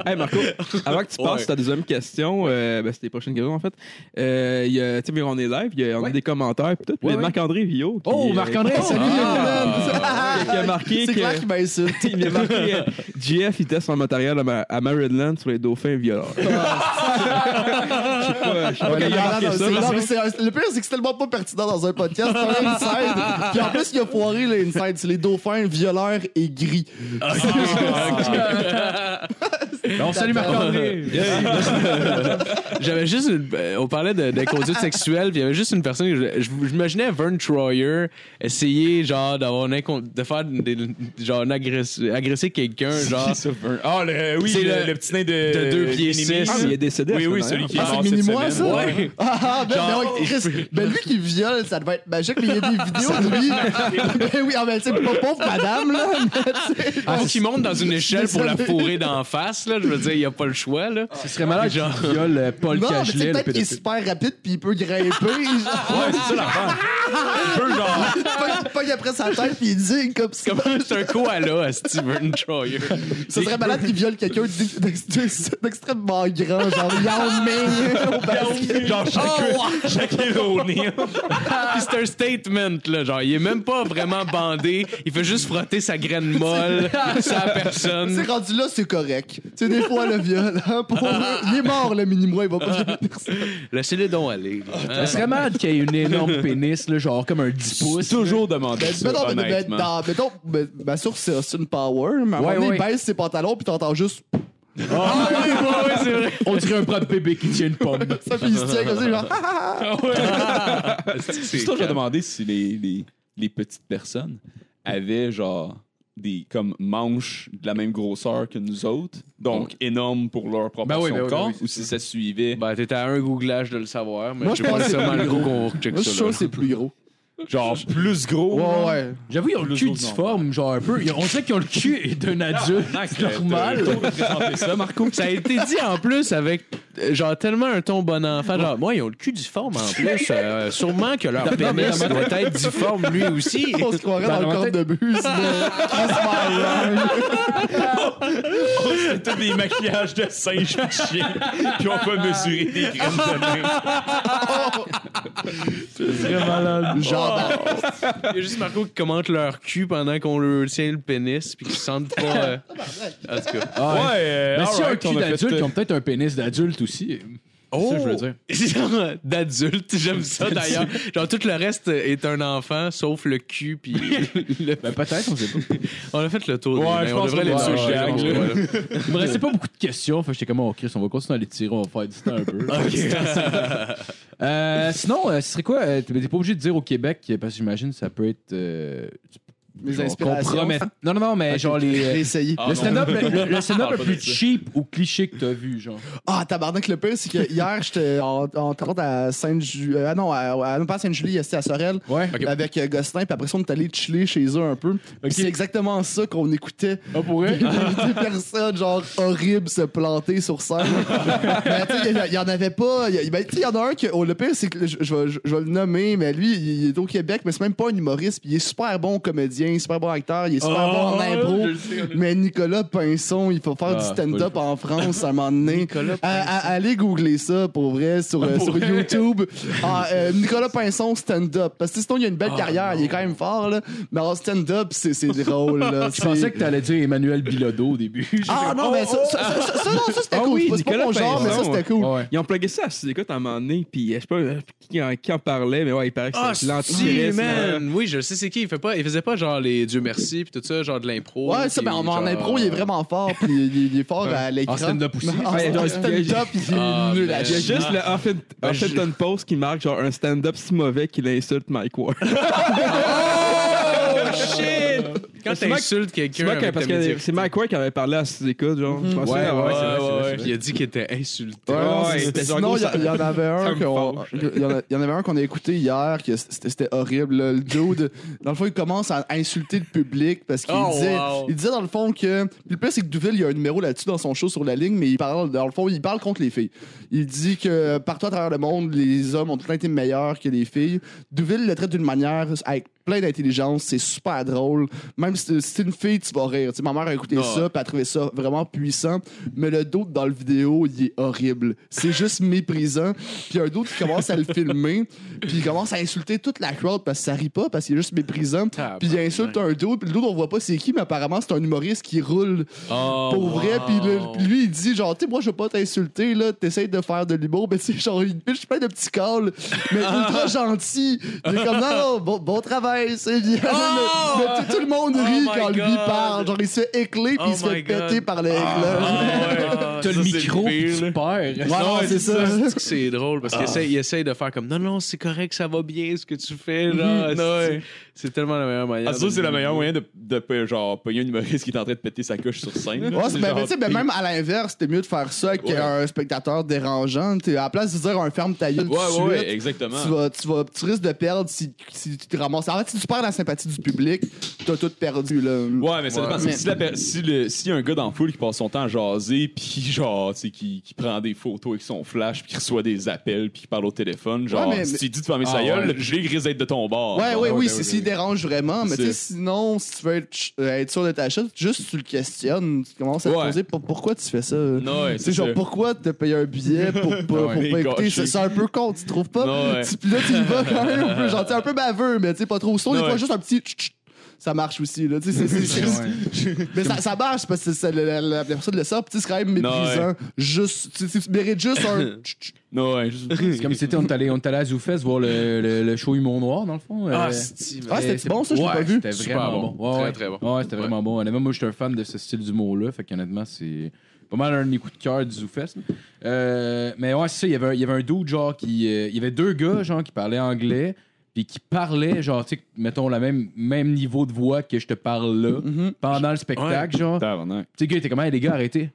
Hey Marco, avant que tu passes, ta deuxième question, euh, ben, c'était les prochaines questions en fait. Euh, il y a- tu sais, mais on est live, il y a, on a des commentaires, pis tout. mais Ouais, ouais. Marc-André Villot. qui, Oh, euh, Marc-André, salut! qui a marqué Ah! C'est clair que. qu'il m'insulte. Il m'a marqué euh, GF, il teste son matériel à, Ma- à Maryland sur les dauphins violeurs. Je sais Ah. pas, je sais pas quand il a marqué ça. Non, mais c'est un- Le pire, c'est que c'est tellement pas pertinent dans un podcast. C'est un inside. Puis en plus, il a foiré l'inside. C'est les dauphins violeurs et gris. Ah, On salue Marc-André! J'avais juste une- euh, on parlait de, de conduite sexuelle, puis il y avait juste une personne. que je- je- J'imaginais Vern Troyer essayer genre d'avoir une incon- de faire des, genre une agresse- agresser quelqu'un genre Ah le, oui, C'est le, le- le petit nain de de deux pieds Minimi. six. Ah, mais il est décédé. Oui la oui, semaine celui dernière. qui est Ah, mort c'est cette Minimois, semaine. ça? Ouais. Ah, ah, ben, Genre- ben, ouais, Chris, ben, lui qui viole, ça devait être magique, mais il y a des vidéos de lui. ben oui, ah, ben, tu sais, pas pauvre madame, là. Faut qu'il Ah, monte dans une échelle pour la fourrer d'en face, là. Je veux dire, il n'y a pas le choix, là. Ah. Ce serait malade genre... qu'il viole euh, Paul Non, mais tu sais, Cagelet, le peut-être qu'il est pédophile. super rapide, puis il peut grimper. genre, Ouais, c'est ça l'affaire. Un peu genre il pogne après sa tête, puis il dit comme ça. Comme c'est un koala à Steven Troyer. Ce serait malade qu'il viole quelqu'un d'ex- d'ex- d'extrêmement grand, genre Yao Ming. au basket. genre chacun chacun au nez. Puis c'est un statement, là. Genre, il est même pas vraiment bandé. Il fait juste frotter sa graine molle sur la C'est personne. rendu là, c'est correct. Tu sais, des fois, le viol, hein, pour eux, il est mort, le minimois, il va pas violer personne. Laissez-les donc aller. là. Hein? Ce serait malade qu'il y ait une énorme pénis, là, genre comme un 10 pouces. toujours demandé Ben, ça, mettons, ben, ben, honnêtement. dans- mettons, ben, ma source, c'est Austin Power, mais à un Ouais, moment donné, il ouais. baisse ses pantalons, puis t'entends juste. Ah, On dirait un propre bébé qui tient une pomme. Ça, puis il se tient comme ça, genre. Ah, C'est toujours demandé si les, les, les petites personnes avaient genre des comme manches de la même grosseur que nous autres, donc énormes pour leur proportion Ben oui, ben oui, de corps, ben oui, ou si ça suivait Ben, t'étais à un googlage de le savoir, mais Moi, j'ai je pense pas que c'est nécessairement plus le gros. gros qu'on recheck Moi, je suis sûr ça. que c'est plus gros. genre plus gros. Ouais, ouais. J'avoue, ils ont le cul difforme, genre un peu. Ils- On dirait qu'ils ont le cul d'un adulte. C'est normal. Ça, Marco. Ça a été dit en plus avec euh, genre tellement un ton bon enfant. Genre, moi, ils ont le cul difforme en plus. euh, sûrement que leur pénis doit être difforme lui aussi. On se croirait Ben, dans le corps de bus. Tous des maquillages de singe de chien. Puis on peut mesurer des graines de main. Genre, Il y a juste Marco qui commente leur cul pendant qu'on leur tient le pénis puis qu'ils se sentent pas. euh, Ah, bah, En tout cas. Ah, Ouais, euh, Mais si un alright, cul on a fait, d'adulte, euh, ils ont peut-être un pénis d'adulte aussi. C'est ça que je veux dire. Oh! Oh. Genre, euh, D'adulte, j'aime ça d'ailleurs. Genre, tout le reste est un enfant, sauf le cul, puis Ben, peut-être, on sait pas. on a fait le tour. Ouais, des mains. je on pense devrait qu'on les va- toucher. ouais, on ouais, va- Il me restait pas beaucoup de questions. Fait que j'étais comme, oh Chris, on va continuer à les tirer, on va faire du temps un peu. Euh, sinon, euh, ce serait quoi euh, T'es pas obligé de dire au Québec, euh, parce que j'imagine ça peut être. euh, mes genre inspirations. compromet- Non, non, non, mais genre les. euh, Essayer. Ah, le non. stand-up le, le- le stand-up Ah, le pas plus de ça. cheap ou cliché que t'as vu, genre. Ah, tabarnak, le pire, c'est que hier, j'étais en, en Toronto à Sainte-Julie. Ah non, à, à- non, pas à Sainte-Julie, c'était à Sorel. Ouais. Avec euh, Gosselin, puis après ça, on est allé chiller chez eux un peu. Puis C'est exactement ça qu'on écoutait. Ah, pour vrai? Des personnes, genre, horribles se planter sur scène. mais tu sais, il y- il y, en avait pas. Il y, a- ben, tu sais, il y en a un que. oh, le pire, c'est que le- je, je vais- je- je vais le nommer, mais lui, il, est au Québec, mais c'est même pas un humoriste, puis il est super bon comédien, super bon acteur, il est super bon en impro. Mais Nicolas Pinson, il faut faire du stand-up en France à un moment donné. À- à- allez googler ça pour vrai sur, euh, sur YouTube. Ah, euh, Nicolas Pinson, stand-up. Parce que sinon, il a une belle carrière, il est quand même fort, là. Mais en stand-up, c'est c'est drôle, là. Je pensais que t'allais dire Emmanuel Bilodeau au début. Ah non, mais ça, ça, ça, ça- ça, non, ça, c'était Ah cool. oui, c'est pas Nicolas mon genre, mais ça, Pinson, c'était cool. Ouais. Ils ont plugué ça à Sudécoute à un moment donné, puis euh, je sais pas euh, qui en, qui en parlait, mais ouais, il paraît que Ah, c'est si, l'antirisme. hein. man! Oui, je sais c'est qui. Il, fait pas, il faisait pas genre les Dieu merci, puis tout ça, genre de l'impro. Ouais, ça, ben, en, puis en genre- impro, il est vraiment fort, puis il, il est fort à l'écran. En stand-up aussi. En, Ouais, en ouais. stand-up, il Ah, est nul man. à Il y a chier. juste le Huffin- Huffington Post qui marque genre un stand-up si mauvais qu'il insulte Mike Ward. Oh shit! Quand C'est Mike- t'insultes quelqu'un. C'est Mike- avec parce ta que médiocrité. c'est Mike Ward qui avait parlé à Sudécoute, genre. Mhm. Je pensais, Ouais, ah, Ouais, c'est vrai, ouais, c'est vrai, c'est ouais. vrai. Il a dit qu'il était insulté. Ouais, Ah, c'était genre Sinon, gros, il y, a- ça- il y en avait ça un me qu'on- fâche. il y en a- il y en avait un qu'on a écouté hier, que c'était c'était horrible. là. Le dude, dans le fond, il commence à insulter le public parce qu'il Oh, disait, wow. il disait dans le fond que. puis Le plus, c'est que Douville, il y a un numéro là-dessus dans son show sur la ligne, mais il parle, dans le fond, il parle contre les filles. Il dit que partout à travers le monde, les hommes ont tout le temps été meilleurs que les filles. Douville le traite d'une manière avec plein d'intelligence, c'est super drôle. Même si si t'es une fille, tu vas rire. Tu sais, ma mère a écouté Ah, ça, puis a trouvé ça vraiment puissant. Mais le d'autre dans le vidéo, il est horrible. C'est juste méprisant. Puis un d'autre qui commence à le filmer, puis il commence à insulter toute la crowd parce que ça rit pas, parce qu'il est juste méprisant. Puis il insulte un d'autre, puis le d'autre, on voit pas c'est qui, mais apparemment, c'est un humoriste qui roule Oh, pour vrai. wow. Puis le- puis lui, il dit genre, tu sais, moi, je veux pas t'insulter, là, t'essayes de faire de l'humour, mais tu sais, genre, il pitch plein de petits calls, mais ultra gentil. Il est comme, non, non, bon, bon travail, c'est bien. Mais tout, tout le monde rit Oh! my quand lui God. parle. Genre, il se fait écler, puis Oh il se fait my God. péter par le Ah, éclats. ouais. T'as le Ça, c'est micro, pire, pis là. Ah. tu perds. Ouais, non, c'est ça. Est-ce que C'est drôle parce qu'il essaye, il essaye de faire comme non, non, c'est correct, ça va bien ce que tu fais. Là, Mhm. c'est- C'est tellement la meilleure manière. Ah, ça, de- c'est le meilleur moyen de, de, de genre, pogner un humoriste qui est en train de péter sa couche sur scène. Ouais, c'est- ben, Genre, ben, tu sais, ben, même à l'inverse, c'était mieux de faire ça qu'un spectateur dérangeant. T'sais, à la place de dire un ferme ta gueule tout de Ouais, ouais, suite, ouais, exactement. tu, vas, tu, vas, tu risques de perdre si, si tu te ramasses. En fait, si tu perds la sympathie du public, t'as tout perdu. Là. Ouais, mais ça dépend. Mais- Si, la per- si, le, si y a un gars dans la foule qui passe son temps à jaser, puis genre, tu sais, qui, qui prend des photos avec son flash, puis qui reçoit des appels, puis qui parle au téléphone, genre, Ouais, mais- si tu dis de fermer Ah, sa gueule, ouais. je l'ai grisé de ton bord. Ouais, genre. ouais, oui, ouais, c'est- ouais, s'il ouais. dérange vraiment, mais C'est- tu sais, sinon, si tu veux être, ch- euh, être sûr de ta chute, juste tu le questionnes, tu commences à te Ouais. poser pour- pourquoi tu fais ça. Non, ouais, Tu sais, c'est genre, ça. pourquoi te payer un billet pour, pas- pour, Ouais. pas écouter? Gâché. C'est c'est un peu con, tu trouves pas? Non, ouais. Tu- Puis là, tu y vas quand même un peu, genre, t'es un peu baveux, mais tu sais, pas trop. Sinon, des Non, fois, ouais. juste un petit tch, tch, ça marche aussi, là. Tu sais, c'est- c'est- c'est juste- Mais ça, ça marche parce que c'est- la, la- la personne le sort, puis tu sais, c'est quand même Non, ouais. méprisant. Juste, tu sais, tu mérites juste un tch, tch. Non, ouais, juste- C'est comme si c'était- on est allé on est allé à Zoufès voir le, le, le show Humour Noir, dans le fond. Ah, euh, c'est Ah, c'était c'est- bon, ça, je l'ai ouais, pas vu. C'était Super vraiment bon. bon. Ouais, Très, ouais. très bon. Ouais, c'était vraiment bon. Honnêtement, moi, je suis un fan de ce style d'humour-là. Fait qu'honnêtement, c'est pas mal un des coups de cœur du Zoufest. là. Euh, mais ouais, c'est ça. Il y avait un- il y avait un dude, genre, qui. euh, il y avait deux gars, genre, qui parlaient anglais. Puis qui parlaient, genre, tu sais, mettons, le même, même niveau de voix que je te parle là. Mm-hmm. Pendant le spectacle, genre. Tabarnak. Tu sais, le gars, il était comme, Hey, les gars, arrêtez.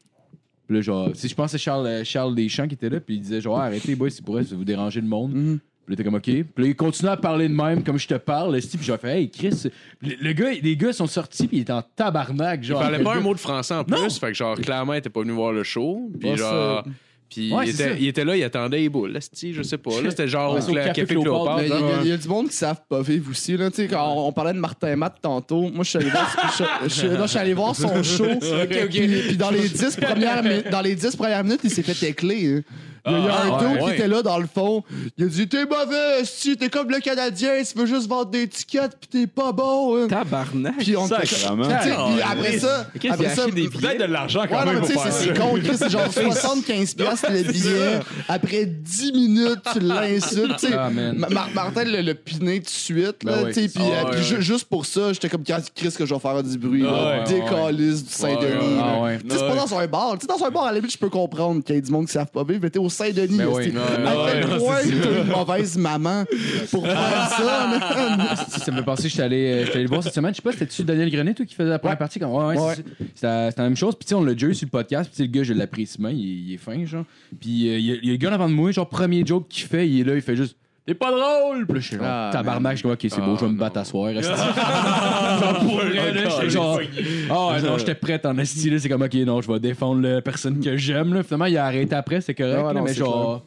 Puis là, genre, si je pense que c'est Charles, euh, Charles Deschamps qui était là, puis il disait, genre, Ah, arrêtez, boy, c'est pour ça vous déranger le monde. Puis là, t'es comme, OK. Puis là, il continue à parler de même, comme je te parle, esti. puis j'ai fait, Hey, Chris. Le, le gars, les gars sont sortis, puis il est en tabarnak, Il genre. parlait Le pas un gars- mot de français en plus, fait que genre clairement, il était pas venu voir le show. Puis Pas genre. Puis Ouais, il, c'est ça. était, il était là, il attendait les boules. Esti, je sais pas. Là, c'était genre Ouais. au Cla- Au Café Café Cléopâtre, Cléopâtre. Mais Il y, a- là. il y a du monde qui savent pas vivre aussi. Là. Tu sais, Quand on, on parlait de Martin Matt tantôt, moi, je suis allé voir, je- je- non, je suis allé voir son show. Puis, puis dans, les 10 premières, mi- dans les 10 premières minutes, il s'est fait écler. hein. Il y a, il y a un Ah, dos ouais, qui ouais. était là dans le fond. Il a dit T'es mauvais, tu t'es comme le Canadien, tu veux juste vendre des tickets, puis t'es pas bon. hein. Tabarnak. Puis on Sacrement. Tu sais, puis après ça, Qu'est-ce qu'il après a ça, acheté des billets? de l'argent Ouais, non, mais tu sais, c'est- c'est con, Chris, c'est genre 75 piastres le billet. Après 10 minutes, tu l'insultes. tu sais. Ah, man. Ma- Mar- Martin l'a l'a piné tout de suite. Là, Ben oui. tu sais, puis, Ah, euh, puis ouais, ju- Juste pour ça, j'étais comme Chris que je vais faire du bruit. Ah, là. ouais, Décaliste du Saint-Denis. Ah, là. ouais. Tu sais, C'est pas dans un bar. Tu sais, Dans un bar, à la limite, je peux comprendre qu'il y ait du monde qui savent pas vivre, mais t'es au Saint-Denis. Ben là, oui, c'est- non, À quel point t'as une mauvaise maman pour faire ça? man? ça me fait penser, je suis allé, euh, je suis allé le voir cette semaine. Je sais pas, c'était-tu Daniel Grenet, toi, qui faisait la première partie? Comme, ouais, ouais, Ouais. c'est- c'est la c'est la même chose. Puis, tu sais, on l'a déjà eu sur le podcast. Puis, tu sais, le gars, je l'apprécie bien. Il, il est fin, genre. Puis, euh, il y a- il y a le gars en avant de moi, genre, premier joke qu'il fait, il est là, il fait juste. T'es pas drôle! Puis là, je suis genre, Ah, tabarnak, je suis comme, ok, c'est beau, Ah, je vais me non. battre à soir. esti. genre, pour vrai, là, j'étais genre, ah, ouais, non, j'étais prête en esti, là, c'est comme, ok, non, je vais défendre la personne que j'aime, là. Finalement, il a arrêté après, c'est correct, Ah ouais, là, non, mais c'est genre,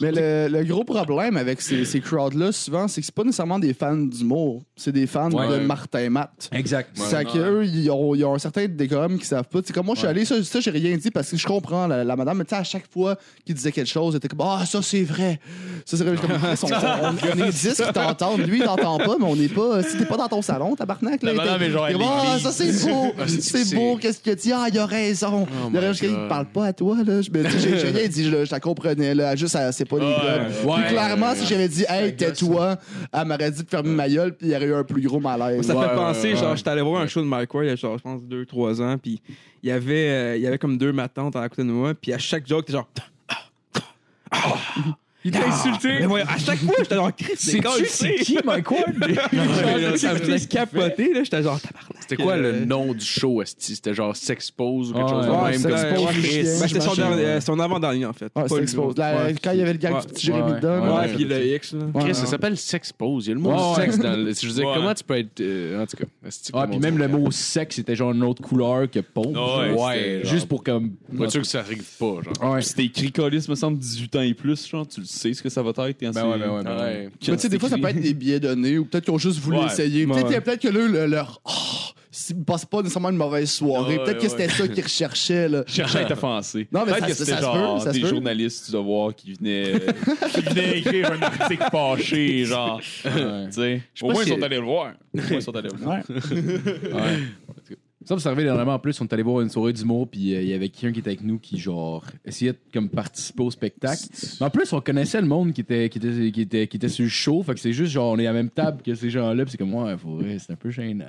Mais le, le gros problème avec ces, ces crowds-là, souvent, c'est que c'est pas nécessairement des fans d'humour, c'est des fans Ouais. de Martin Matt. exact. c'est qu'eux, ils ont, ils ont un certain décorum qui savent pas. C'est comme moi, je suis allé, ça, ça, j'ai rien dit parce que je comprends la, la madame, mais tu sais, à chaque fois qu'il disait quelque chose, elle était comme Ah, ça c'est vrai. Ça c'est vrai. Je suis comme, Chris, on, on, on est 10 qui t'entendent. Lui, il t'entend pas, mais on n'est pas. Si t'es pas dans ton salon, tabarnak, La là. il madame était- est genre à il était comme, Ah, ça c'est beau. c'est c'est- beau. Qu'est-ce qu'il a dit Ah, il a raison. Oh il a my raison. Je suis comme, God. Il parle pas à toi, là. Je- mais tu sais, J'ai j'ai rien dit, là, je la comprenais, là. Juste, elle- c'est pas les gars. Puis ouais. clairement, si j'avais dit Hey, tais-toi, elle m'aurait dit de fermer ma gueule, puis il y aurait eu un plus gros malaise. Ça Ouais, fait ouais, penser, ouais. genre, j'étais allé voir un show de Mike Ward il y a, genre, je pense, 2-3 ans, puis il y avait, euh, il y avait comme deux matantes à côté de moi, puis à chaque joke, t'es genre. Ah! Il t'a insulté! Mais ouais, à chaque fois, j'étais genre, Chris, c'est C'est-tu, c'est qui, Mike Ward? quoi? Ça me faisait capoter, là, j'étais genre, tabarnak. C'était quoi Euh, le nom du show, Esti? C'était genre S'expose ou quelque Ouais. chose de Ouais, même. c'est comme vrai. ça. Ben, Expose le chien, ben, C'était son machin, dernier- ouais. euh, son avant-dernier, en fait. Ah, Pas c'est le- exposé. La- Ouais. quand il y avait le gag Ouais. du petit Jérémy Ouais. dedans. là. Ouais, puis le X, là. Ouais, Chris, ouais. ça s'appelle S'expose. Il y a le mot Ouais, ouais. sexe dans le. Je veux dire, Ouais. comment tu peux être. euh, en tout cas, Esti, Ah, comment puis on même dit? le mot sexe, c'était genre une autre couleur que pompe. Ouais, c'était genre- juste pour comme. Vois-tu que ça arrive pas, genre. Ouais. C'était écrit colis, me semble, 18 ans et plus, genre, tu le sais ce que ça va être. quand Ben ouais, c'est- ben ouais, ben ouais. Ouais. Mais tu sais, des fois, ça peut être des billets donnés ou peut-être qu'ils ont juste voulu Ouais. essayer. Peut-être Ouais. peut-être que là, le- leur. Oh, c'est- passe pas nécessairement une mauvaise soirée. Ouais, peut-être que ouais. c'était ça qu'ils recherchaient. Là. Je cherchais à être offensé. Non, mais Peut-être ça que se- c'était ça se genre peut, ça se des peut. journalistes, tu dois voir, qui venaient, euh, qui venaient écrire un article fâché, genre. Ouais. Tu sais, sais au pas moins, si- ils sont allés le voir. Au moins, ils sont allés le voir. Ça, vous arrivé dernièrement en plus, on est allé voir une soirée d'humour, puis euh, il y avait quelqu'un qui était avec nous qui, genre, essayait de comme, participer au spectacle. Mais en plus, on connaissait le monde qui était, qui était, qui était, qui était sur le show, fait que c'est juste genre, on est à la même table que ces gens-là, puis c'est comme, ouais, faut- ouais, c'est un peu gênant.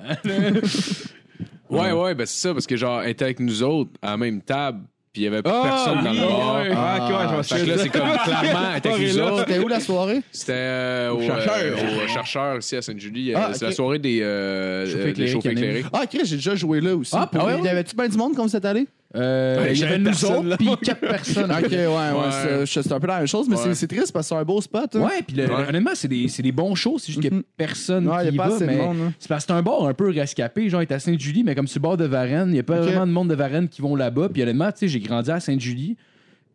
Ouais, ouais, ben c'est ça, parce que genre, elle était avec nous autres à la même table, puis il y avait plus personne dans le bar. Ah, ok, ouais, je m'en Fait que souviens. là, c'est comme clairement, elle était avec nous autres. C'était où la soirée? C'était euh, au, chercheur. euh, au chercheur ici à Sainte-Julie. Ah, Euh, C'est ok. la soirée des, euh, Chauffeurs euh, des éclairés chauffeurs qui éclairés. Ah, Chris, j'ai déjà joué là aussi. Ah, pour vrai? Il y avait-tu bien du monde comme cette année? Euh, il y avait nous personne autres, puis quatre personnes. Ok, ouais, ouais. Ouais. c'est- je- C'est un peu la même chose, mais Ouais. c'est- c'est triste parce que c'est un beau spot. hein. Ouais, puis le- Ouais. honnêtement, c'est des, c'est des bons shows, c'est juste qu'il y a personne Mhm. Ouais, qui y a y pas va, assez de mais monde, hein. c'est parce que c'est un bar un peu rescapé, genre, il est à Sainte-Julie, mais comme sur le bord de Varennes, il y a pas Ok. vraiment de monde de Varennes qui vont là-bas, puis honnêtement, tu sais, j'ai grandi à Sainte-Julie,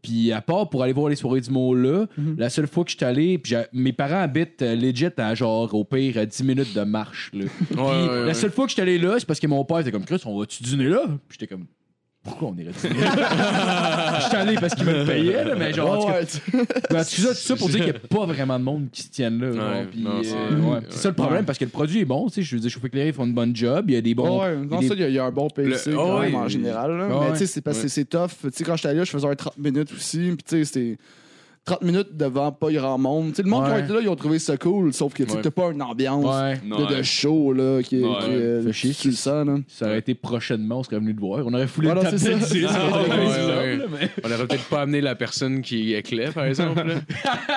puis à part pour aller voir les soirées du mot là, Mhm. la seule fois que je suis allé, puis j'a- mes parents habitent euh, legit à genre au pire à 10 minutes de marche là. Puis ouais, ouais. la seule fois que je suis allé là, c'est parce que mon père était comme Chris, on va-tu dîner là Puis j'étais comme pourquoi on irait dîner là? Je suis allé parce qu'il me le payait, là, mais genre en tout cas, Ouais, ouais. ben, tout ça, tout ça pour dire qu'il n'y a pas vraiment de monde qui se tienne là. genre, Ouais, puis, non, euh, c'est- ouais. C'est ça le problème parce que le produit est bon. tu sais, Je veux dire, Chauffe Éclairé font une bonne job. Il y a des bons. Ouais, non, des- ça, il y, a- il y a un bon PC Le- quand oh, même, oui. en général. là. Ah, mais ouais. tu sais, c'est parce que c'est tough. Tu sais, quand j'étais allé, là, je faisais un 30 minutes aussi. Puis tu sais, c'était 30 minutes devant pas grand monde. Tu sais, le monde qui Ouais. a été là, ils ont trouvé ça cool. Sauf que tu sais, Ouais. t'as pas une ambiance Ouais. Non, de, de ouais. show là, qui est. Ouais. qui, euh, Fait chier. tu le sens, là. Ça aurait été prochainement, on serait venu le voir. On aurait foulé Voilà, le c'est top ça. 10. Ah, Ouais, Ouais, ouais, ouais. ouais. On aurait peut-être pas amené la personne qui éclaire, par exemple. là.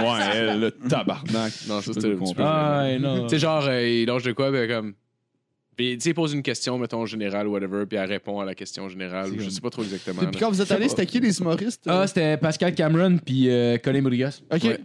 Ouais, elle, euh, le tabarnak. Non, ça, Je peux c'était le un petit peu- comprendre. Ah, ouais, non. Tu sais, genre, euh, il lâche de quoi, ben comme. Puis, tu sais, il pose une question, mettons, générale, whatever, puis elle répond à la question générale, ou je sais pas trop exactement. Puis quand vous êtes allé, c'était qui les humoristes? euh? Ah, c'était Pascal Cameron puis euh, Colin Rodriguez. ok. ouais.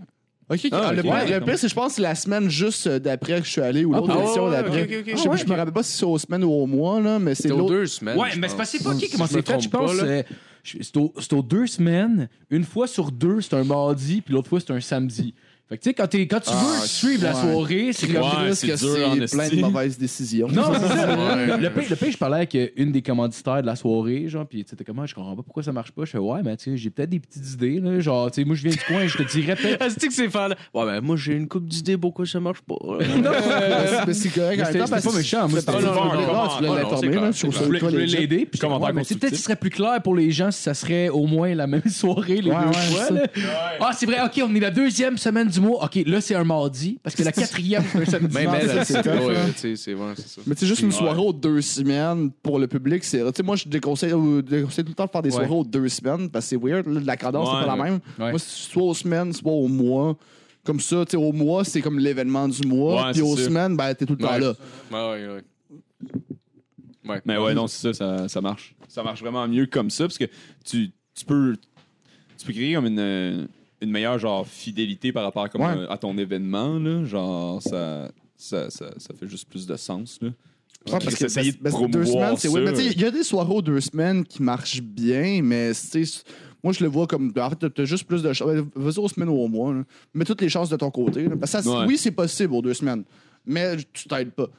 Ok, ok. Ah, Ah, le, ok. pire- Ouais, le pire, c'est je pense que c'est la semaine juste euh, d'après que je suis allé ou l'autre édition d'après. Je sais pas, je me rappelle pas si c'est aux semaines ou aux mois, là, mais c'est C'est aux l'autre. deux semaines. Ouais, je mais c'est pense. parce que c'est pas qui Si comment je me c'est fait, je trompe pense. pas, là. euh, je- C'est aux, c'est aux deux semaines. Une fois sur deux, c'est un mardi, puis l'autre fois, c'est un samedi. Fait que tu sais, quand, t'es- quand tu Ah, veux suivre la ouais. soirée, c'est comme. Ouais, Parce c'est que dur, en c'est plein esti. de mauvaises décisions. Non, c'est ça. Le pire, le pire, je parlais avec euh, une des commanditaires de la soirée, genre, puis tu sais, t'es comme, Ah, je comprends pas pourquoi ça marche pas. Je fais, ouais, mais tu sais, j'ai peut-être des petites idées, là. Genre, tu sais, moi, je viens du coin, je te dirais peut-être. Est-ce que c'est fan? Ouais, ben moi, j'ai une coupe d'idées pourquoi ça marche pas. euh, Euh, Mais c'est correct. en Mais c'était- même temps, c'était parce pas que méchant, moi, tu- c'était- tu voulais Non, non, non, l'informer, non, c'est clair, là, c'est je trouve ça clair. Je ultra voulais legit. l'aider. Puis Commentaire ouais, mais c'est constructif. peut-être que ce serait plus clair pour les gens si ça serait au moins la même soirée les Ouais, deux ouais, fois. c'est là. Ah, c'est vrai, ok, on est la deuxième semaine du mois. Ok, là, c'est un mardi, parce que la quatrième, c'est un samedi. Mais, Non, mais, ça, là, c'est c'est tough, ouais, hein. tu sais, c'est vrai, c'est ça. Mais c'est juste une soirée aux deux semaines pour le public. C'est, tu sais, moi, je déconseille, euh, déconseille tout le temps de faire des Ouais. soirées aux deux semaines parce que c'est weird. là, la cadence, Ouais, c'est pas la même. ouais. Moi, c'est soit aux semaines, soit au mois. Comme ça, tu sais, au mois, c'est comme l'événement du mois. Ouais, Puis c'est aux sûr. semaines, ben, t'es tout le temps Ouais. là. Ouais, ouais, ouais. Ouais. Mais ouais, non, c'est ça, ça, ça marche. Ça marche vraiment mieux comme ça parce que tu, tu peux tu peux créer comme une, euh, une meilleure genre fidélité par rapport à, comme, Ouais. euh, à ton événement là, genre ça ça, ça ça fait juste plus de sens là. Ouais, parce que essayer ben, ben, de deux promouvoir semaines, c'est weird. ça. Mais tu sais, il y a des soirées aux deux semaines qui marchent bien, mais tu sais, moi, je le vois comme. En fait, t'as- t'as juste plus de chances. Ben, Vas-y aux semaines ou au mois. là. Mets toutes les chances de ton côté. là. Parce que ça, Ouais. oui, c'est possible aux deux semaines, mais tu t'aides pas.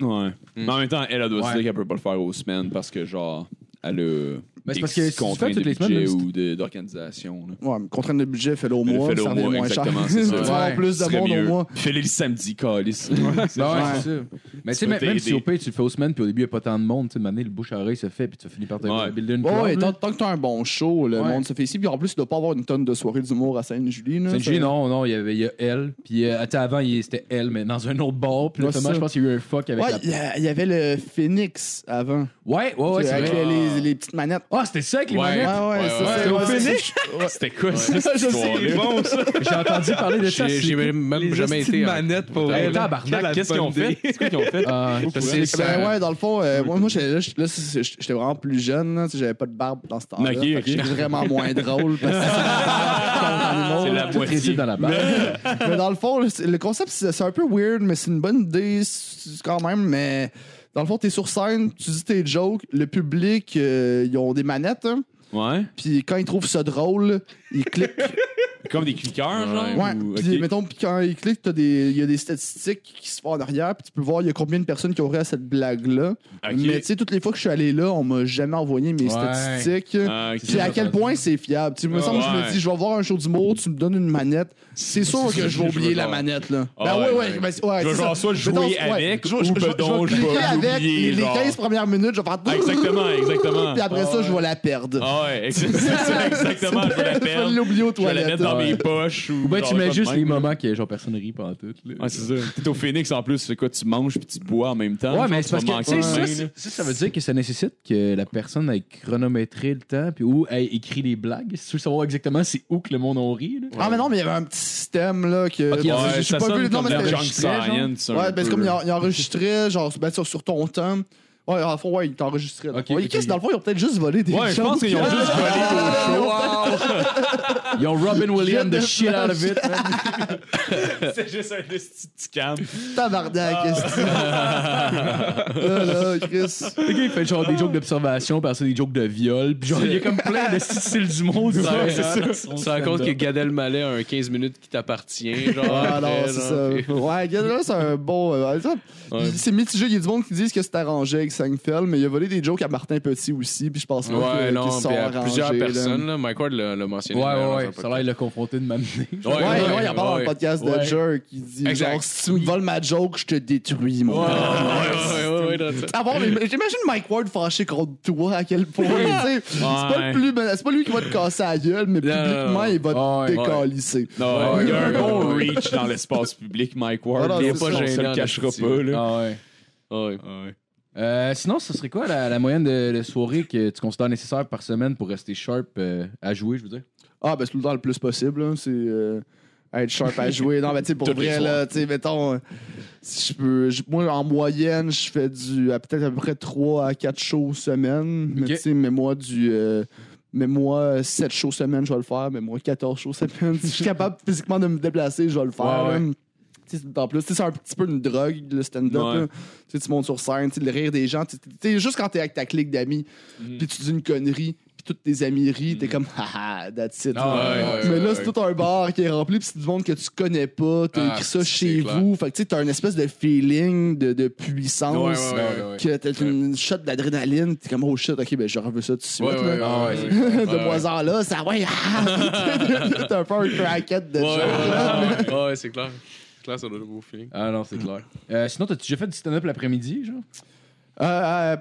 Ouais. Mais en même temps, elle, elle doit Ouais. se dire qu'elle peut pas le faire aux semaines parce que, genre, elle a. Mais c'est des parce que si tu contraintes fais de toutes les semaines, budget même si- ou de- d'organisation. là. Ouais, mais contrainte de budget, fais-le au Mais mois, fais-le au ça revient mois, moins cher. exactement, c'est Tu ça. vas avoir Ouais. plus Ce de serait monde au mieux. mois. Fais-le le samedi, calice. Ben ouais, Ouais. c'est ça. Mais tu sais, peux même, même si t'aider. au pays, tu le fais aux semaines, puis au début, il n'y a pas tant de monde, tu sais, maintenant, le bouche à oreille se fait, puis tu finis par te Ouais. builder une Ouais, crowd, ouais, là. tant, tant que t'as un bon show, le Ouais. monde se fait ici. Puis en plus, tu dois pas avoir une tonne de soirées d'humour à Sainte-Julie. là. Sanji, Ça- non, non, il y avait il y a elle. Puis, euh, attends, avant, il- c'était elle, mais dans un autre bar. Puis, là, Ouais, c'est Thomas, ça. je pense qu'il y a eu un fuck avec Ouais, la. il y a- il y avait le Phoenix avant. Ouais, ouais, ouais, c'est avec vrai. les, les petites manettes. Ah, c'était ça avec les Ouais. manettes. Ouais, ouais, c'est ça. C'était Ouais, c'est- C'était quoi ça? Je sais, il est bon. J'ai entendu parler de ça. J'ai c'est- j'ai même Les jamais été. hein. manette pour Hey, vrai, là. tabarnak, Quelle Qu'est-ce qu'ils ont bonne fait? idée. Qu'est-ce qu'ils ont fait? Ah, Parce que c'est- Ben ouais, dans le fond, euh, moi, moi j'étais là, j'étais- là, c'est- c'est- j'étais vraiment plus jeune, là, tu sais, j'avais pas de barbe dans ce temps-là. Ok, Fait que ok. J'étais vraiment moins drôle. parce que c'est C'est la Tout récit moitié. dans la barre. mais dans le fond, là, c'est- le concept, c'est c'est un peu weird, mais c'est une bonne idée c'est- quand même. Mais dans le fond, t'es sur scène, tu dis tes jokes, le public, euh, ils ont des manettes, hein, Ouais. puis quand ils trouvent ça drôle, ils cliquent. Comme des cliqueurs, genre? Ouais, ou- puis ok. mettons, puis quand ils cliquent, t'as des- il y a des statistiques qui se font en arrière, puis tu peux voir il y a combien de personnes qui auraient à cette blague-là. Ok. Mais tu sais, toutes les fois que je suis allé là, on m'a jamais envoyé mes Ouais. statistiques. Ah, ok. Ah, Puis à quel point c'est fiable. Tu sais, me semble que je Ouais. me dis, je vais voir un show d'humour, tu me donnes une manette. C'est sûr que je vais oublier la manette, là. Ah ben ouais, ouais, ouais. ouais. ben c'est- ouais, Je vais c'est genre ça. soit jouer Mettons, ouais, avec, je- ou je- je- ben je vais donc, je vais cliquer avec l'oublier, les, les genre. 15 premières minutes, je vais faire Ah, Exactement, exactement. Puis après ça, je vais la perdre. Ah ouais, ex- c'est ça, exactement. Ah, Je vais la je vais perdre. l'oublier aux Je vais la toilettes. mettre dans ouais. mes poches. Ou Ou ben, genre tu mets quoi de juste même, les là. moments que, genre, personne rit pendant tout. là. Ouais, c'est ça. T'es au Phoenix en plus, c'est quoi? Tu manges puis tu bois en même temps. Ouais, Genre, mais c'est tu parce vas que, tu manquer sais, de ça, main, c'est- là. ça, ça veut dire que ça nécessite que la personne ait chronométré le temps puis ou ait écrit les blagues. Si tu veux savoir exactement c'est où que le monde en rit. là. Ah, mais non, mais il y avait un petit système, là, que. Ok, Bon, ouais, j'ai- j'ai ça pas sonne vu- non, comme mais de la c'était- junk enregistré, genre. science. un Ouais, ben, c'est comme peu. il, en- il enregistrait, genre, ben, sur, sur ton temps. Ouais, en fond, ouais, il t'enregistrait. Ok, ouais, ok. Qu'est-ce que dans le fond, ils ont peut-être juste volé des Ah, Ouais, je pense jokes. qu'ils ont juste volé au show. Ils ont Robin Williams the shit out of it. man. C'est juste un petit cam. Tabarnak, est-ce que- Là, là, Chris. Le gars, il fait genre des jokes d'observation, par ça des jokes de viol. Puis genre, il y a comme plein de styles du monde. Ouais, sur- c'est sur- Tu te rends compte que Gad Elmaleh a un 15 minutes qui t'appartient, genre. Ah non, après, c'est genre, ça. puis- Ouais, regarde, là, c'est un bon. euh, ça, Ouais. C'est mitigé. Il y a du monde qui disent que c'est arrangé avec Seinfeld, mais il a volé des jokes à Martin Petit aussi, puis je pense pas que- Ouais, qu'ils non, se sont puis à arrangés, plusieurs là. personnes, là. Mike Ward l'a l'a Ouais, mentionné. ouais, dans ouais. un Ça a l'air, il l'a confronté de m'amener. podcast. Ouais, ouais, il en parle dans le ouais. podcast de Ouais. Jerk. Il dit Exact. genre, si tu me voles ma joke, je te détruis, mon Ouais, gars. ouais, ouais, ouais, ouais, dans ça. Ah bon, mais j'imagine Mike Ward fâché contre toi à quel point. tu sais, C'est pas, le plus ben- c'est pas lui qui va te casser la gueule, mais Non, non, publiquement, non. il va Ouais, te ouais. décalisser. Non, Ouais, il y a un ouais, bon ouais. reach dans l'espace public, Mike Ward. Ah non, il est c'est pas ça. gênant. Ça Ça le le cachera cachera pas, là. Ah ouais. Ouais. Euh, sinon, ce serait quoi la, la moyenne de, de soirée que tu considères nécessaire par semaine pour rester sharp euh, à jouer, je veux dire? Ah, ben c'est tout le temps le plus possible. là. C'est euh, être sharp à jouer. Non, mais tu sais, pour Toutes les vrai, soirs. là, tu sais, mettons, euh, si je peux. j- Moi, en moyenne, je fais du. à Peut-être à peu près 3 à 4 shows semaine. Mais Ok. tu sais, mais moi, du. euh, Mais moi, 7 shows semaine, je vais le faire. Mais moi, 14 shows semaine, si je suis capable physiquement de me déplacer, je vais le faire. Ouais, ouais. là. Tu sais, En plus, tu sais, c'est un petit peu une drogue, le stand-up. Ouais. là. Tu sais, tu montes sur scène, tu sais, le rire des gens. Tu tu sais, juste quand t'es avec ta clique d'amis, Mm. puis tu dis une connerie, puis tous tes amis rient, t'es comme, haha, that's it. là. Ah, ouais, ouais, Mais ouais, là, ouais. c'est tout un bar qui est rempli, puis c'est du monde que tu connais pas, t'as Ah, écrit ça c'est chez clair. vous. Fait que tu sais, t'as une espèce de feeling de, de puissance. Ouais, ouais, ouais, ouais. Que t'as une shot d'adrénaline, t'es comme oh shit, ok, ben je veux ça tout de suite. Ouais, ouais, là. ouais, ouais, de moins en là, ça ouais, ah! t'as un peu un craquette de genre. ouais, ouais, ouais, c'est clair. C'est clair, ça doit être un beau feeling. Ah non, c'est clair. Euh, sinon, t'as-tu déjà fait du stand-up l'après-midi, genre? Euh, euh,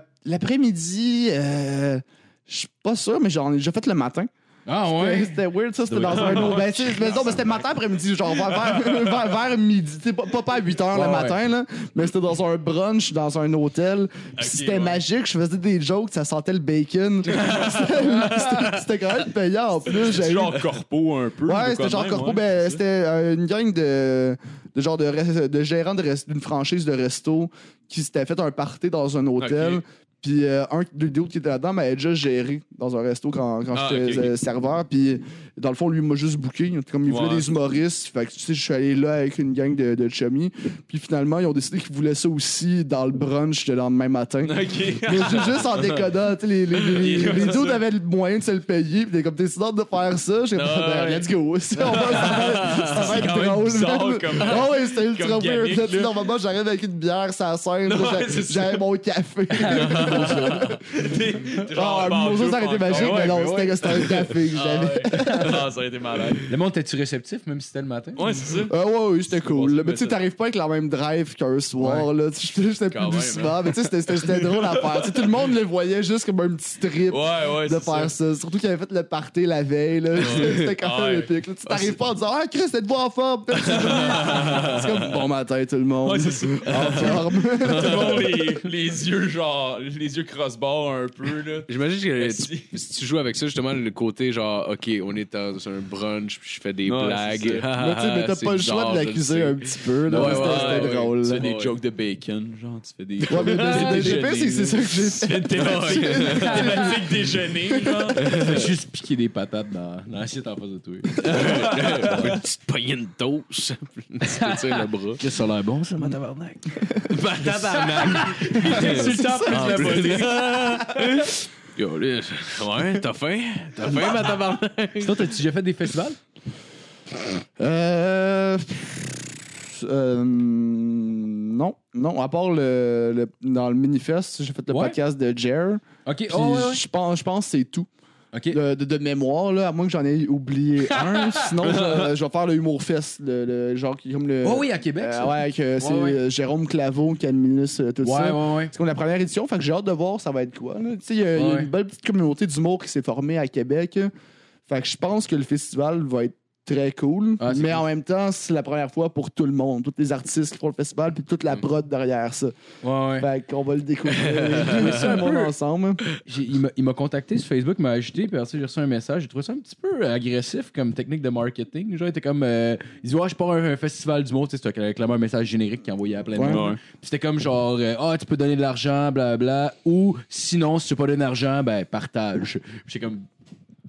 L'après-midi, euh, je suis pas sûr, mais j'en ai déjà fait le matin. Ah C'était- C'était weird, ça, c'était dans un autre. Ben, tu sais, mais non, mais c'était matin après-midi, genre vers, vers, vers- vers midi. Tu sais, pas, pas- pas à 8 h Ouais, le ouais. matin, là, mais c'était dans un brunch, dans un hôtel. Puis c'était magique, je faisais des jokes, ça sentait le bacon. C'était- c'était quand même payant en plus. C'est j'avais eu- genre corpo un peu. ou Ouais, c'était quand genre même, corpo. ouais. Ben, c'était euh, une gang de, de genre de, res- de gérants de res- d'une franchise de resto qui s'était fait un party dans un hôtel. Puis euh, un deux des autres qui était là-dedans m'avait déjà géré dans un resto quand, quand Ah, j'étais ok, ok. euh, serveur. Puis dans le fond, lui il m'a juste booké. Comme il voulait Ouais. des humoristes. Fait que tu sais, je suis allé là avec une gang de, de chummies. Puis finalement, ils ont décidé qu'ils voulaient ça aussi dans le brunch le lendemain matin. Ok. Mais ju- juste en déconnant, tu sais, les, les, les, les, les dudes avaient le moyen de se le payer, pis t'es comme, t'es sûr de faire ça? J'ai Ah pas ouais. ben, let's go. Ça va- ça va quand être même drôle. bizarre man. comme- Ah ouais, c'était ultra comme weird. gimmick, là. Tu sais, là. Normalement, j'arrive avec une bière, ça scène, Non, moi, ouais, j'a- c'est ça. j'avais mon café. T'es- t'es genre Ah, en mon ça, banjo, ça aurait été pas magique, encore. mais Ouais, non, c'était c'était un café que Ah, j'avais. ouais. Ah, ça aurait été malade. Le monde, t'es-tu réceptif, même si c'était le matin? Ouais, c'est ça. Ah ouais, ouais, c'était cool. bon, là. c'est mais tu sais, ça. t'arrives pas avec la même drive qu'un soir, là. Tu sais, J'étais plus Quand même, hein. doucement, mais tu sais, c'était- c'était c'était drôle à faire. Tu sais, tout le monde le voyait juste comme un petit trip. Ouais, ouais, de c'est faire ça. ça. Surtout qu'il avait fait le party la veille. là. C'était quand Ah même ouais. épique. là. Tu t'arrives pas en disant Ah, Chris, êtes-vous en forme Personne ne dit. C'est comme bon matin, tout le monde. Ouais, c'est ça. En forme. Tout le monde, les, les yeux, genre, les yeux cross-bar un peu, là. J'imagine que Merci. tu- si tu joues avec ça, justement, le côté genre, OK, on est dans un brunch, puis je fais des Ouais, blagues. c'est ça. mais tu sais, mais t'as C'est pas le choix bizarre, de je le l'accuser sais. un petit peu. là. Ouais, C'était- ouais, C'était ouais. drôle. Tu là. fais des Ouais. jokes de bacon, genre, tu fais des. Ouais, mais des- des- des- Déjeuner. des- c'est ça que j'ai fait. Une thématique, une thématique déjeuner, genre. T'as juste piqué des patates dans, dans l'assiette en face de toi. Une petite poignée de toast, puis tu te tires le bras. Qu'est-ce que ça a l'air bon, ça, ma tabarnak? Insultant plus Ah, la police. Yo, là, ouais, t'as faim? T'as faim, ma tabarnak? Bah, Sinon, t'as-tu déjà fait des festivals? Euh. pff, euh, Non, non, à part le, le- dans le manifeste, j'ai fait le Ouais. podcast de Jer. Ok, Puis oh, ouais, ouais. je pense, je pense que c'est tout. Ok. de, de- de mémoire, là, à moins que j'en ai oublié un. Sinon, je, je vais faire le Humour Fest, le, le genre qui est comme le. Oh oui, à Québec, Euh, ça. ouais, que c'est ouais. euh, Jérôme Claveau qui administre euh, tout Ouais, ça. ouais, ouais. C'est comme la première édition, fait que j'ai hâte de voir ça va être quoi. là. Tu sais, il y, a- il y a Ouais. une belle petite communauté d'humour qui s'est formée à Québec. euh. Fait que je pense que le festival va être très cool. Ah, c'est mais cool. en même temps, c'est la première fois pour tout le monde. Tous les artistes qui font le festival, puis toute la prod derrière ça. Ouais, ouais. Fait qu'on va le découvrir tout le monde ensemble. J'ai- il m'a- il m'a contacté sur Facebook, il m'a ajouté, puis après ça, j'ai reçu un message. J'ai trouvé ça un petit peu agressif comme technique de marketing. Genre, il était comme. euh, il dit, ouais, je pars à un festival du monde. Tu sais, C'était clairement un message générique qu'il envoyait à plein de Ouais. monde. Ouais. Puis c'était comme genre, euh, ah, tu peux donner de l'argent, blablabla. Ou sinon, si tu veux pas donner d'argent, ben, partage. Puis j'étais comme.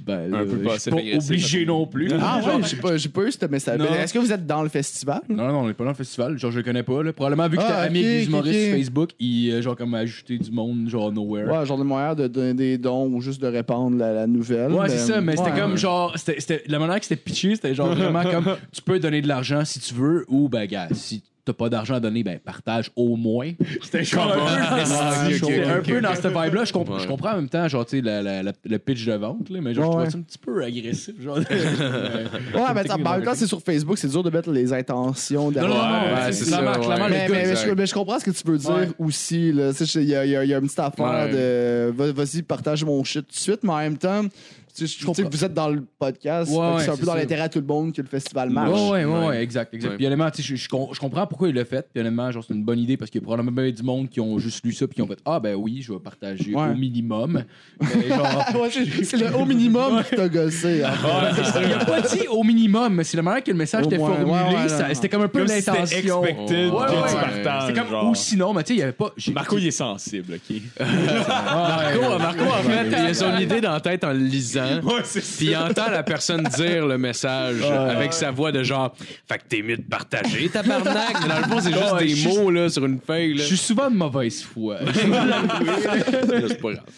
Ben, là, peu je suis passif pas agressif, obligé non plus. Ah Genre, ouais, j'ai pas, j'ai pas eu ce message. Non. Est-ce que vous êtes dans le festival? Non, non, on est pas dans le festival. Genre, je le connais pas. Là. Probablement, vu que Ah, t'es ok, ami avec ok, des humoristes ok. sur Facebook, il euh, genre comme a ajouté du monde, genre nowhere. Ouais, genre de moyen de donner des dons ou juste de répandre la, la nouvelle. Ouais, c'est ça, mais c'était ben, ouais. comme genre. c'était- c'était- la manière que c'était pitché, c'était genre vraiment comme tu peux donner de l'argent si tu veux, ou ben, gars, si t'as pas d'argent à donner, ben, partage au moins. C'était genre un peu, ok, ok, c'était un ok. peu dans cette vibe-là. Je, comp- Ouais. je comprends en même temps, genre, tu sais, la- la- la- le pitch de vente, là, mais genre, je Ouais, trouvais ouais. ça un petit peu agressif. Genre, Euh, Ouais, mais ça- en même temps, c'est sur Facebook, c'est dur de mettre les intentions Non, non, derrière. non, Ouais, c'est- c'est c'est clairement, ça, ouais. clairement, Mais, le mais- gars, mais je, mais je comprends ce que tu veux dire Ouais. aussi. là. Tu sais, Il y a, il y a- il y a une petite affaire de va- vas-y, partage mon shit tout de suite, mais en même temps, tu sais, je- tu sais que vous êtes dans le podcast, Ouais, fait que ouais, c'est un peu c'est dans ça. l'intérêt à tout le monde que le festival marche. Ouais, ouais, ouais, ouais, exact. exact. Ouais. Puis honnêtement, tu sais, je, je com- je comprends pourquoi il l'a fait. Puis honnêtement, genre, c'est une bonne idée parce qu'il y a probablement bien du monde qui ont juste lu ça puis qui ont fait Ah, ben oui, je vais partager Ouais. au minimum. Mais genre, Ah, Ouais, c'est c'est le haut minimum qui t'a gossé. en fait. il a pas dit au minimum, mais c'est la manière que le message Au était moins, formulé. ouais, ouais, ça- ouais. C'était comme un peu Comme si c'était l'intention. expected Ouais, que ouais, tu ouais. partages, C'est comme genre. ou sinon, mais tu sais, il y avait pas. j'ai- Marco, il est sensible, ok? Ah, ouais. euh, Marco, Marco, en fait, il a son idée dans la tête en lisant. dedans. Puis il entend la personne dire le message avec sa voix de genre Fait que t'es mieux de partager, tabarnak. Mais dans le fond, c'est juste Ouais, je des suis- mots là, sur une feuille. Je Là. suis souvent de mauvaise foi. Là, c'est pas grave.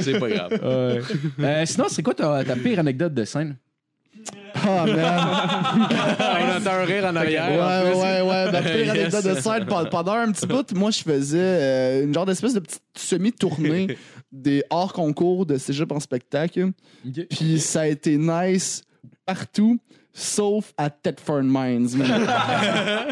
C'est pas grave. Euh, sinon, c'est quoi ta, ta pire anecdote de scène? Ah, man. On entend un rire en arrière. en Ouais, plus. ouais, ouais. Ma pire Yes. anecdote de scène, pe- pendant un petit bout, moi, je faisais euh, une genre d'espèce de petite semi-tournée des hors concours de cégep en spectacle. Ok. Puis ça a été nice partout. Sauf à Tedford Mines. man.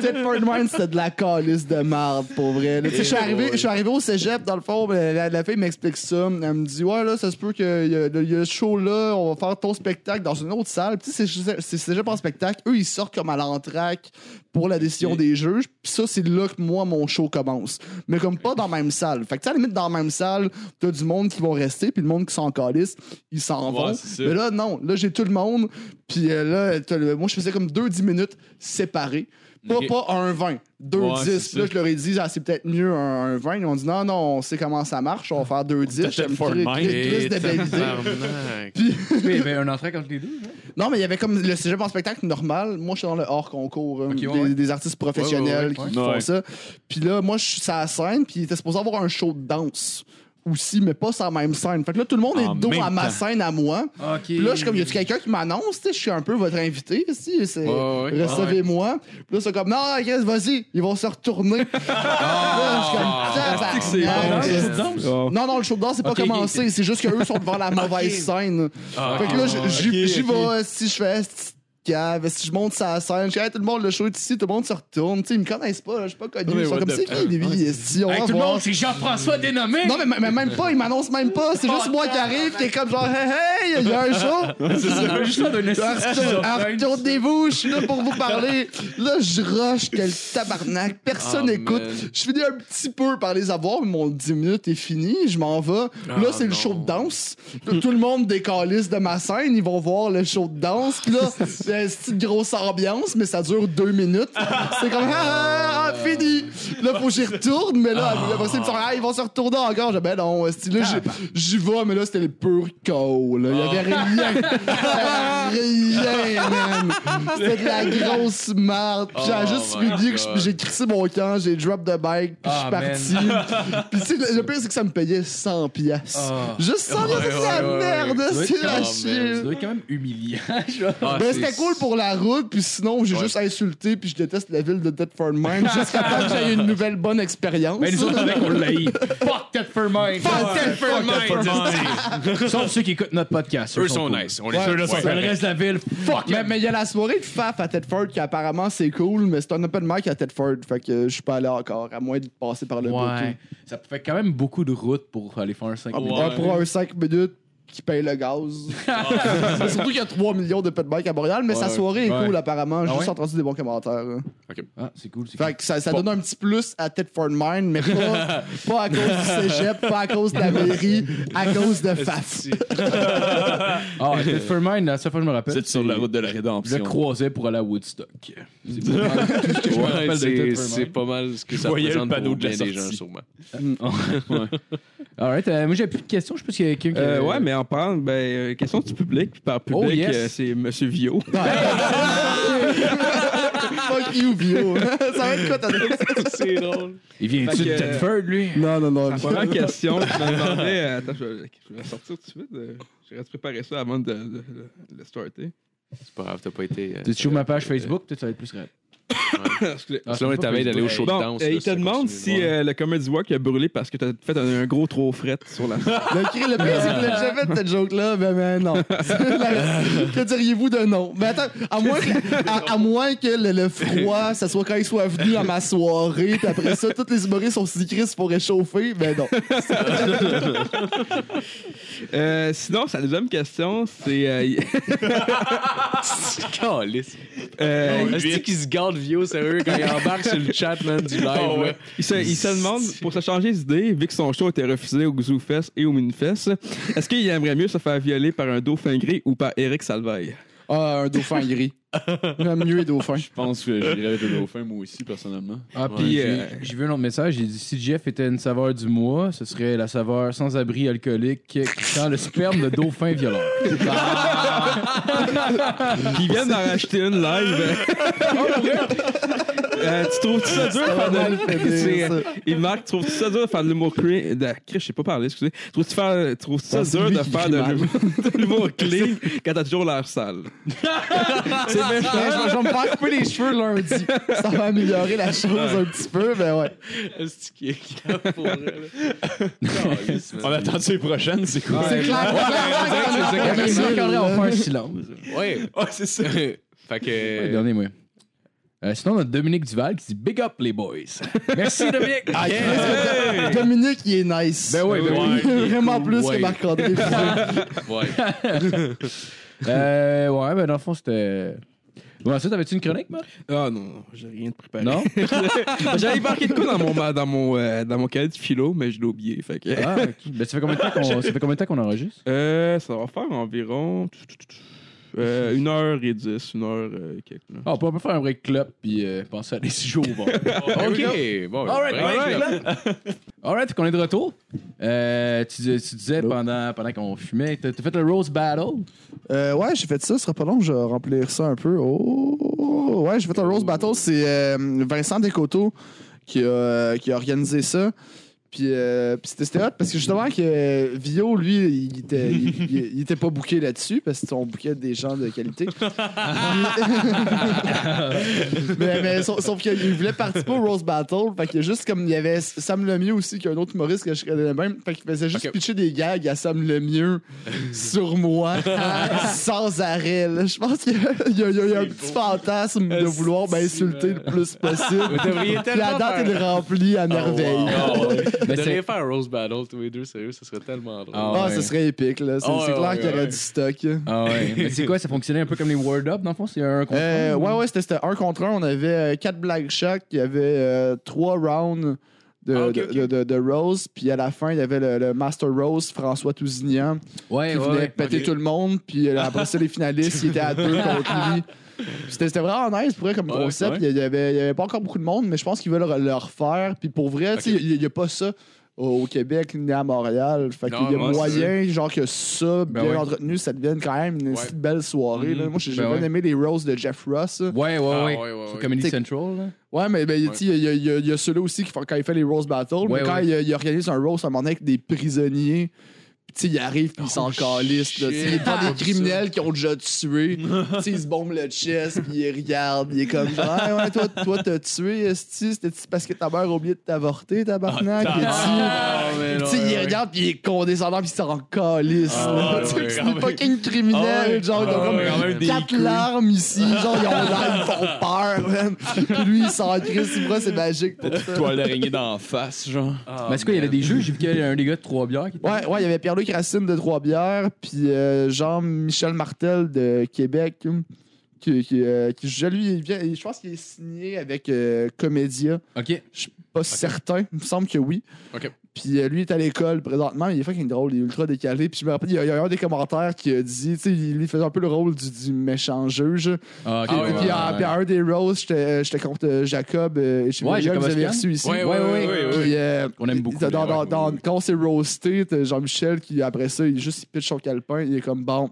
Tedford Mines, c'était de la calice de marde, pour vrai. Là, tu sais, Je suis Eh arrivé, je suis arrivé au cégep, dans le fond, ben, la, la fille m'explique ça. Elle me dit Ouais, là, ça se peut qu'il y a il y a ce show-là, on va faire ton spectacle dans une autre salle. Puis, tu sais, c'est c'est cégep en spectacle. Eux, ils sortent comme à l'entraque pour la décision des juges. Puis ça, c'est là que moi, mon show commence. Mais comme pas dans la même salle. Fait que, tu sais, à la limite, dans la même salle, t'as du monde qui vont rester, puis le monde qui s'en calisse, ils s'en vont. c'est ça. Mais là, non, là, j'ai tout le monde. Puis euh, là, t'as le- moi, je faisais comme 2-10 minutes séparées. Pas, Ok. pas un 20, deux Ouais, 10. c'est Puis là, ça. je leur ai dit, ah, c'est peut-être mieux un, un 20. Ils ont dit, non, non, on sait comment ça marche, on va faire 2 10. J'aime Fort très- Mine. très- très- de valider. Tabarnak. Puis- Oui, il y avait ben, un entrée entre les deux. hein. là. Non, mais il y avait comme le cégep en spectacle normal. Moi, je suis dans le hors concours, hein, Ok, des, ouais, ouais. des artistes professionnels Ouais, ouais, ouais. qui Ouais. font ça. Puis là, moi, je suis sur la scène, puis il était supposé avoir un show de danse aussi, mais pas sur la même scène. Fait que là, tout le monde En est dos même à ma temps. scène, à moi. Ok. Puis là, je suis comme, y a-tu quelqu'un qui m'annonce? Tu sais, Je suis un peu votre invité. Si, c'est Ouais, ouais. Recevez-moi. Puis là, c'est comme, non, Chris, vas-y, ils vont se retourner. là, je suis comme, Ah, tabarnak. c'est une danse? Non, non, le show de danse, c'est pas Ok, Ah, ok, commencé. C'est juste qu'eux sont devant la mauvaise scène. fait que là, j- j'y j'y vais. Si je fais cette cave, si je monte sa scène, je dis, Hey, tout le monde, le show est ici, tout le monde se retourne. Tu sais, ils me connaissent pas, là, je suis pas connu. Ils sont comme, c'est qui, lui? Esti, on Hey, va tout le voir. monde, c'est Jean-François dénommé. Non, mais, mais même pas, ils m'annoncent même pas. C'est juste moi qui arrive, qui est comme genre, hey, hey, il y a un show. c'est juste là d'un Ah, Retour- Retournez-vous, je suis là pour vous parler. Là, je rush, quel tabarnak. Personne Ah, n'écoute. man. Je finis un petit peu par les avoir, mais mon 10 minutes est fini. Je m'en vais. là, c'est le Ah, non. show de danse. Là, tout le monde décalisse de ma scène. Ils vont voir le show de danse. Puis là, euh, c'est une petite grosse ambiance, mais ça dure deux minutes. C'est comme, ah, ah, ah, fini. Là, faut que j'y retourne. Mais là, après, ça, ils me font, ah, ils vont se retourner encore. Je dis, ben non, esti, là, Ah, j'y- bah. j'y vais, mais là, c'était les purs cow. là. Il y avait Ah. rien. Il y avait rien, man. C'était de la grosse merde. Puis j'ai Oh juste my fini que God. je- j'ai crissé mon camp, j'ai drop de bike, puis Ah, je suis parti. puis tu sais, le, le pire, c'est que ça me payait 100 piastres. Ah. Juste 100 piastres, Ouais, c'est la ouais, ouais, merde, ouais. c'est Oh, la man, Ça chier. doit être quand même humiliant. Ah, Ben, c'est- c'était cool pour la route, puis sinon, j'ai Ouais. juste insulté, puis je déteste la ville de Deadford Mine, jusqu'à temps que j'aie une nouvelle bonne expérience. Ben, nous autres, avec, on l'a eu. Fuck that for mine. Fuck that for mine. Sauf ceux qui écoutent notre podcast. Eux sont cool. nice. On les Ouais, Ouais. Le reste de la ville, fuck Mais mais il y a la soirée de FAF à Tedford qui apparemment c'est cool, mais c'est un open mic à Tedford, fait que je suis pas allé encore, à moins de passer par le Ouais. ouais. Ça fait quand même beaucoup de routes pour aller faire un 5 minutes. Un Ah, pour un 5 minutes qui paye le gaz. Mais surtout qu'il y a 3 millions de pet bikes à Montréal, mais sa soirée est Ouais. cool apparemment. J'ai Ah juste ouais? entendu des bons commentaires. là. Ah, c'est cool. c'est Fait que ça, ça donne un petit plus à Tedford Mine, mais pas, pas à cause du cégep, pas à cause de la mairie, à cause de FAF. cool. Ah, Dead for mine, la seule fois que je me rappelle. C'est sur la c'est- route de la Je le rédemption. croisais pour aller à Woodstock. C'est pas mal tout ce que je me rappelle Ouais, de c'est- Dead for C'est Mine. pas mal ce que Je ça voyais le représente panneau pour de la bien des gens, sortie. sûrement. Alright, euh, moi j'ai plus de questions. Je pense qu'il y a quelqu'un qui. Euh, ouais, mais en parlant, ben, euh, question du public, puis par public, Oh, yes. euh, c'est Monsieur Vio. Fuck you, bio. ça va être quoi ta C'est drôle. Il vient-tu Fait que- de Tedford, lui Non, non, non. La première question, je me demandais. euh, Attends, je vais, je vais la sortir tout de suite. euh, Je reste préparer ça avant de, de, de- de le starter. C'est pas grave, t'as pas été. euh, Tu ouvres ma page euh, Facebook, peut-être ça va être plus rapide. Excusez. Ah, Sinon, c'est il pas t'avait d'aller au Facebook. show de Bon, danse. euh, là, il te ça demande continue si de voir. euh, le Comedy Walk a brûlé parce que t'as fait un, un gros trop fret sur la Le cri, le pire, c'est que vous l'avez déjà fait, cette joke-là, mais, mais non. La- que diriez-vous de non? Mais attends, à moins que, à, à moins que le, le froid, ça soit quand ils soient venus à ma soirée, puis après ça, tous les humoristes sont si Chris pour réchauffer, mais non. Euh, sinon, sa deuxième question, c'est. euh, Calice. euh, Est-ce qu'il se garde vieux, sérieux, quand il embarque sur le chat, man, du live? Ah ouais. là? il, se, il se demande, pour se changer d'idée, vu que son show était refusé au Zoufest et au Minifest, est-ce qu'il aimerait mieux se faire violer par un dauphin gris ou par Eric Salveille? Ah, un dauphin gris. J'aime mieux les dauphins. Je pense que j'irais avec le dauphin, moi aussi, personnellement. Ah, Ouais, puis j'ai- euh, j'ai vu un autre message. J'ai dit si Jeff était une saveur du mois, ce serait la saveur sans-abri alcoolique qui sent le sperme de dauphin violent. Ils viennent d'en racheter une live. Euh, tu trouves ça dur de faire de C'est- Et Marc, trouves-tu ça dur de faire de l'humour clean? De... Chris, Je sais pas parler, excusez. Trouves-tu faire... trouves ça Ah, c'est dur lui de qui faire crie de mal. l'humour- de l'humour clean quand t'as toujours l'air sale? C'est méchant. Ben, Je je vais me faire couper les cheveux lundi. Ça va améliorer la chose un petit peu, mais ouais. On attend les prochaines, c'est quoi? C'est clair. C'est ça qu'on fait. On va faire un silence. Ouais. Ah, c'est ça. Fait que. Dernier, moi. Euh, sinon, on a Dominique Duval qui dit Big up, les boys. Merci, Dominique. Ah, Chris, Dominique, il est nice. Ben oui, ben Il est Vraiment plus Ouais. que Marc-André. Ouais. Euh, ouais, ben dans le fond, c'était. Bon, ensuite, t'avais-tu une chronique, Matt? Ah non, non, j'ai rien de préparé. Non? J'avais marqué de quoi dans mon, ma- dans mon, euh, dans mon cahier de philo, mais je l'ai oublié. Fait que... Ah, ok. Ben, ça fait combien de temps qu'on, ça fait combien de temps qu'on enregistre? Euh, ça va faire environ... Euh, une heure et dix, une heure euh, quelques. là. Ah, on peut on peut faire un break club puis euh, penser à des sujets au bord. OK. Bon, Alright, ben, alright. Alright, fait qu'on est de retour. Euh, tu, dis- tu disais pendant, pendant qu'on fumait, t'as, t'as fait le Rose Battle. Euh, ouais, j'ai fait ça. Ce sera pas long, je vais remplir ça un peu. Oh, ouais, j'ai fait un Rose Battle. C'est euh, Vincent Descoteaux qui a, euh, qui a organisé ça. Puis, euh, puis c'était c'était hot parce que justement, que Vio, lui, il était, il, il- il était pas booké là-dessus parce qu'on bookait des gens de qualité. mais, mais sauf, sauf qu'il voulait participer au Rose Battle. Fait que juste comme il y avait Sam Lemieux aussi, qui est un autre humoriste que je connais le même. Fait qu'il faisait juste pitcher des gags à Sam Lemieux sur moi sans arrêt. là. Je pense qu'il y a, il y a- il y a eu un petit fantasme de vouloir m'insulter le plus possible. La date est remplie à merveille. Vous Mais c'est- devriez faire un Rose Battle tous les deux, sérieux, ça serait tellement drôle. Ah, Ah, ouais. ce serait épique, là. C'est Ah ouais, c'est clair ouais, qu'il y aurait ouais. du stock. Ah ouais. Mais c'est quoi, ça fonctionnait un peu comme les Word Up, dans le fond? C'est un concours? Euh, ouais, ouais, c'était c'était un contre un. On avait euh, quatre Black Shock, il y avait euh, trois rounds de, Ah, ok, de- ok. de- de- de Rose, puis à la fin, il y avait le, le Master Rose, François Tousignan, Ouais, qui ouais, venait ouais. péter ok. tout le monde, puis euh, après ça, les finalistes, ils étaient à deux contre lui. C'était c'était vraiment nice pour vrai comme Ouais, concept. ouais. Il n'y avait, il y avait pas encore beaucoup de monde, mais je pense qu'ils veulent le, le refaire. Puis pour vrai, tu sais, il n'y a pas ça au au Québec ni à Montréal. Fait qu'il Non, y a non, c'est moyen, genre que ça, Ben bien ouais. entretenu, ça devienne quand même une Ouais. petite belle soirée. là. Moi, j'ai j'ai Ben bien ouais. aimé les Roses de Jeff Ross. là. Ouais, ouais, Ah, ouais. ouais, ouais, C'est ouais. Comedy T'sais- Central, là. Ouais, mais ben, Ouais. tu sais, il y a, il y a- il y a ceux-là aussi qui font, quand il fait les Rose Battles. mais Ouais, quand ouais. il, il organise un Rose à un moment donné avec des prisonniers. pis Tu sais, il arrive puis il Oh, s'en calisse. là. Tu sais, Il prend des criminels qui ont déjà tué. tu sais, il se bombe le chest puis il regarde. Il est comme genre, Hey, ouais, toi, toi, t'as tué, Esti. C'était parce que ta mère a oublié de t'avorter, tabarnak. Et Ah, mais tu non, sais, il ouais, ouais. regarde puis il est condescendant puis il s'en calisse. Ah, là. ouais, Tu sais, ouais, c'est quand des même. fucking Ah, ouais. criminels. Genre, ils ont Ah, comme ouais, quand même des quatre larmes ici. Genre, ils ont l'air, ils font peur, man. Puis lui, il s'en crisse. Pour moi, c'est magique pour ça. Toile d'araignée d'en face, genre. Ah. Mais c'est quoi, il y avait des jeux? J'ai vu qu'il y avait un des gars de trois bières qui était. Ouais, ouais, il y avait Pierre-Luc Racine de Trois-Bières, puis euh, Jean-Michel Martel de Québec, hum, qui, qui, euh, qui jugeait. Lui, il vient- je pense qu'il est signé avec euh, Comédia. Ok. Je suis pas certain, il me semble que oui. Ok. Puis euh, lui, il est à l'école présentement, il est fucking drôle, il est ultra décalé. Puis je me rappelle, il y a, il y a un des commentaires qui a dit, tu sais, il lui faisait un peu le rôle du, du méchant juge. Ah, ok, Puis, ouais, puis, ouais, à, ouais. puis à un des Roses, j'étais j'étais contre euh, Jacob euh, et chez Ouais, les gars que Jacob vous avez Ospian. reçu ici. Ouais, ouais, ouais, ouais, ouais. Puis, euh, On aime beaucoup, dans- dans- ouais, dans- ouais. dans- quand on s'est roasté, t'as Jean-Michel qui, après ça, il juste il pitch son calepin, il est comme bon.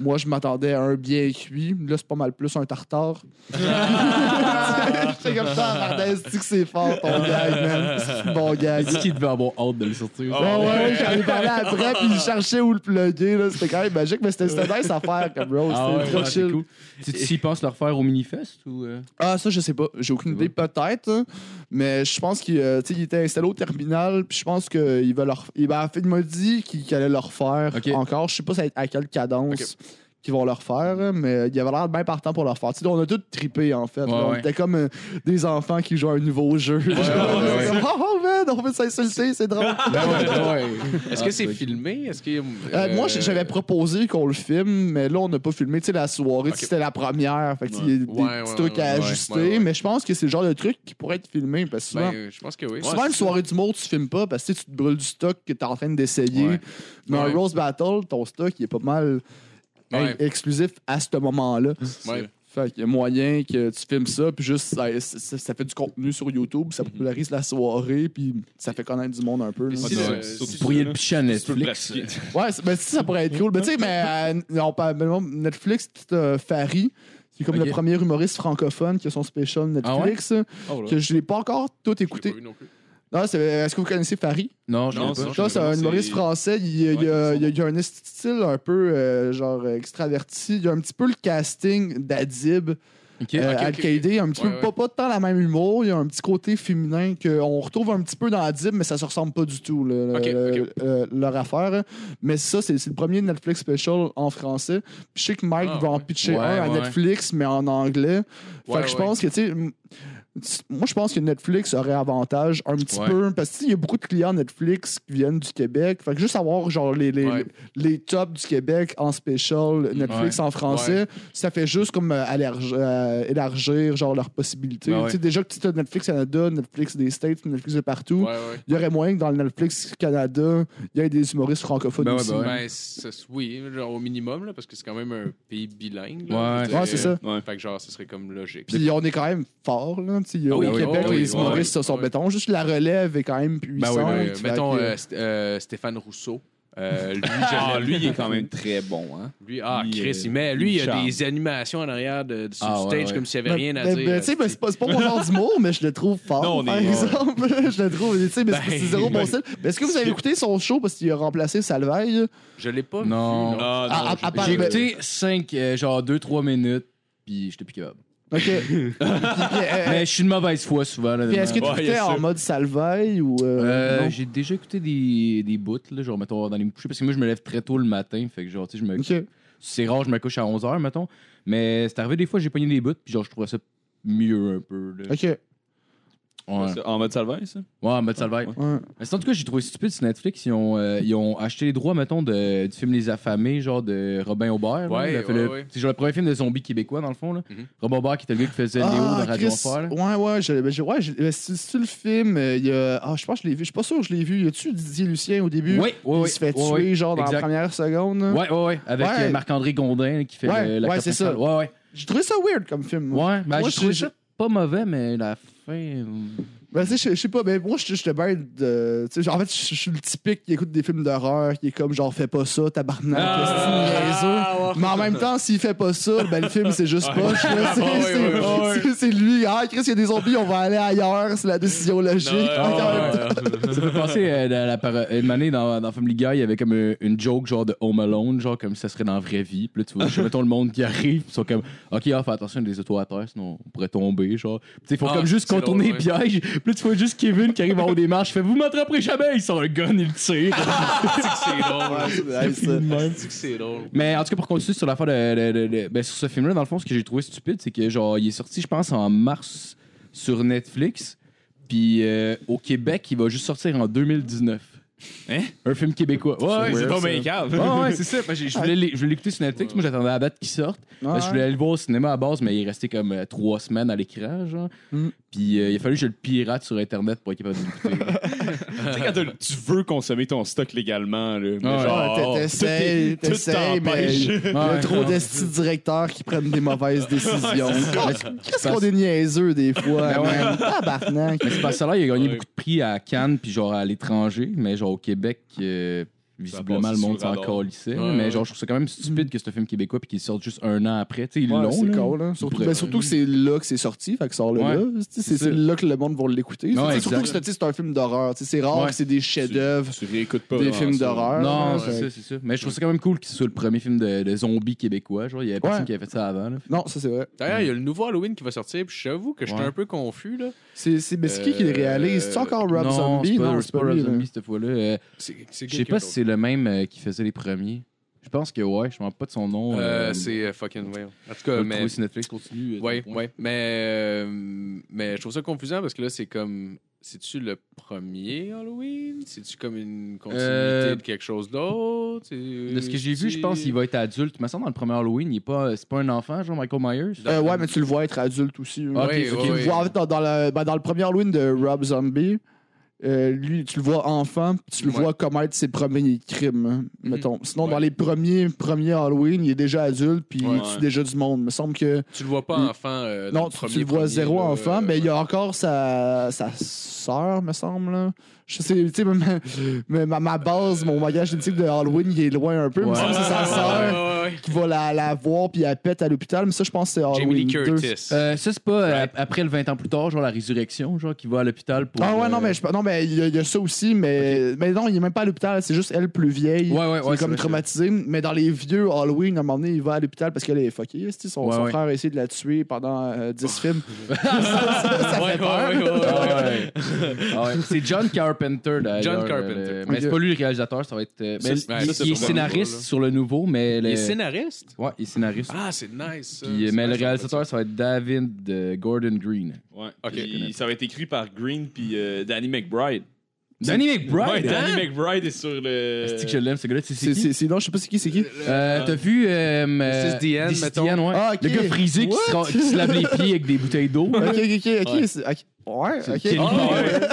Moi, je m'attendais à un bien cuit. Là, c'est pas mal plus un tartare. J'étais comme ça, Martin, c'est-tu que c'est fort ton gag, man? C'est un Bon gag. Est-ce qu'il devait avoir hâte de le sortir? Ah, Ouais, ouais, ouais, j'en ai parlé après, puis il cherchait où le plugger. là. C'était quand même magique, mais c'était c'était nice à faire comme roast. Ah c'était ouais, trop ouais, c'est chill. cool. Tu tu y penses le refaire au Minifest ou. euh? Ah, ça, je sais pas. J'ai aucune idée, peut-être. hein. Mais je pense qu'il euh, tu sais, il était installé au terminal. Puis je pense qu'il va leur. Il, ben, en fait, il m'a dit qu'il qu'il allait le refaire Ok. encore. Je sais pas ça va être à quelle cadence. qu'ils vont le refaire, hein, mais il avait l'air bien partant pour le refaire. Tu sais, on a tous trippé, en fait. Ouais, là. On ouais. était comme euh, des enfants qui jouent à un nouveau jeu. ouais, Genre, ouais. c'est comme, Oh, man, on veut s'insulter, c'est drôle. Ben Est-ce que c'est filmé? Est-ce que. Euh, Moi, j- j'avais proposé qu'on le filme, mais là, on n'a pas filmé. Tu sais, la soirée, Ok. c'était la première. Fait que, il y a des Ouais, petits ouais, trucs à ouais, ouais, ajuster, ouais, ouais. mais je pense que c'est le genre de truc qui pourrait être filmé. Parce que souvent, Ben, je pense que oui. souvent une soirée d'humour, tu filmes pas parce que tu sais, tu te brûles du stock que tu es en train d'essayer. Ouais. Mais Ouais. un Rose Battle, ton stock, il est pas mal Ouais. exclusif à ce moment-là. Ouais. Fait qu'il y a moyen que tu filmes ça, puis juste ça, ça- ça fait du contenu sur YouTube, Mm-hmm. ça popularise la soirée, puis ça fait connaître du monde un peu. là. Si Ah, Ouais, le- surtout Vous pourriez le pitcher à Tu peux le Netflix. pratiquer. Ouais, c'est- ben, si, ça pourrait être cool. Mais tu sais, mais euh, on parle- mais bon, Netflix, euh, Fari, c'est comme Ok. le premier humoriste francophone qui a son special Netflix, Oh là. que je l'ai pas encore tout Je l'ai pas écouté. vu non plus. Non, c'est- Est-ce que vous connaissez Fari? Non, je Non, ne sais c'est- pas. Ça, c'est un c'est- humoriste français. Il, il- Ouais, il a, c'est il a- il a un esti de style un peu euh, genre euh, extraverti. Il a un petit peu le casting d'Adib. Ok. Euh, ok, ok, Al-Qaïda, un petit Ouais, peu ouais. Pas, pas tant la même humour, il y a un petit côté féminin qu'on retrouve un petit peu dans Adib, mais ça se ressemble pas du tout, le- le- Ok, le- ok. euh, leur affaire. Mais ça, c'est c'est le premier Netflix special en français. Puis je sais que Mike Ah, va en ouais. pitcher Ouais, un à ouais. Netflix, mais en anglais. Ouais, fait que je ouais. pense que, tu sais, m- tu- moi, je pense que Netflix aurait avantage un petit Ouais. peu, parce qu'il y a beaucoup de clients Netflix qui viennent du Québec. Fait que juste avoir, genre, les, les, Ouais. les tops du Québec en special Netflix en français, ça fait juste comme euh, allerg- euh, élargir genre leurs possibilités. Ben ouais. Tu sais, Déjà que tu as Netflix Canada, Netflix des States, Netflix de partout, Ouais, ouais. il y aurait moyen que dans le Netflix Canada, il y ait des humoristes francophones Ben ouais, aussi. ben Ben, ça, oui, genre au minimum, là, parce que c'est quand même un pays bilingue. là, Ouais. je veux dire. Ouais, c'est ça. Ouais. Fait que genre, ce serait comme logique. Puis on est quand même fort, là. Tu sais, il y a- Ah oui, au oui, Québec, oui, les oui, humoristes oui, ça sur oui. béton. Juste la relève est quand même Ah Ben puissante. oui, ben, Fait mettons que- euh, St- euh, Stéphane Rousseau. Euh, lui, Ah, j'aime lui, il est quand même très bon. Hein? lui, ah, lui, Chris, euh, il met, lui, il y a charme. des animations en arrière de, de- sur Ah, le ouais, stage ouais. comme s'il n'y Ben, avait rien à ben, dire. euh, ben, tu sais, ben, c'est pas, c'est pas mon genre d'humour, mais je le trouve fort. Non, on par est- exemple, je le trouve. Tu sais, mais c'est- Ben, c'est zéro euh, bon ben. style. Mais Est-ce que vous avez écouté son show parce qu'il a remplacé Salveille? je l'ai pas Non. vu. Ah, À- à- à part- J'ai ben- écouté 5, genre 2-3 minutes, puis j'étais plus capable. Ok. Puis, euh, Mais je suis de mauvaise foi souvent. là, Puis est-ce que tu Ouais, étais yes, en sir. mode salveille ou. euh, Euh, non? j'ai déjà écouté des, des bouts, là, genre, mettons, dans les coucher, parce que moi, je me lève très tôt le matin, fait que, genre, tu sais, je me... Ok. C'est rare, je me couche à 11h, mettons, mais c'est arrivé des fois, j'ai pogné des bouts, puis genre, je trouvais ça mieux un peu, là. Ok. Ouais, C'est En mode salvaire, ça? ouais en mode salvaire. Ouais. Ouais. Mais c'est en tout cas, j'ai trouvé stupide sur Netflix, ils ont, euh, ils ont acheté les droits, mettons, de, du film Les Affamés, genre, de Robin Aubert. là, Ouais, le- ouais, le- ouais. C'est genre le premier film de zombies québécois, dans le fond, là. Mhm. Robin Aubert, qui était le gars qui faisait Léo Ah, de Radio Chris. Enfer, là. Ouais, ouais. je- ben, je- ouais, je- ben, c'est c'est le film. euh, Il y a. Ah, je pense que je l'ai vu. Je suis pas sûr que je l'ai vu. Y a-tu Didier Lucien au début? Ouais, ouais, ouais, Il se ouais, fait tuer, ouais, genre, dans exact. la première seconde. là. Ouais, ouais, ouais. Avec Ouais. euh, Marc-André Gondin là, qui fait Ouais, le- la ouais, carte c'est ça. principale. Ouais, ouais. J'ai trouvé ça weird comme film. moi. Ouais, ben, Moi, je trouve je- ça pas mauvais, mais la fin. euh, Ben, tu sais, je je sais pas, mais moi, je j'étais bien. de- tu sais, genre, En fait, je je suis le typique qui écoute des films d'horreur, qui est comme genre, fais pas ça, tabarnak, qu'est-ce que tu niaiseux. Mais en même temps, s'il fait pas ça, ben le film, c'est juste poche. là. C'est- ouais, c'est- ouais, ouais. c'est- C'est lui. Ah, Chris, il y a des zombies, on va aller ailleurs. C'est la décision logique. Ah, Non, En même temps, Ça fait penser à la, la para- une année dans, dans Family Guy, il y avait comme euh, une joke genre de Home Alone, genre comme ça serait dans la vraie vie. Puis là, tu vois, je- mettons le monde qui arrive, puis ils sont comme, OK, ah, fais attention, il y a des autos à terre, sinon on pourrait tomber, genre. Puis tu sais, ils font Ah, comme juste c'est contourner les drôle, pièges. Puis là, tu vois juste Kevin qui arrive en haut des marches, fait, vous m'attraperez jamais, il sort le gun, il le tire. C'est drôle. ouais, c'est- C'est que c'est drôle. Mais en tout cas, pour continuer sur l'affaire de, de- de- de- ben, sur ce film-là, dans le fond, ce que j'ai trouvé stupide, c'est que genre, il est sorti, je pense, en mars sur Netflix. Puis euh, au Québec, il va juste sortir en 2019. Hein? Un film québécois. Ouais, ouais, weird, pas ça. mes caves. Ouais, ouais, c'est ça. Parce que Je voulais l'é- je voulais l'écouter sur Netflix. Moi, j'attendais la date qu'il sorte. Parce que je voulais aller le voir au cinéma à base, mais il est resté comme euh, trois semaines à l'écran, genre. Mm. Puis euh, il a fallu que je le pirate sur Internet pour être capable de l'écouter. Tu sais, quand t'as le- tu veux consommer ton stock légalement, là, mais Ouais. genre, Ah, Ouais, t'essayes, Oh, tout est- tout t'essayes, mais t'empêche. il y a Ouais. trop d'estis directeurs qui prennent des mauvaises décisions. Qu'est-ce qu'on est niaiseux des fois, man. Tabarnak. Mais c'est parce que là, il a gagné Ouais. beaucoup de prix à Cannes, puis genre à l'étranger, mais genre au Québec, euh, visiblement, passé le monde sous le s'en radar. calissait. Ouais, mais ouais. genre, je trouve ça quand même stupide que ce film québécois, puis qu'il sorte juste un an après. Tu sais, ils Mm. Ouais, l'ont. c'est là. con, là. Surtout, Ouais. ben, surtout que c'est là que c'est sorti, fait que sort le Ouais. là. C'est- C'est C'est c'est ça. là que le monde va l'écouter. Ouais, C'est- exact. Surtout que c'est tu sais, c'est un film d'horreur. tu sais, C'est rare Ouais. que c'est des chefs-d'œuvre, tu réécoutes pas. des vraiment films ça. d'horreur. Non, là, c'est ça, fait- c'est ça. Mais je trouve ça quand même cool que ce soit le premier film de, de zombies québécois. Genre, il y avait personne Ouais. qui avait fait ça avant. là. Non, ça c'est vrai. D'ailleurs, il y a le nouveau Halloween qui va sortir, puis j'avoue que j'étais Ouais. un peu confus. là. C'est c'est- mais c'est qui qui les réalise C'est encore Rob non, Zombie c'est pas, Non, c'est pas Rob lui, là. Zombie cette fois-là. Euh, C'est- c'est je sais quelqu'un pas si c'est le même euh, qui faisait les premiers. Je pense que ouais, je me rappelle pas de son nom. d'autre. euh, Euh, C'est euh, fucking ouais. En tout on peut cas, le mais trouver sur Netflix continue. euh, Ouais, ton point. ouais. Mais, euh, mais je trouve ça confusant parce que là, c'est comme. C'est-tu le premier Halloween? C'est-tu comme une continuité Euh, de quelque chose d'autre? De ce que j'ai vu, je pense qu'il va être adulte. Mais ça, dans le premier Halloween, il est pas, c'est pas un enfant, genre Michael Myers. Euh, ouais, mais tu le vois être adulte aussi. là. Ah, Ouais, ok, ok. Tu le ouais. vois, en fait, dans, dans le, ben, dans le premier Halloween de Rob Zombie, euh, lui, tu le vois enfant, puis tu le Ouais. vois commettre ses premiers crimes, hein, mettons. Mhm. Sinon, dans les premiers, premiers Halloween, il est déjà adulte, puis Ouais, il tue ouais. des jeunes du monde. Il me semble que. Tu le vois pas Mm. enfant. euh, dans Non, tu, tu le vois premier, zéro là, enfant, euh, mais il y a encore sa, sa sœur, me semble. là. Je sais, tu sais, ma, ma- ma, ma base, mon bagage génétique de Halloween, il est loin un peu. Il me Ouais. semble que c'est sa Ah, Ouais, hein. sœur ouais, ouais. qui va la, la voir, puis elle pète à l'hôpital, mais ça, je pense que c'est Halloween. Jamie Lee 2. Curtis. Euh, ça, c'est pas euh, ap- après le 20 ans plus tard, genre la résurrection, genre qui va à l'hôpital pour. Ah ouais, euh, non, mais je- non, mais il y, a- il y a ça aussi, mais, mais non, il est même pas à l'hôpital, c'est juste elle plus vieille. Ouais, ouais, C'est ouais, c'est comme vrai, traumatisé. Mais dans les vieux Halloween, à un moment donné, il va à l'hôpital parce qu'elle est fuckée. esti. Son, Ouais, son ouais. frère a essayé de la tuer pendant euh, 10 films. ça Ouais, fait ouais, ouais, ouais, ouais. Ah ouais. Ah ouais. C'est John Carpenter, d'ailleurs. John euh, Carpenter. le- Mais c'est Ok. pas lui le réalisateur, ça va être. euh, Ça, mais c'est- ouais, il, ça, c'est il est son scénariste nouveau, là. sur le nouveau, mais. Il le- est scénariste. Ouais, il est scénariste. Ah, c'est nice. ça. Puis, euh, C'est mais le nice, réalisateur, ça va être David euh, Gordon Green. Ouais. Ok. Puis ça va être écrit par Green puis euh, Danny McBride. Danny Ouais, McBride! Danny hein? McBride est sur le. Est-ce que je l'aime, ce gars-là? Tu sais, C'est- c'est qui? c'est- c'est- Non, je sais pas c'est qui, c'est qui. Euh, T'as vu. Euh, euh, This is the end, This is the mettons. end, ouais. Ah, ok. Le gars frisé qui se, What? ra- qui se lave les pieds avec des bouteilles d'eau. Ok, ok, ok, ok. Ouais. c'est- ok. Ouais, ok. Kenny. Ah, ouais.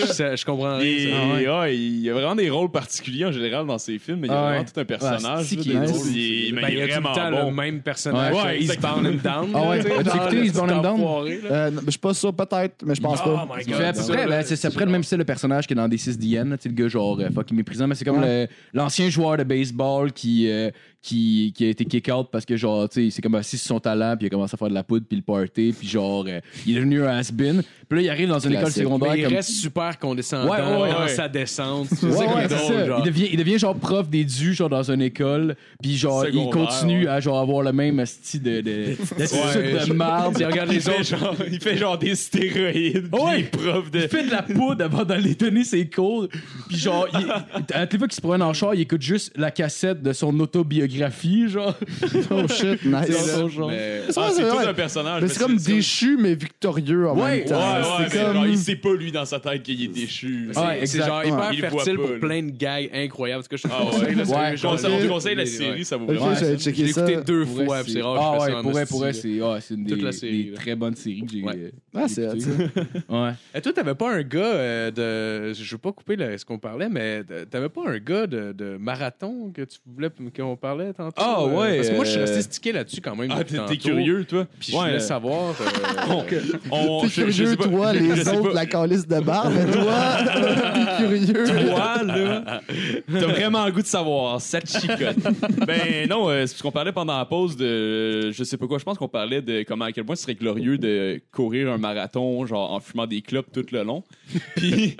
Je, sais- je comprends Ah, rien. Et- ça. ouais, il y a vraiment des rôles particuliers en général dans ses films, mais il y a Ah ouais. vraiment tout un Ouais, personnage. c'est là, qui de- est il- drôle. il- Ben, mais il est tout le vraiment temps bon. le même personnage. euh, Ouais, Ouais, Eastbound and Down. Ah ouais. tu sais, As-tu dans écouté le Eastbound and petit Down? enfoiré, là. Euh, non, je suis pas sûr, peut-être, mais je pense Oh pas. my C'est à god. peu près, ben, c'est- c'est à peu près le même style de personnage que dans des 6 DN, là, tu sais, le gars genre euh, fucking méprisant, mais c'est comme le- l'ancien joueur de baseball qui, euh, qui, qui a été kick out parce que genre, tu sais, il s'est comme assis sur son talent, puis il a commencé à faire de la poudre, puis le party, puis genre, euh, il est devenu un has-been. Puis là, il arrive dans une école Classique. secondaire Mais il comme. reste super condescendant Ouais, ouais, ouais. dans sa descente. Ouais, C'est ouais, comme c'est drôle, ça. genre. Il, devient, il devient genre prof d'édu genre dans une école puis genre il Secondaire, continue ouais. à genre avoir le même style de de, Ouais. de marde Il regarde Il les fait autres. genre, il fait genre des stéroïdes. puis Ouais. il est prof de. Il fait de la poudre avant d'aller donner ses cours. Puis genre, il, à toutes les fois qu'il se promène en char, il écoute juste la cassette de son autobiographie, genre. Oh shit, nice. Ah, C'est ça, Mais- C'est Ah, vrai, c'est c'est tout vrai. un personnage. Mais parce c'est comme que ça- déchu, mais victorieux en Ouais, même Ouais, temps. ouais, mais c'est comme. genre, il sait pas, lui, dans sa tête, qu'il est déchu. Ouais, C'est- C'est exact. genre Ouais. hyper Il le voit fertile pas, pour là. plein de gags incroyables. Parce que je te Ah ouais. conseille, là, c'est Ouais. le genre- Conseil- Ouais. conseil la Ouais. série, ça vaut Ok, vraiment- j'avais Je l'ai checké ça. écouté deux Pour vrai, fois, puis c'est rare que Ah je fais ouais, ça en pour vrai, pour vrai, esti, là. c'est ah, c'est une des, Toute la série, des là. très bonnes séries que j'ai. Ouais. euh, Ah, c'est écoutées. hot, Ouais. Et toi, t'avais pas un gars euh, de. Je veux pas couper le- ce qu'on parlait, mais t- t'avais pas un gars de, de marathon que tu voulais qu'on parlait tantôt? Ah, euh, ouais, Parce que moi, je suis euh, resté stické là-dessus quand même. Ah, depuis t'es t'es tantôt, curieux, toi? Puis je voulais euh, savoir. euh, on- T'es je- je sais curieux, pas- toi, je les sais autres, pas. la calice de barre, mais toi, t'es curieux. Toi, là, t'as vraiment le goût de savoir, ça te chicote. ben non, euh, c'est parce qu'on parlait pendant la pause de, euh, je sais pas quoi, je pense qu'on parlait de comment à quel point ce serait glorieux de courir un marathon, genre en fumant des clopes tout le long. Puis,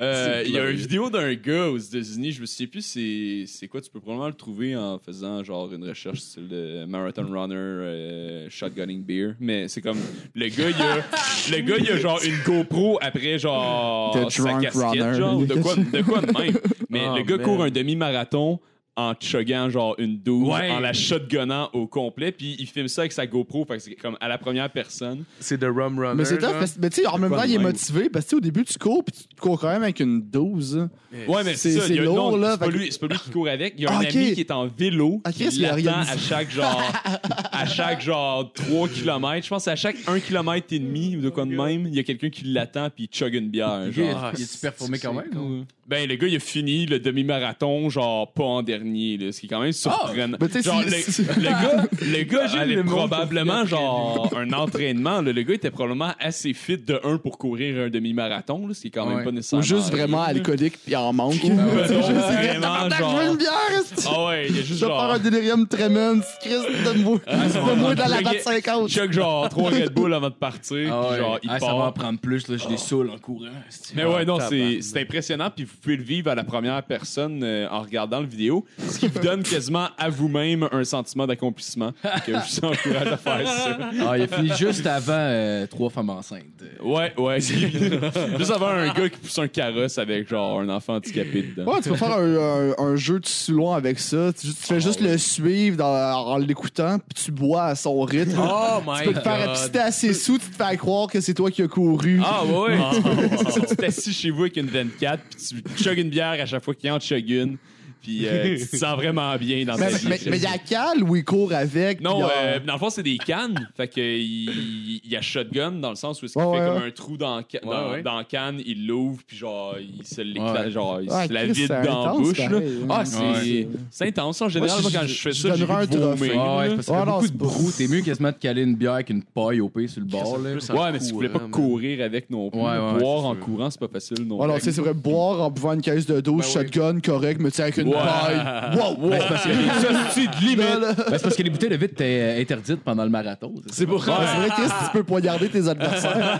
euh, il y a une vidéo d'un gars aux États-Unis, je me souviens plus c'est, c'est quoi, tu peux probablement le trouver en faisant genre une recherche sur le marathon runner, euh, shotgunning beer, mais c'est comme, le gars, il a, le gars, il a genre une GoPro après genre The sa drunk casquette, runner. genre, ou de quoi, de quoi de même. Mais Ah, Oh, le gars man. court un demi-marathon en chuggant genre une douze, Ouais. en la shotgunnant au complet, puis il filme ça avec sa GoPro, fait que c'est comme à la première personne. c'est de Rum Runner. Mais c'est tough, là. parce- mais tu sais, en même Quoi temps, de il est même? motivé, parce que tu sais, au début, tu cours, puis tu cours quand même avec une 12. Ouais, mais c'est C'est- ça. c'est il y a- non, lourd, là, C'est pas, fait que- lui- c'est pas lui qui court avec. Il y a Ah, un ok. ami qui est en vélo. Ah, qui Chris, il a l'attend rien dit. à chaque genre, à chaque genre 3 km. Je pense à chaque 1 km et demi ou de quoi de même, il y a quelqu'un qui l'attend puis il chug une bière. Ok, Genre. il est performé quand même. ou- Ben, le gars, il a fini le demi-marathon, genre, pas en dernier, là, ce qui est quand même surprenant. Ah, Mais Ah, tu sais, genre, si- le, si- le gars, le gars avait le monde probablement, qui finit genre, un entraînement. là. Le gars était probablement assez fit de un pour courir un demi-marathon, là, ce qui est quand même Ouais. pas Ou nécessairement. juste vraiment rien, là. alcoolique, puis en manque. Je Ouais, sais, vraiment, tabarnak, genre- je veux une bière, est-ce que- Ah ouais, il y a juste Je vais faire genre. un délirium tremens, Chris, donne-moi donne-moi de la latte 50. Chuck genre 3 Red Bull avant de partir, Ah puis ouais. genre il Ah, ça va en part. prendre plus, là, je Ah. les saoule en courant. esti. Mais ouais, non, c'est c'est impressionnant, puis vous pouvez le vivre à la première personne euh, en regardant le vidéo, ce qui vous donne quasiment à vous-même un sentiment d'accomplissement. que je vous encourage à faire ça. Ah, il a fini juste avant euh, trois femmes enceintes. Ouais, ouais. c'est- Juste avoir un gars qui pousse un carrosse avec genre un enfant handicapé dedans. Ouais, tu peux faire un, un- un jeu de sous-loin avec ça. Tu, tu fais juste le suivre dans- en l'écoutant, puis tu bois à son rythme. Oh tu my peux te faire god. pister assez sous, tu te fais croire que c'est toi qui as couru. Ah ouais. Tu t'assis chez vous avec une 24, puis tu chugs une bière à chaque fois qu'il en chug une. Puis euh, tu te sens vraiment bien dans ta Mais vie. mais- mais il y a Cal où il court avec. puis, Non, euh, euh, dans le fond, c'est des cannes. fait que il, il y a shotgun dans le sens où est-ce qu'il Ouais, fait ouais, comme ouais. un trou dans, la ca- dans, ouais. dans la canne, il l'ouvre, puis genre, il se l'éclate, Ouais. genre, il Ah, se la Chris, vide c'est dans la intense, bouche. là. pareil, hein. Ah, c'est Ouais. c'est intense. En général, Moi, moi, je- quand je fais je ça, j'ai donnerais envie de un vomir. trophée. Ah ouais, là. c'est parce que ça Ouais, fait non, beaucoup c'est de brou. T'es mieux quasiment de caler une bière qu'une paille au pire sur le bord. Là. Ouais, mais si tu voulais pas courant, courir avec non plus, Ouais, ouais, ouais, boire c'est en sûr. courant, c'est pas facile non Ouais, non, tu plus. sais, c'est vrai, boire en buvant une caisse de 12 shotgun, correct, mais tu sais, avec une Ouais. paille. Wow, wow. Là, là. Ben, c'est parce que les bouteilles de vite étaient euh, interdites pendant le marathon. c'est C'est pour Ouais, C'est vrai, Chris, tu peux poignarder tes adversaires.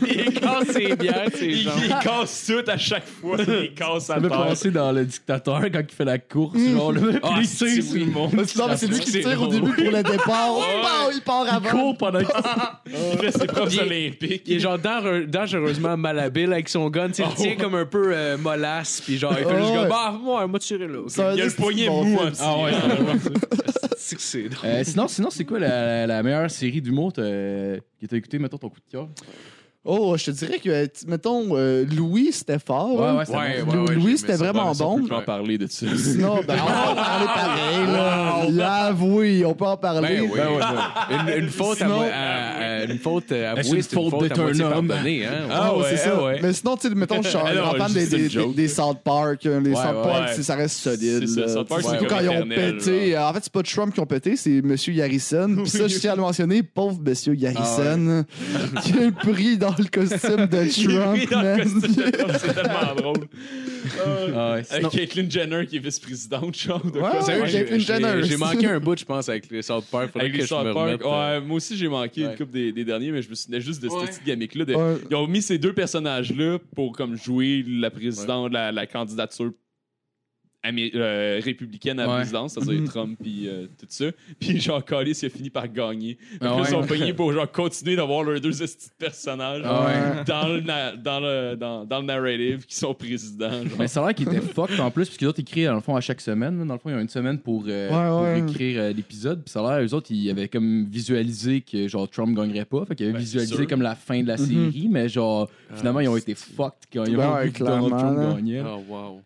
Il casse ses bières, ses Il, gens. il casse tout à chaque fois. Il casse à Ça me terre. penser dans le dictateur quand il fait la course. Mm. Genre, là, puis Ah, il c'est tire sur le monde. Non, mais c'est lui qui tire au début pour le départ. Wow, il part Il avant. court pendant que Il fait ses propres Il- olympiques. Il est genre dangereux- dangereusement malhabile avec son gun. tu sais, Il tient comme un peu euh, mollasse, puis genre, Oh, il fait juste Ah ouais. comme, bah, moi, moi, tiré là. ok. C'est un Il a le esti poignet bon mou film. en Ah ouais, C'est que c'est drôle. Euh, sinon, sinon c'est quoi la, la- la meilleure série d'humour t'as- que t'as écouté, mettons, ton coup de cœur? Oh, je te dirais que, t- mettons, euh, Louis, c'était fort. Ouais, hein. ouais, c'est Ouais, bon. ouais, Lou- ouais, Louis, j'ai c'était aimé ça. vraiment bon. Je vais en parler de ça. Sinon, ben, on peut en parler pareil, là. Là, oui, on peut en parler. Ben oui. Une, une faute à Sinon- moi- à- à- une faute euh, avouée, Est-ce Ben, c'est une faute, d'être un homme. hein. Ah, ouais, c'est ça. ouais. Mais sinon, tu sais, mettons, je suis un Alors, grand fan juste des, une des, joke. des South Park. hein, Les South Park, ouais. c'est- ça reste solide. C'est ça, là. South Park, Surtout c'est quand comme ils ont éternel, pété. euh, En fait, c'est pas Trump qui ont pété, c'est M. Yarrison. Puis ça, je tiens à le mentionner, pauvre M. Yarrison, Ah, qui a pris dans le costume de Trump. man. C'est tellement drôle. Ah ouais, Avec sinon- Caitlyn Jenner qui est vice-présidente, genre. de Ouais, quoi. ouais, Sérieux, j'ai- Caitlyn Jenner. j'ai j'ai manqué un bout, je pense, avec les South Park. Faudrait Avec que les je me South Park. remette, euh, Ouais, moi aussi, j'ai manqué ouais. une couple des, des derniers, mais je me souvenais juste de Ouais. cette petite gimmick-là. de- Ouais. Ils ont mis ces deux personnages-là pour comme jouer la présidente, la, la candidature amé- euh, républicaine à la Ouais. Mhm. présidence, c'est-à-dire Trump puis euh, tout ça. Puis genre, Callis, il a fini par gagner. Ah Puis ouais. Ils ont payé pour genre continuer d'avoir leurs deux petits personnages Ah ouais. dans, le na- dans, le, dans, dans le narrative qui sont présidents. genre. Mais ça a l'air qu'il était fucked en plus, parce qu'ils autres écrivent dans le fond à chaque semaine. là. Dans le fond, ils ont une semaine pour, euh, Ouais, pour ouais. écrire euh, l'épisode. Puis ça a l'air, eux autres, ils avaient comme visualisé que genre Trump gagnerait pas. Fait qu'ils avaient Ben, visualisé sûr. comme la fin de la série, mais genre finalement, ils ont été fucked quand ils ont Ben Mhm. ouais, vu que Donald clairement, Trump là. gagnait. Ah, wow.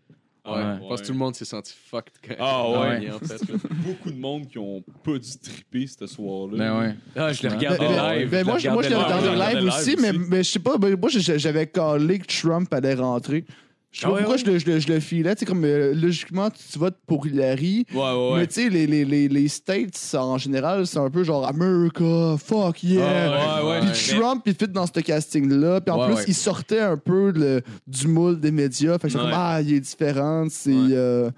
Ouais, Ouais. Je pense que tout le monde s'est senti fucked quand Ah, quand ouais. il est en fait. là. beaucoup de monde qui ont pas dû triper ce soir-là. Ben ouais. Ah, je l'ai Ben, regardé ben, live. ben, moi, je moi, je l'ai regardé regardé live live aussi, aussi. mais, mais je sais pas, ben, moi, j'ai- j'avais callé que Trump allait rentrer. Je sais pas Ah ouais, pourquoi ouais. Je, le, je, le, je le filais. Tu sais, comme, euh, logiquement, tu tu votes pour Hillary. Ouais, ouais, ouais. Mais tu sais, les, les, les, les States, en général, c'est un peu genre America, fuck yeah. Ah, ouais, ouais. Puis Mais- Trump, il fit dans ce casting-là. Puis en Ouais, plus, ouais. il sortait un peu le- du moule des médias. Fait que c'est Ouais. comme, ah, il est différent. c'est, euh,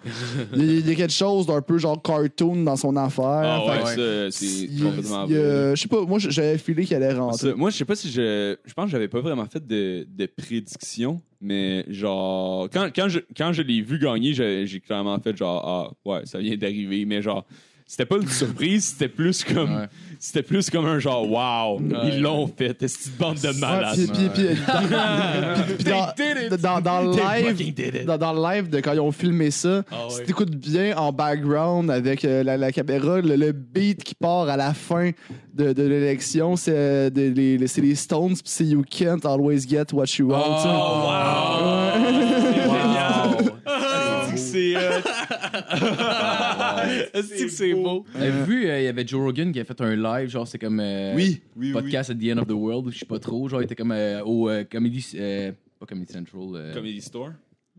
Il y a- il y a quelque chose d'un peu genre cartoon dans son affaire. Ah Fait ouais, que ça, c'est il- complètement il, vrai. euh, Je sais pas, moi, j'avais filé qu'il allait Ça, rentrer. moi, je sais pas si je. Je pense que j'avais pas vraiment fait de, de prédiction, mais genre. Quand, quand je, quand je l'ai vu gagner, j'ai j'ai clairement fait genre, ah, ouais, ça vient d'arriver, mais genre. C'était pas une surprise, c'était plus comme Ouais. c'était plus comme un genre wow, ils l'ont fait, cette bande de Ouais, malades. puis- puis- puis- puis dans- dans- dans le live, dans, dans le live de quand ils ont filmé ça, Ah si ouais. t'écoutes bien en background avec euh, la, la caméra, le, le beat qui part à la fin de, de l'élection, c'est euh, de- les, les- c'est les Stones, puis c'est You Can't Always Get What You Want. Oh, Ah tu sais. Wow. C'est euh, Est-ce que Ah, c'est beau? Avez-vous vu, euh, il y avait Joe Rogan qui a fait un live, genre c'est comme euh, Oui, oui, podcast at the end of the world, ou je sais pas trop, genre il était comme euh, au euh, Comedy euh, pas Comedy Central. euh, Comedy Store.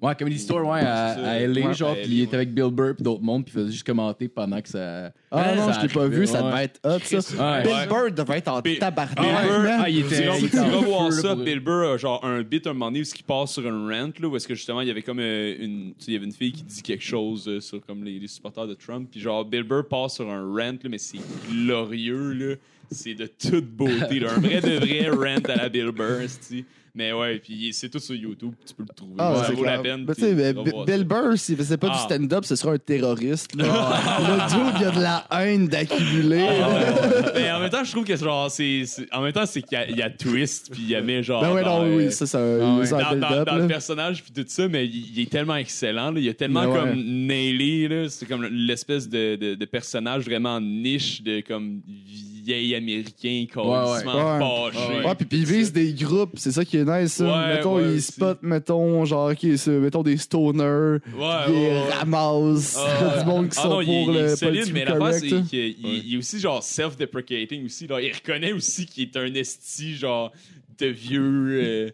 Ouais, Comedy Store, ouais, à, c'est ça. à LA, Ouais, genre, à puis LA, il était ouais. avec Bill Burr pis d'autres mondes, puis il faisait juste commenter pendant que ça. Ah non, ça je l'ai pas arrivait, vu, ça ouais. devait être hot, ça. Ouais. Bill Ouais. Burr devait être en Bill- tabarnak. Bill Burr, man. Ah, il était. Sinon, il tu était en vas voir feu, là, ça, pour- Bill Burr a genre un bit un moment donné où il passe sur un rant là, où est-ce que justement il y avait comme euh, une tu sais, il y avait une fille qui dit quelque chose euh, sur comme les, les supporters de Trump puis genre Bill Burr passe sur un rant là, mais c'est glorieux là, c'est de toute beauté là, un vrai de vrai rant à la Bill Burr, esti. mais ouais puis c'est tout sur YouTube, tu peux le trouver, Ah, ça c'est vaut clair. la peine. Mais puis tu sais, mais tu vas Bi- voir Bill ça. Burr, s'il faisait pas du Ah. stand-up, ce serait un terroriste. là. le dude, il y a de la haine d'accumuler. Ah, euh, mais en même temps, je trouve que genre c'est c'est- en même temps c'est qu'il y a- il y, a twist puis il y a mis genre Ben ouais, dans, non, euh, oui, ça, c'est un c'est un dans, dans- build-up. dans le là. personnage puis tout ça, mais il, il est tellement excellent. là. Il a tellement Ben ouais. comme nailé, là. c'est comme l'espèce de, de- de personnage vraiment niche de comme vieil vieil américain, ouais. complètement Ouais, fâché. Ah, puis, puis ils visent des groupes, c'est ça qui est nice. ça. Ouais, mettons, ouais, ils aussi. spotent, mettons, genre, ok, ça, mettons des stoners, Ouais, ils ouais, ouais. ramassent Ah, ouais. du monde qui Ah sont non, il est- pour il est le solide, politique mais l'affaire, correct. c'est là. qu'il il- il est aussi genre self-deprecating aussi. Là. Il reconnaît aussi qu'il est un esti genre de vieux. euh,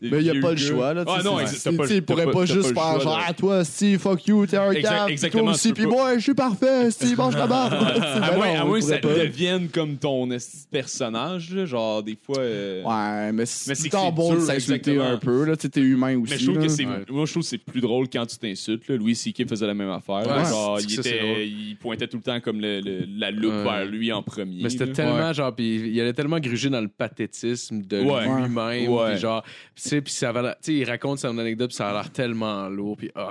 de Mais il n'y a vieux pas le gars. choix, là. tu Ah sais, non, c'est- ex- c'est- t'as tu sais, le- Ils t'as pourraient pas t'as juste le faire choix, genre, là. ah, toi, Steve, fuck you, t'es un Exact- cave. puis exactement, Toi aussi, tu peux puis pas. moi, je suis parfait, Steve, mange la barre. Euh, À moins, à moins que ça pas. devienne comme ton esti de personnage, là, genre des fois. euh, Ouais, mais Mais c'est c'est que tant c'est bon de dur, s'insulter exactement. un peu, là. Tu sais, t'es humain aussi. Mais je trouve là. que c'est moi je trouve que c'est plus drôle quand tu t'insultes là. Louis C.K. faisait la même affaire. Ouais, genre c'est- il, ça, c'est était, drôle. il pointait tout le temps comme le- le- la loupe Ouais. vers lui en premier. Mais c'était là. tellement genre, puis il allait tellement gruger dans le pathétisme de Ouais. lui-même, Ouais. puis genre, tu sais, puis ça avait l'air- tu sais, il raconte son anecdote, puis ça a l'air tellement lourd, puis ah,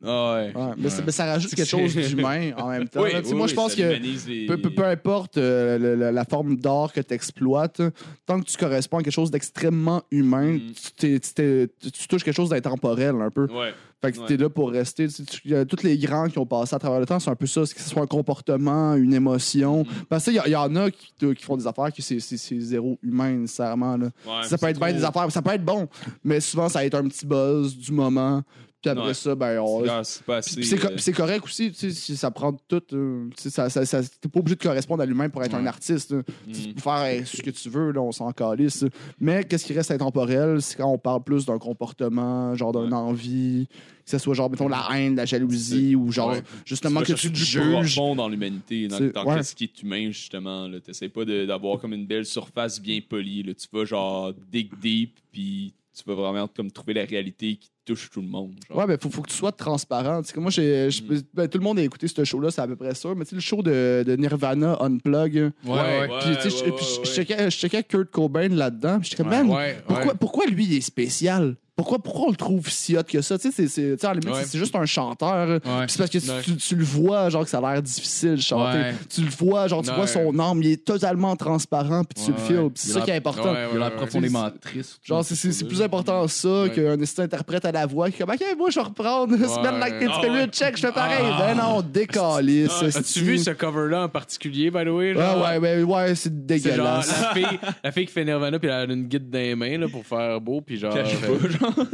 tabarnak. Ouais. Ouais, mais, c'est- mais ça rajoute quelque C'est- chose d'humain en même temps. Oui, là. Tu sais, oui, moi, oui, je pense ça que humanise les- peu, peu- peu importe euh, le- le- la forme d'art que tu exploites, tant que tu corresponds à quelque chose d'extrêmement humain, Mm. tu, t'es- tu t'es- tu- tu touches quelque chose d'intemporel un peu. Ouais. Fait que Ouais. t'es là pour rester. Tu- tu- euh, Tous les grands qui ont passé à travers le temps, c'est un peu ça, que ce soit un comportement, une émotion. Mm. Parce que il y a- il y, en a qui, te- qui font des affaires qui c'est- c'est c'est zéro humain nécessairement. Là. Ouais, ça peut c'est être bien trop- des affaires, ça peut être bon, mais souvent ça va être un petit buzz du moment. Puis après Ouais. ça, ben on, Ah, C'est pas assez. puis c'est co- euh, puis c'est correct aussi, tu sais, si ça prend tout. euh, tu sais, ça, ça, ça- t'es pas obligé de correspondre à l'humain pour être un artiste. là. Tu peux faire euh, ce que tu veux, là, on s'en calisse. Mais qu'est-ce qui reste intemporel, c'est quand on parle plus d'un comportement, genre d'une envie, que ce soit genre, mettons, la haine, la jalousie, ou genre, Ouais. justement, vas que tu chercher te du juges. profond dans l'humanité, dans, C'est- dans ouais. ce qui est humain, justement. Tu n'essaies pas de- d'avoir comme une belle surface bien polie. là. Tu vas genre dig deep, puis tu vas vraiment comme trouver la réalité qui touche tout le monde. genre. Ouais, mais faut, faut que tu sois transparent. Tu sais, que moi, j'ai, je- ben, tout le monde a écouté ce show-là, c'est à peu près sûr. Mais tu sais, le show de, de Nirvana Unplug. Ouais, ouais, Puis, tu sais, je- ouais, puis je- ouais, je ouais. checkais- je checkais Kurt Cobain là-dedans. Puis j'étais comme, man, ouais, Pourquoi, pourquoi lui, il est spécial? Pourquoi, pourquoi on le trouve si hot que ça? Tu sais, c'est- c'est- tu sais, à la limite, Ouais. c'est juste un chanteur. Puis C'est parce que tu, Ouais. tu- tu le vois, genre, que ça a l'air difficile de chanter. Ouais. Tu le vois, genre, tu Ouais. vois son âme, il est totalement transparent, puis tu Ouais, le files. ouais. Puis c'est ça qui est important. Ouais, ouais, Il a ouais, l'air ouais. profondément triste. Genre, c'est- c'est c'est plus important ça qu'un assistant interprète à la voix qui est comme, OK, moi, je vais reprendre, semaine like Ah, it's been ouais. a check, je fais pareil. Ah. Ben non, décalé, Ah, ça. As-tu vu ce cover-là en particulier, by the way? genre? Ouais, ouais, ouais, ouais, C'est c'est genre la dégueulasse. fille, la fille qui fait Nirvana, puis elle a une guide dans les mains là, pour faire beau, puis genre. euh,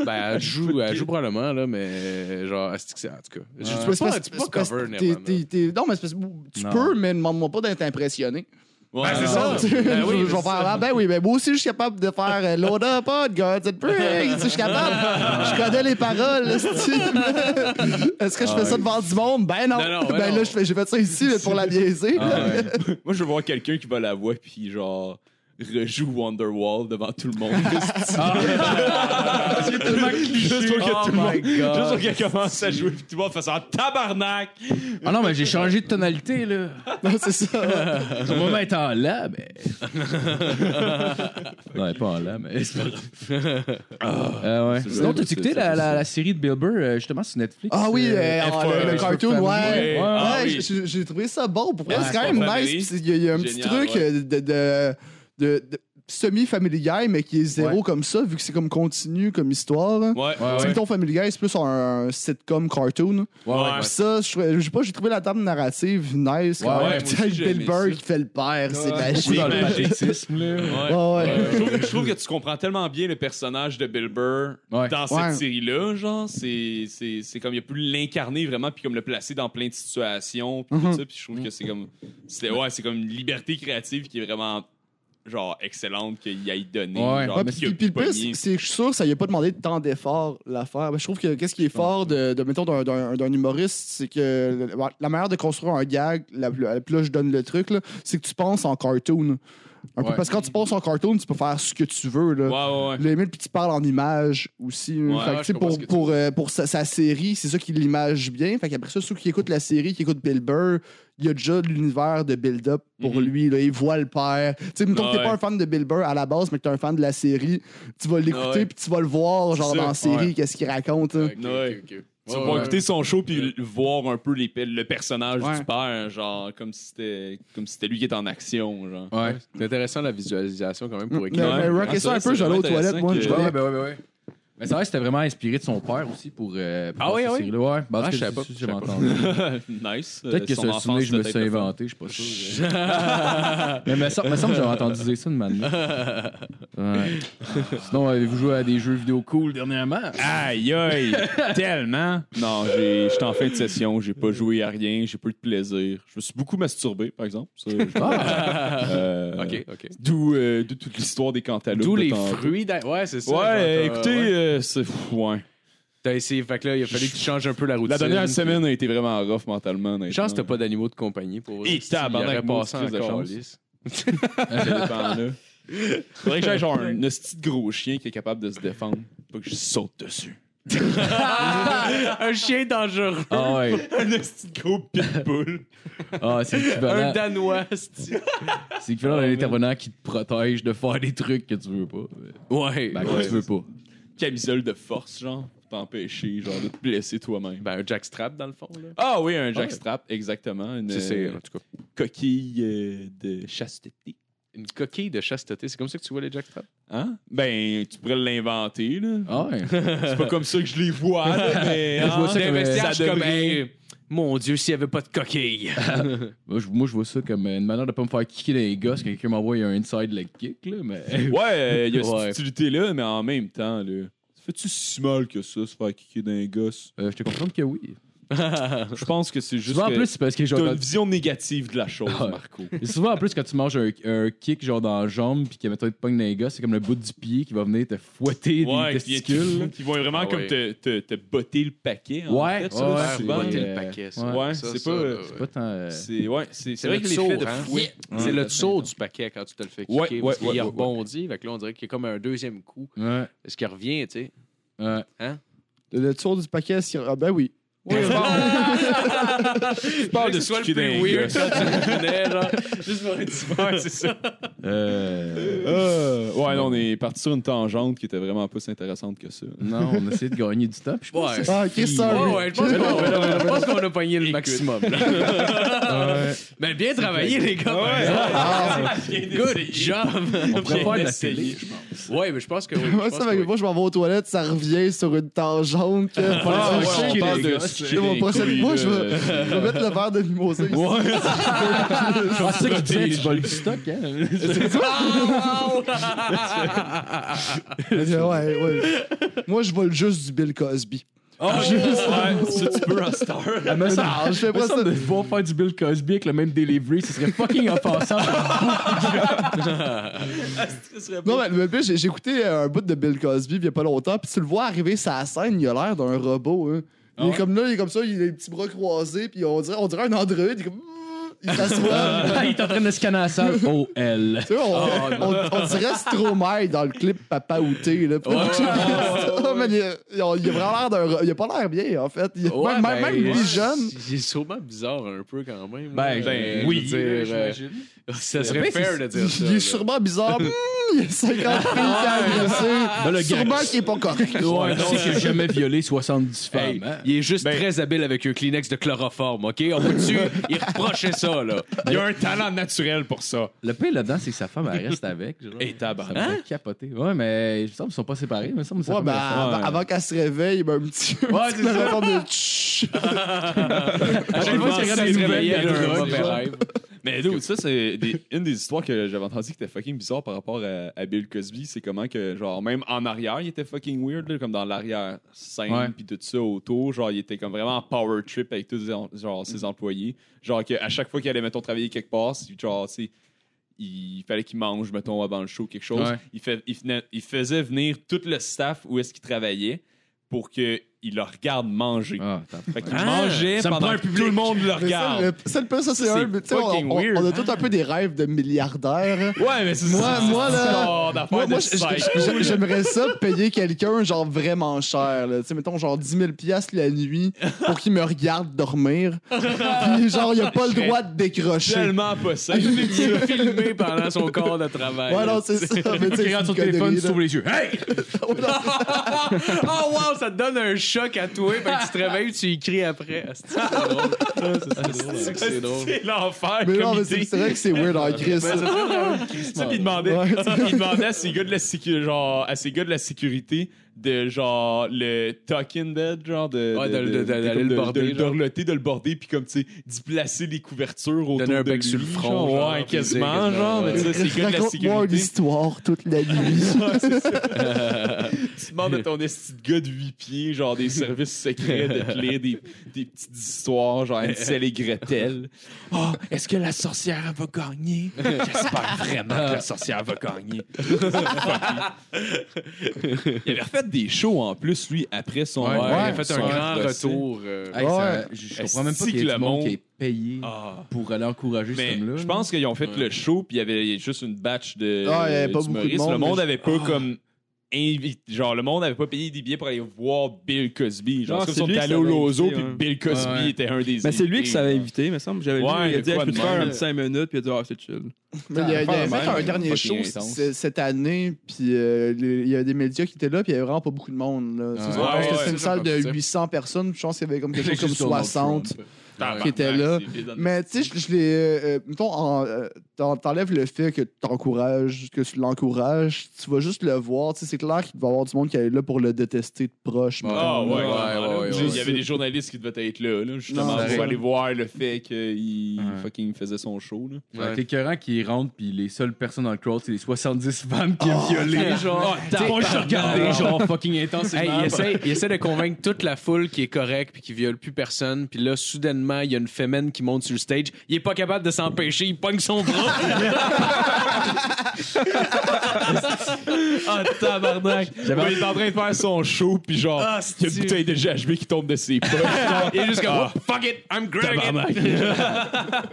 ben, elle joue, elle joue probablement, là, mais genre, est-ce que Euh, c'est- en tout cas. Je- Tu Mais c'est peux pas, parce- tu peux c'est pas parce- cover t'es- Nirvana. t'es- t'es- Non, mais c'est parce que tu Non. peux, mais demande-moi pas d'être impressionné. Ah, Ouais, Ben, c'est non, ça. non, Tu sais, Ben oui, je- je c'est vais faire, ah ben oui, ben moi aussi, je suis capable de faire euh, Load up, on, God's and Briggs. Je suis capable. Je connais les paroles. esti. Est-ce que je fais ça devant du monde? Ben non. Non, non, ben ben non. là, je fais- j'ai fait ça ici mais pour la biaiser. là. Moi, je veux voir quelqu'un qui va la voix, puis genre rejoue Wonderwall devant tout le monde. C'est tellement cliché. Juste pour que Oh tout le monde- my God. juste pour qu'elle commence à jouer, puis tout le monde fait ça en tabarnak. Ah non, mais j'ai changé de tonalité, là. Ah, Non, c'est ça. On va mettre en là, mais. ouais, pas en là, mais. Ah, Euh, ouais. Sinon, t'as-tu écouté la, la, la série de Bill Burr, euh, justement, sur Netflix? Ah oui, euh, euh, F1, le- le euh, cartoon, family. ouais. Ouais. Ah Ouais, oui. j'ai- j'ai trouvé ça bon. Pour vrai, Ouais, c'est quand c'est même pas family. nice. puis Il y a- il y, a un petit Génial, truc ouais. euh, de, de- de- de semi-family guy, mais qui est zéro Ouais. comme ça, vu que c'est comme continu comme histoire. là. Ouais. Tu sais, mettons, Family Guy, c'est plus un, sitcom cartoon. Ouais, ouais. Puis ça, je trouvais- je sais pas, j'ai trouvé la table narrative nice. quand Ouais, même. ouais, Puis moi aussi, j'ai Bill aimé Burr ça. qui fait le père, c'est Beaucoup magique. dans le magique. patriotisme, là. Ouais. Ouais, ouais. Je trouve, je trouve que tu comprends tellement bien le personnage de Bill Burr Ouais. dans cette Ouais. série-là, genre, c'est, c'est, c'est comme, il a pu l'incarner vraiment, puis comme le placer dans plein de situations, puis Mhm. tout ça, puis je trouve que c'est comme, c'est, ouais, c'est comme une liberté créative qui est vraiment, genre, excellente qu'il aille donner. Ouais. genre, Ouais, puis puis, qu'il a puis le pu pire, c'est pogner. c'est que je suis sûr que ça lui a pas demandé tant d'efforts, l'affaire. Mais je trouve que qu'est-ce qui est fort de, de, mettons, d'un- d'un d'un humoriste, c'est que le- la- la manière de construire un gag, la, la- puis là, je donne le truc, là, c'est que tu penses en cartoon. Un peu, Ouais. parce que quand tu penses en cartoon, tu peux faire ce que tu veux. Là. Ouais, ouais, ouais. Le Emile, puis tu parles en image aussi. hein. Ouais, Fait que, ouais, tu sais, je comprends pour ce que tu pour, euh, pour sa, sa série, c'est ça qui l'image bien. Fait qu'après ça, ceux qui écoutent la série, qui écoutent Bill Burr, il y a déjà de l'univers de build-up pour Mhm. lui. Là, il voit le père. Tu sais, mettons que t'es Ouais. pas un fan de Bill Burr à la base, mais que t'es un fan de la série, tu vas l'écouter Ouais. puis tu vas le voir genre C'est dans ça. la série, Ouais. qu'est-ce qu'il raconte. hein. Ok, Ouais. ok, ok. Tu vas Ouais, pouvoir ouais. écouter son show puis l- voir un peu les, le personnage Ouais. du père, genre, comme si c'était, comme si c'était lui qui était en action, genre. Ouais. C'est intéressant la visualisation quand même pour Mais, écrire. mais Ouais. rocker Ah, ça un c'est peu, vraiment j'allais aux toilettes, intéressant moi. que- je Ouais, connais. ben ouais, ben ouais. Mais c'est vrai, c'était vraiment inspiré de son père aussi pour. euh, pour Ah oui, cette oui. série-là. Ouais, parce Ah, que je savais pas, j'ai je savais pas. entendu. nice. Peut-être que Euh, son c'est un enfance, souvenir que je me peut-être suis le fun. inventé, je suis pas sûr. mais me semble, me semble que j'avais entendu dire ça une manière. Ouais. Sinon, avez-vous joué à des jeux vidéo cool dernièrement? Aïe, aïe, tellement. Non, j'ai- j'étais en fin de session, j'ai pas joué à rien, j'ai pas eu de plaisir. Je me suis beaucoup masturbé, par exemple. Ça, je- Euh, Ah. OK, OK. D'où euh, d'où toute l'histoire des cantaloupes. D'où de les tantôt. fruits. d'a- Ouais, c'est ça. Ouais, Genre, t'as- écoutez, ouais. euh, c'est pff, ouais. T'as essayé. Fait que là, il a fallu que tu changes un peu la routine. La dernière semaine a été vraiment rough mentalement. honnêtement. Chance, t'as pas d'animaux de compagnie pour. Et tabarnak, Il aurait maudit passé crise de encore, chance. lisse. Ça dépend, là. Faudrait que j'aille genre un petit gros chien qui est capable de se défendre. Pas que je saute dessus. Un chien dangereux. Ah ouais. Un petit gros pitbull. Ah, c'est Un équivalent, danois. c'est-tu. c'est équivalent Ah d'un intervenant qui te protège de faire des trucs que tu veux pas. Ouais. Ben, que ouais. tu veux pas. Camisole de force, genre. pour T'empêcher, genre, de te blesser toi-même. Ben, un jackstrap, dans le fond. Là. Ah oui, un jackstrap, exactement. Une Tu sais, euh, en tout cas. coquille euh, de chasteté. Une coquille de chasteté. C'est comme ça que tu vois les jackstraps? Hein? Ben, tu pourrais l'inventer, là. Ah ouais. C'est pas comme ça que je les vois, là, mais. Je vois ça hein, comme, euh, ça Ça comme, devrait- hey, mon Dieu, s'il n'y avait pas de coquille. Moi je, moi, je vois ça comme une manière de pas me faire kicker dans les gosses quand quelqu'un m'envoie un inside leg kick, là, mais... Ouais, il y a Ouais. cette utilité-là, mais en même temps, là. ça Fais-tu si mal que ça, se faire kicker d'un gosse? Euh, je te confirme que oui. Je pense que c'est juste. Souvent, en que plus, c'est parce que j'ai T'as une entendu- vision négative de la chose, Ah Ouais. Marco. Et souvent, en plus, quand tu manges un, un kick genre dans la jambe, puis que mettons, il te pogne dans les gosses, c'est comme le bout du pied qui va venir te fouetter des testicules. Qui vont vraiment Ah comme ouais. te, te, te botter le paquet. en Ouais, fait, ça, ouais, là, ouais, souvent. botter Euh, le paquet, ouais, c'est pas, euh, C'est pas tant. euh, C'est ouais, c'est c'est C'est hein. vrai que l'effet de fouet. C'est le saut du paquet quand tu te le fais Ouais, kicker. ouais, parce qu'il ouais, ouais, rebondit. Fait que là, on dirait qu'il y a comme un deuxième coup. Ouais, Est-ce qu'il revient, tu sais? ouais. Le, le tour du paquet, si- ah, ben oui. Je parle Ah, de soit le kicker plus d'un weird quand tu le connais, genre. Juste pour être super, c'est ça. Euh, Euh, ouais, non, on est parti sur une tangente qui était vraiment plus intéressante que ça. non, on essaie de gagner du temps. puis je pense Ouais. que Ah, ok, sorry. Ouais, ouais, je pense qu'on- je pense qu'on a pogné le maximum. là. Mais bien travaillé, les gars. par Ah, exemple. Good job. on pourrait faire de la télé. Ouais, mais je pense que oui. Moi, Je pense ça, fait que que oui. moi, je m'en vais aux toilettes, ça revient sur une tangente. que- Ah, ouais, Pour on le parle kicker. de C'est mon prochain mois, je vais, je vais mettre le verre de mimosa ici. Ah, c'est ça que tu disais, tu voles du stock, hein? Je dis, ouais, ouais. Moi, je vole juste du Bill Cosby. ouais, ça tu peux en star. Ah, mais ça, Non, je fais me pas ça. semble de voir faire du Bill Cosby avec le même delivery, ce serait fucking offensant. Non, mais le pire, j'ai j'ai écouté euh, un bout de Bill Cosby il y a pas longtemps, puis tu le vois arriver sa scène, il a l'air d'un robot. hein. Il est comme là, il est comme ça, il a les petits bras croisés, puis on dirait, on dirait un androïde, il est comme. Il s'assoit. il est en train de scanner la salle. Oh, elle. Tu sais, on, on, on dirait Stromae dans le clip Papa Outé. Là. Puis là, je sais pas, ça, mais il, a- il a il a vraiment l'air d'un. ro- Il a pas l'air bien, en fait. Il- Ouais, même même, ben, même lui ouais, jeune. Il est sûrement bizarre un peu quand même. Ben, là. ben, je oui, veux dire, euh, ça serait fair de dire ça. Il là. est sûrement bizarre. Hmm, il y a 50 filles qui le a agressé. gars- Sûrement qu'il est pas correct. Ouais, non, j'ai jamais violé 70 femmes. Hey, hein. il est juste très habile avec un Kleenex de chloroforme, OK? On peut dessus, il reprochait ça, là. Il y a un talent naturel pour ça. Le pire là-dedans, c'est que sa femme, elle reste avec. genre. Et Ça tabarnak. me fait capoter. Ouais, mais il me semble qu'ils sont pas séparés. Il me semble que sa Ouais, femme, ben, elle reste avant, avant qu'elle se réveille, ben, un petit. Ouais, c'est ça. de tch. À chaque fois qu'il regarde les nouvelles, il y a un mauvais rêve. Mais dude, ça, c'est des- une des histoires que j'avais entendu qui était fucking bizarre par rapport à, à Bill Cosby. C'est comment que, genre, même en arrière, il était fucking weird, là, comme dans Ouais. l'arrière-scène, puis tout ça autour. Genre, il était comme vraiment en power trip avec tous genre, genre, Mm. ses employés. Genre, que à chaque fois qu'il allait, mettons, travailler quelque part, c'est- genre, c'est. Il fallait qu'il mange, mettons, avant le show, quelque chose. Ouais. Il, fait, il, venait- il faisait venir tout le staff où est-ce qu'il travaillait pour qu'il le regarde manger. Ah, attends. Fait qu'il Ah! mangeait Ça me prend pendant un que tout le monde le Mais ça, regarde. le, ça, le pire, ça, c'est C'est un. mais tu sais, on, fucking on- weird. on a tous un peu des rêves de milliardaires. Ouais, mais c'est Moi- c'est- moi, c'est là- ce genre d'affaire Moi, de moi, je- psycho, je- je- là. j'aimerais ça payer quelqu'un, genre vraiment cher. là. Tu sais, mettons, genre 10 000 piastres la nuit pour qu'il me regarde dormir. Puis, genre, il a pas le droit de décrocher. tellement pas ça. Il est filmé pendant son corps de travail. Ouais, non, c'est ça. Mais tu sais, Regarde c'est son une téléphone, connerie, tu là. t'ouvres les yeux. Hey! Ah, Oh wow, ça te donne un choc à toi, ben, fait que tu te réveilles, tu y cries après. Ah, C'est drôle. C'est- C'est drôle. Ah, C'est l'enfer Mais non, comme mais c'est idée. c'est vrai que c'est weird en Chris. Ça, puis il demandait, Ouais. il demandait à ces gars de la sécu- genre à ces gars de la sécurité de genre le Talking Dead, genre de. Ouais, de- de- de- d'aller comme le de- border, De, de genre. hurloter, de le border, puis comme, tu sais, d'y placer les couvertures autour Donner un de bec lui, sur le front, genre, genre, ouais, puis dire quasiment, quasiment, genre, mais ouais. tu sais, c'est le gars de la Raconte-moi une sécurité. histoire toute la nuit. Tu demandes à ton esti de gars de 8 pieds, genre des services secrets, de te lire des, des petites histoires, genre Ansel et Gretel. Oh, est-ce que la sorcière va gagner? J'espère vraiment que la sorcière va gagner. il avait refait des shows en plus, lui, après son. euh, Ouais, ouais, il a fait son un grand procès. retour. euh, Hey, ça- Ouais. je, je Est-ce comprends même pas que qu'il y ait le du monde monde- qui est payé Ah. pour aller encourager Mais ce homme-là. je là. pense qu'ils ont fait le show, puis il y avait juste une batch de. Ah, il y avait pas beaucoup d'humoristes. de monde, Le monde mais- Ah. avait pas comme. invi- Genre, le monde avait pas payé des billets pour aller voir Bill Cosby. Genre, Non, parce qu'ils c'est sont lui qui allés au s'avait Lozo, invité, puis ouais. Bill Cosby Ouais. était un des. Mais Ben, c'est lui invités, qui s'avait invité, me semble. J'avais Ouais, vu, il a de dit, Hey, je quoi peux de te faire un même. petit 5 minutes, puis il a dit, ah, c'est chill. Mais il y a- il y avait Affaire fait même, un dernier show fucking intense. c- cette année, puis euh, le- il y a des médias qui étaient là, puis il y avait vraiment pas beaucoup de monde. là. C'est- Ouais, je pense que ouais, c'était c'est une ça, salle pas de possible. 800 personnes, puis je pense qu'il y avait comme quelque chose comme Juste Donald 60. Trump. Tabarnak, qui était là. c'est vide. Mais tu sais, je, je l'ai. euh, euh, mettons, en, euh, t'en- t'enlèves le fait que t'encourages, que tu l'encourages, tu vas juste le voir. Tu sais, c'est clair qu'il va y avoir du monde qui est là pour le détester de proche. mettons, Ah, ouais, là. ouais, ouais, ouais, ouais. Il y avait des journalistes qui devaient être là, là, justement, Non, pour c'est aller voir le fait qu'il Ouais. fucking faisait son show. Là. Ouais, T'es écœurant qui rentre, puis les seules personnes dans le crowd, c'est les 70 femmes qui ont violé. genre, Moi, je regardais, genre, fucking intense. Hey, il, essaie, il essaie de convaincre toute la foule qui est correcte puis qui viole plus personne. Puis là, soudainement, il y a une fémène qui monte sur le stage. Il est pas capable de s'empêcher. Il pogne son bras. ah, tabarnak. Ouais, il est en train de faire son show, puis genre, Ah, il y a une c'est- bouteille de GHB qui tombe de ses poches. Il est juste comme, Oh, fuck it, I'm Greg.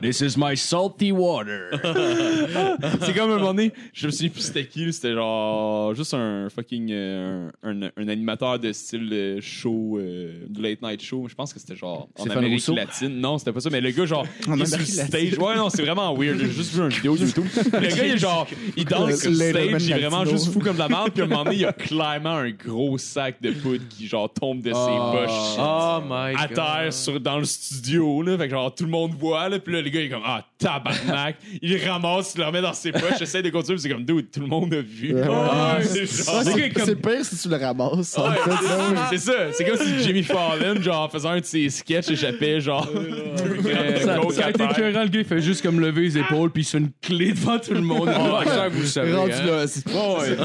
This is my salty water. C'est comme un moment donné, je me souviens plus c'était qui, là, c'était genre juste un fucking euh, un, un- un animateur de style euh, show, euh, de late night show. Je pense que c'était genre en Stéphane Amérique Rousseau? latine. Non, c'était pas ça, mais le gars, genre, En il est sur le Amérique stage. Ouais, non, c'est vraiment weird. J'ai juste vu une vidéo YouTube. Le gars, il est genre, il Le- danse sur le Letterman stage, il est vraiment Latino. juste fou comme de la merde. Puis à un moment donné, il y a clairement un gros sac de poudre qui, genre, tombe de ses Ah. poches Ah, Oh my à terre sur, dans le studio. Là, fait que genre, tout le monde voit. Là, puis là, le gars, il est comme Ah, tabarnak. il ramasse, il le remet dans ses poches, essaie de continuer. puis c'est comme Dude, tout le monde a vu. Ouais. Ah, Ouais, c'est genre- c'est- le gars est comme- C'est pire si tu le ramasses. en fait, là. C'est ça, c'est comme si Jimmy Fallon, genre, faisait un de ses sketchs échappait, genre, deux grains de coke Ça a à été terre. écœurant, le gars, il fait juste comme lever les épaules, puis il se fait une clé devant tout le monde. Ah, vous le savez. Rendu hein. là, c'est- Ouais,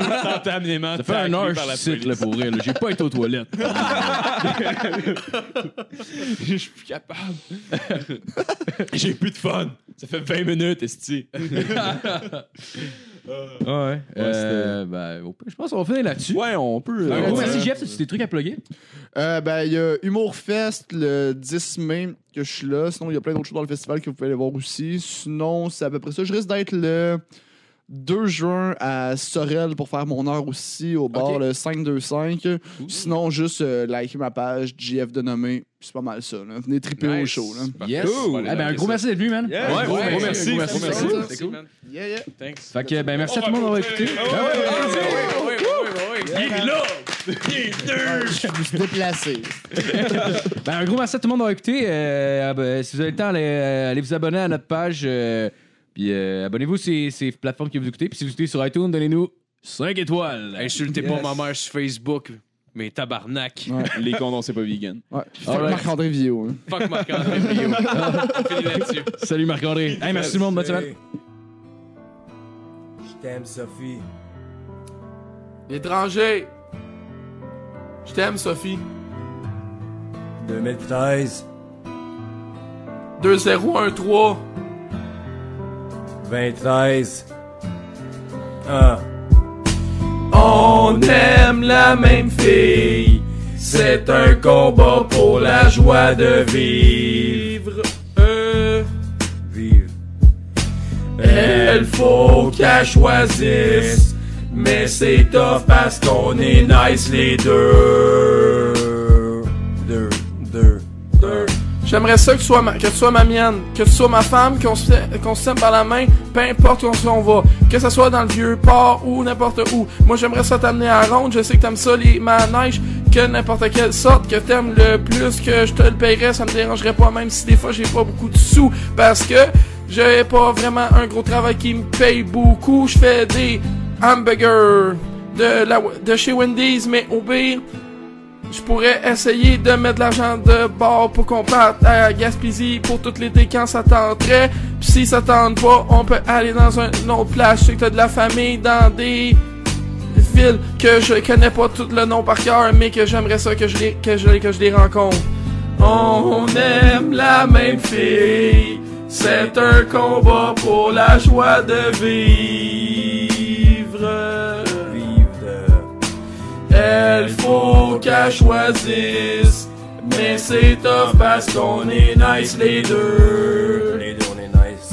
Instantanément, Ça fait un taclé heure, par la je cite, là, police. pour rire. là. J'ai pas été aux toilettes. Je suis plus capable. J'ai plus de fun. Ça fait 20 minutes, esti. Ouais. Euh, ben, au pire, je pense qu'on va finir là-dessus. Ouais, on Un peut. euh, gros ouais. merci, Jeff. C'est des trucs à plugger. Euh, ben, il y a Humour Fest le 10 mai que je suis là. Sinon, il y a plein d'autres choses dans le festival que vous pouvez aller voir aussi. Sinon, c'est à peu près ça. Je risque d'être le 2 juin à Sorel pour faire mon heure aussi au bar Ok. le 525. Sinon, juste euh, liker ma page, JF Denomé. C'est pas mal ça. là. Venez triper au Nice. show. Là. Yes. Cool. Eh ben, un gros merci d'être venu, man. Yeah. Ouais, Ouais, gros ouais, merci, merci, gros merci, merci. merci. C'était cool. Yeah, yeah. Thanks. Fait que, ben, merci à tout le monde d'avoir écouté. Je suis déplacé. Ben, un gros merci à tout le monde d'avoir écouté. Euh, ah, ben, si vous avez le temps, allez, euh, allez vous abonner à notre page. euh, puis euh, abonnez-vous sur ces plateformes que vous écoutez. Puis si vous écoutez sur iTunes, donnez-nous 5 étoiles. Insultez pas ma mère sur Facebook, mais tabarnak. Les condons, c'est pas vegan. Ouais. Alright. Marc-André Villot. hein. Fuck Marc-André Pio. Finis là-dessus. Salut Marc-André. Hey, merci tout le monde. Bonne semaine. Je t'aime, Sophie. L'étranger! Je t'aime, Sophie. 2013, 2013. 23, 1. On aime la même fille. C'est un combat pour la joie de vivre. Euh, Vive. elle faut qu'elle choisisse. Mais c'est tough parce qu'on est nice les deux. 2, 2. J'aimerais ça que tu, sois ma, que tu sois ma mienne, que tu sois ma femme, qu'on se qu'on se tienne par la main, peu importe où on va. Que ça soit dans le vieux port ou n'importe où. Moi, j'aimerais ça t'amener à la ronde. Je sais que t'aimes ça, les manèges, que n'importe quelle sorte, que t'aimes le plus, que je te le paierais, ça me dérangerait pas, même si des fois j'ai pas beaucoup de sous. Parce que j'ai pas vraiment un gros travail qui me paye beaucoup. Je fais des hamburgers. de, la, de chez Wendy's, mais au pire, je pourrais essayer de mettre de l'argent de bord pour qu'on parte à Gaspésie pour tout l'été quand ça tenterait. Puis si ça tente pas, on peut aller dans un une autre place. Je sais que t'as de la famille dans des villes que je connais pas tout le nom par cœur, mais que j'aimerais ça que je les, que je, que je les rencontre. On aime la même fille. C'est un combat pour la joie de vivre. Vive de Elle faut qu'elle choisisse. Mais c'est tough parce qu'on est nice les deux. les deux, on est nice.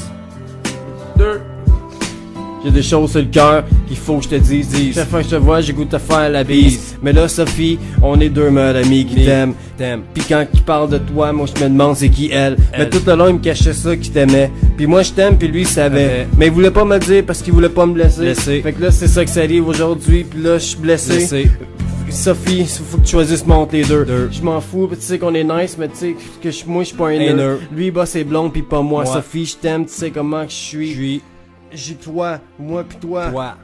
deux. J'ai des choses sur le cœur qu'il faut que je te dise. Chaque fois que je te vois, j'ai goût de te faire la bise. Mais là, Sophie, on est deux meilleurs amis qui t'aiment, t'aiment. Puis quand il parle de toi, moi je me demande c'est qui elle. Mais tout le long, il me cachait ça qu'il t'aimait. Puis moi je t'aime, puis lui il savait. Mais il voulait pas me le dire parce qu'il voulait pas me blesser. Fait que là, c'est ça que ça arrive aujourd'hui. Puis là, je suis blessé. Sophie, faut que tu choisisses mon entre les deux. Je m'en fous, tu sais qu'on est nice, mais tu sais que je- moi je suis pas un hainer. Lui, il bosse ses blondes, puis pas moi. Sophie, je t'aime, tu sais comment que je suis. J'ai toi, moi puis toi.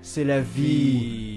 C'est la vie.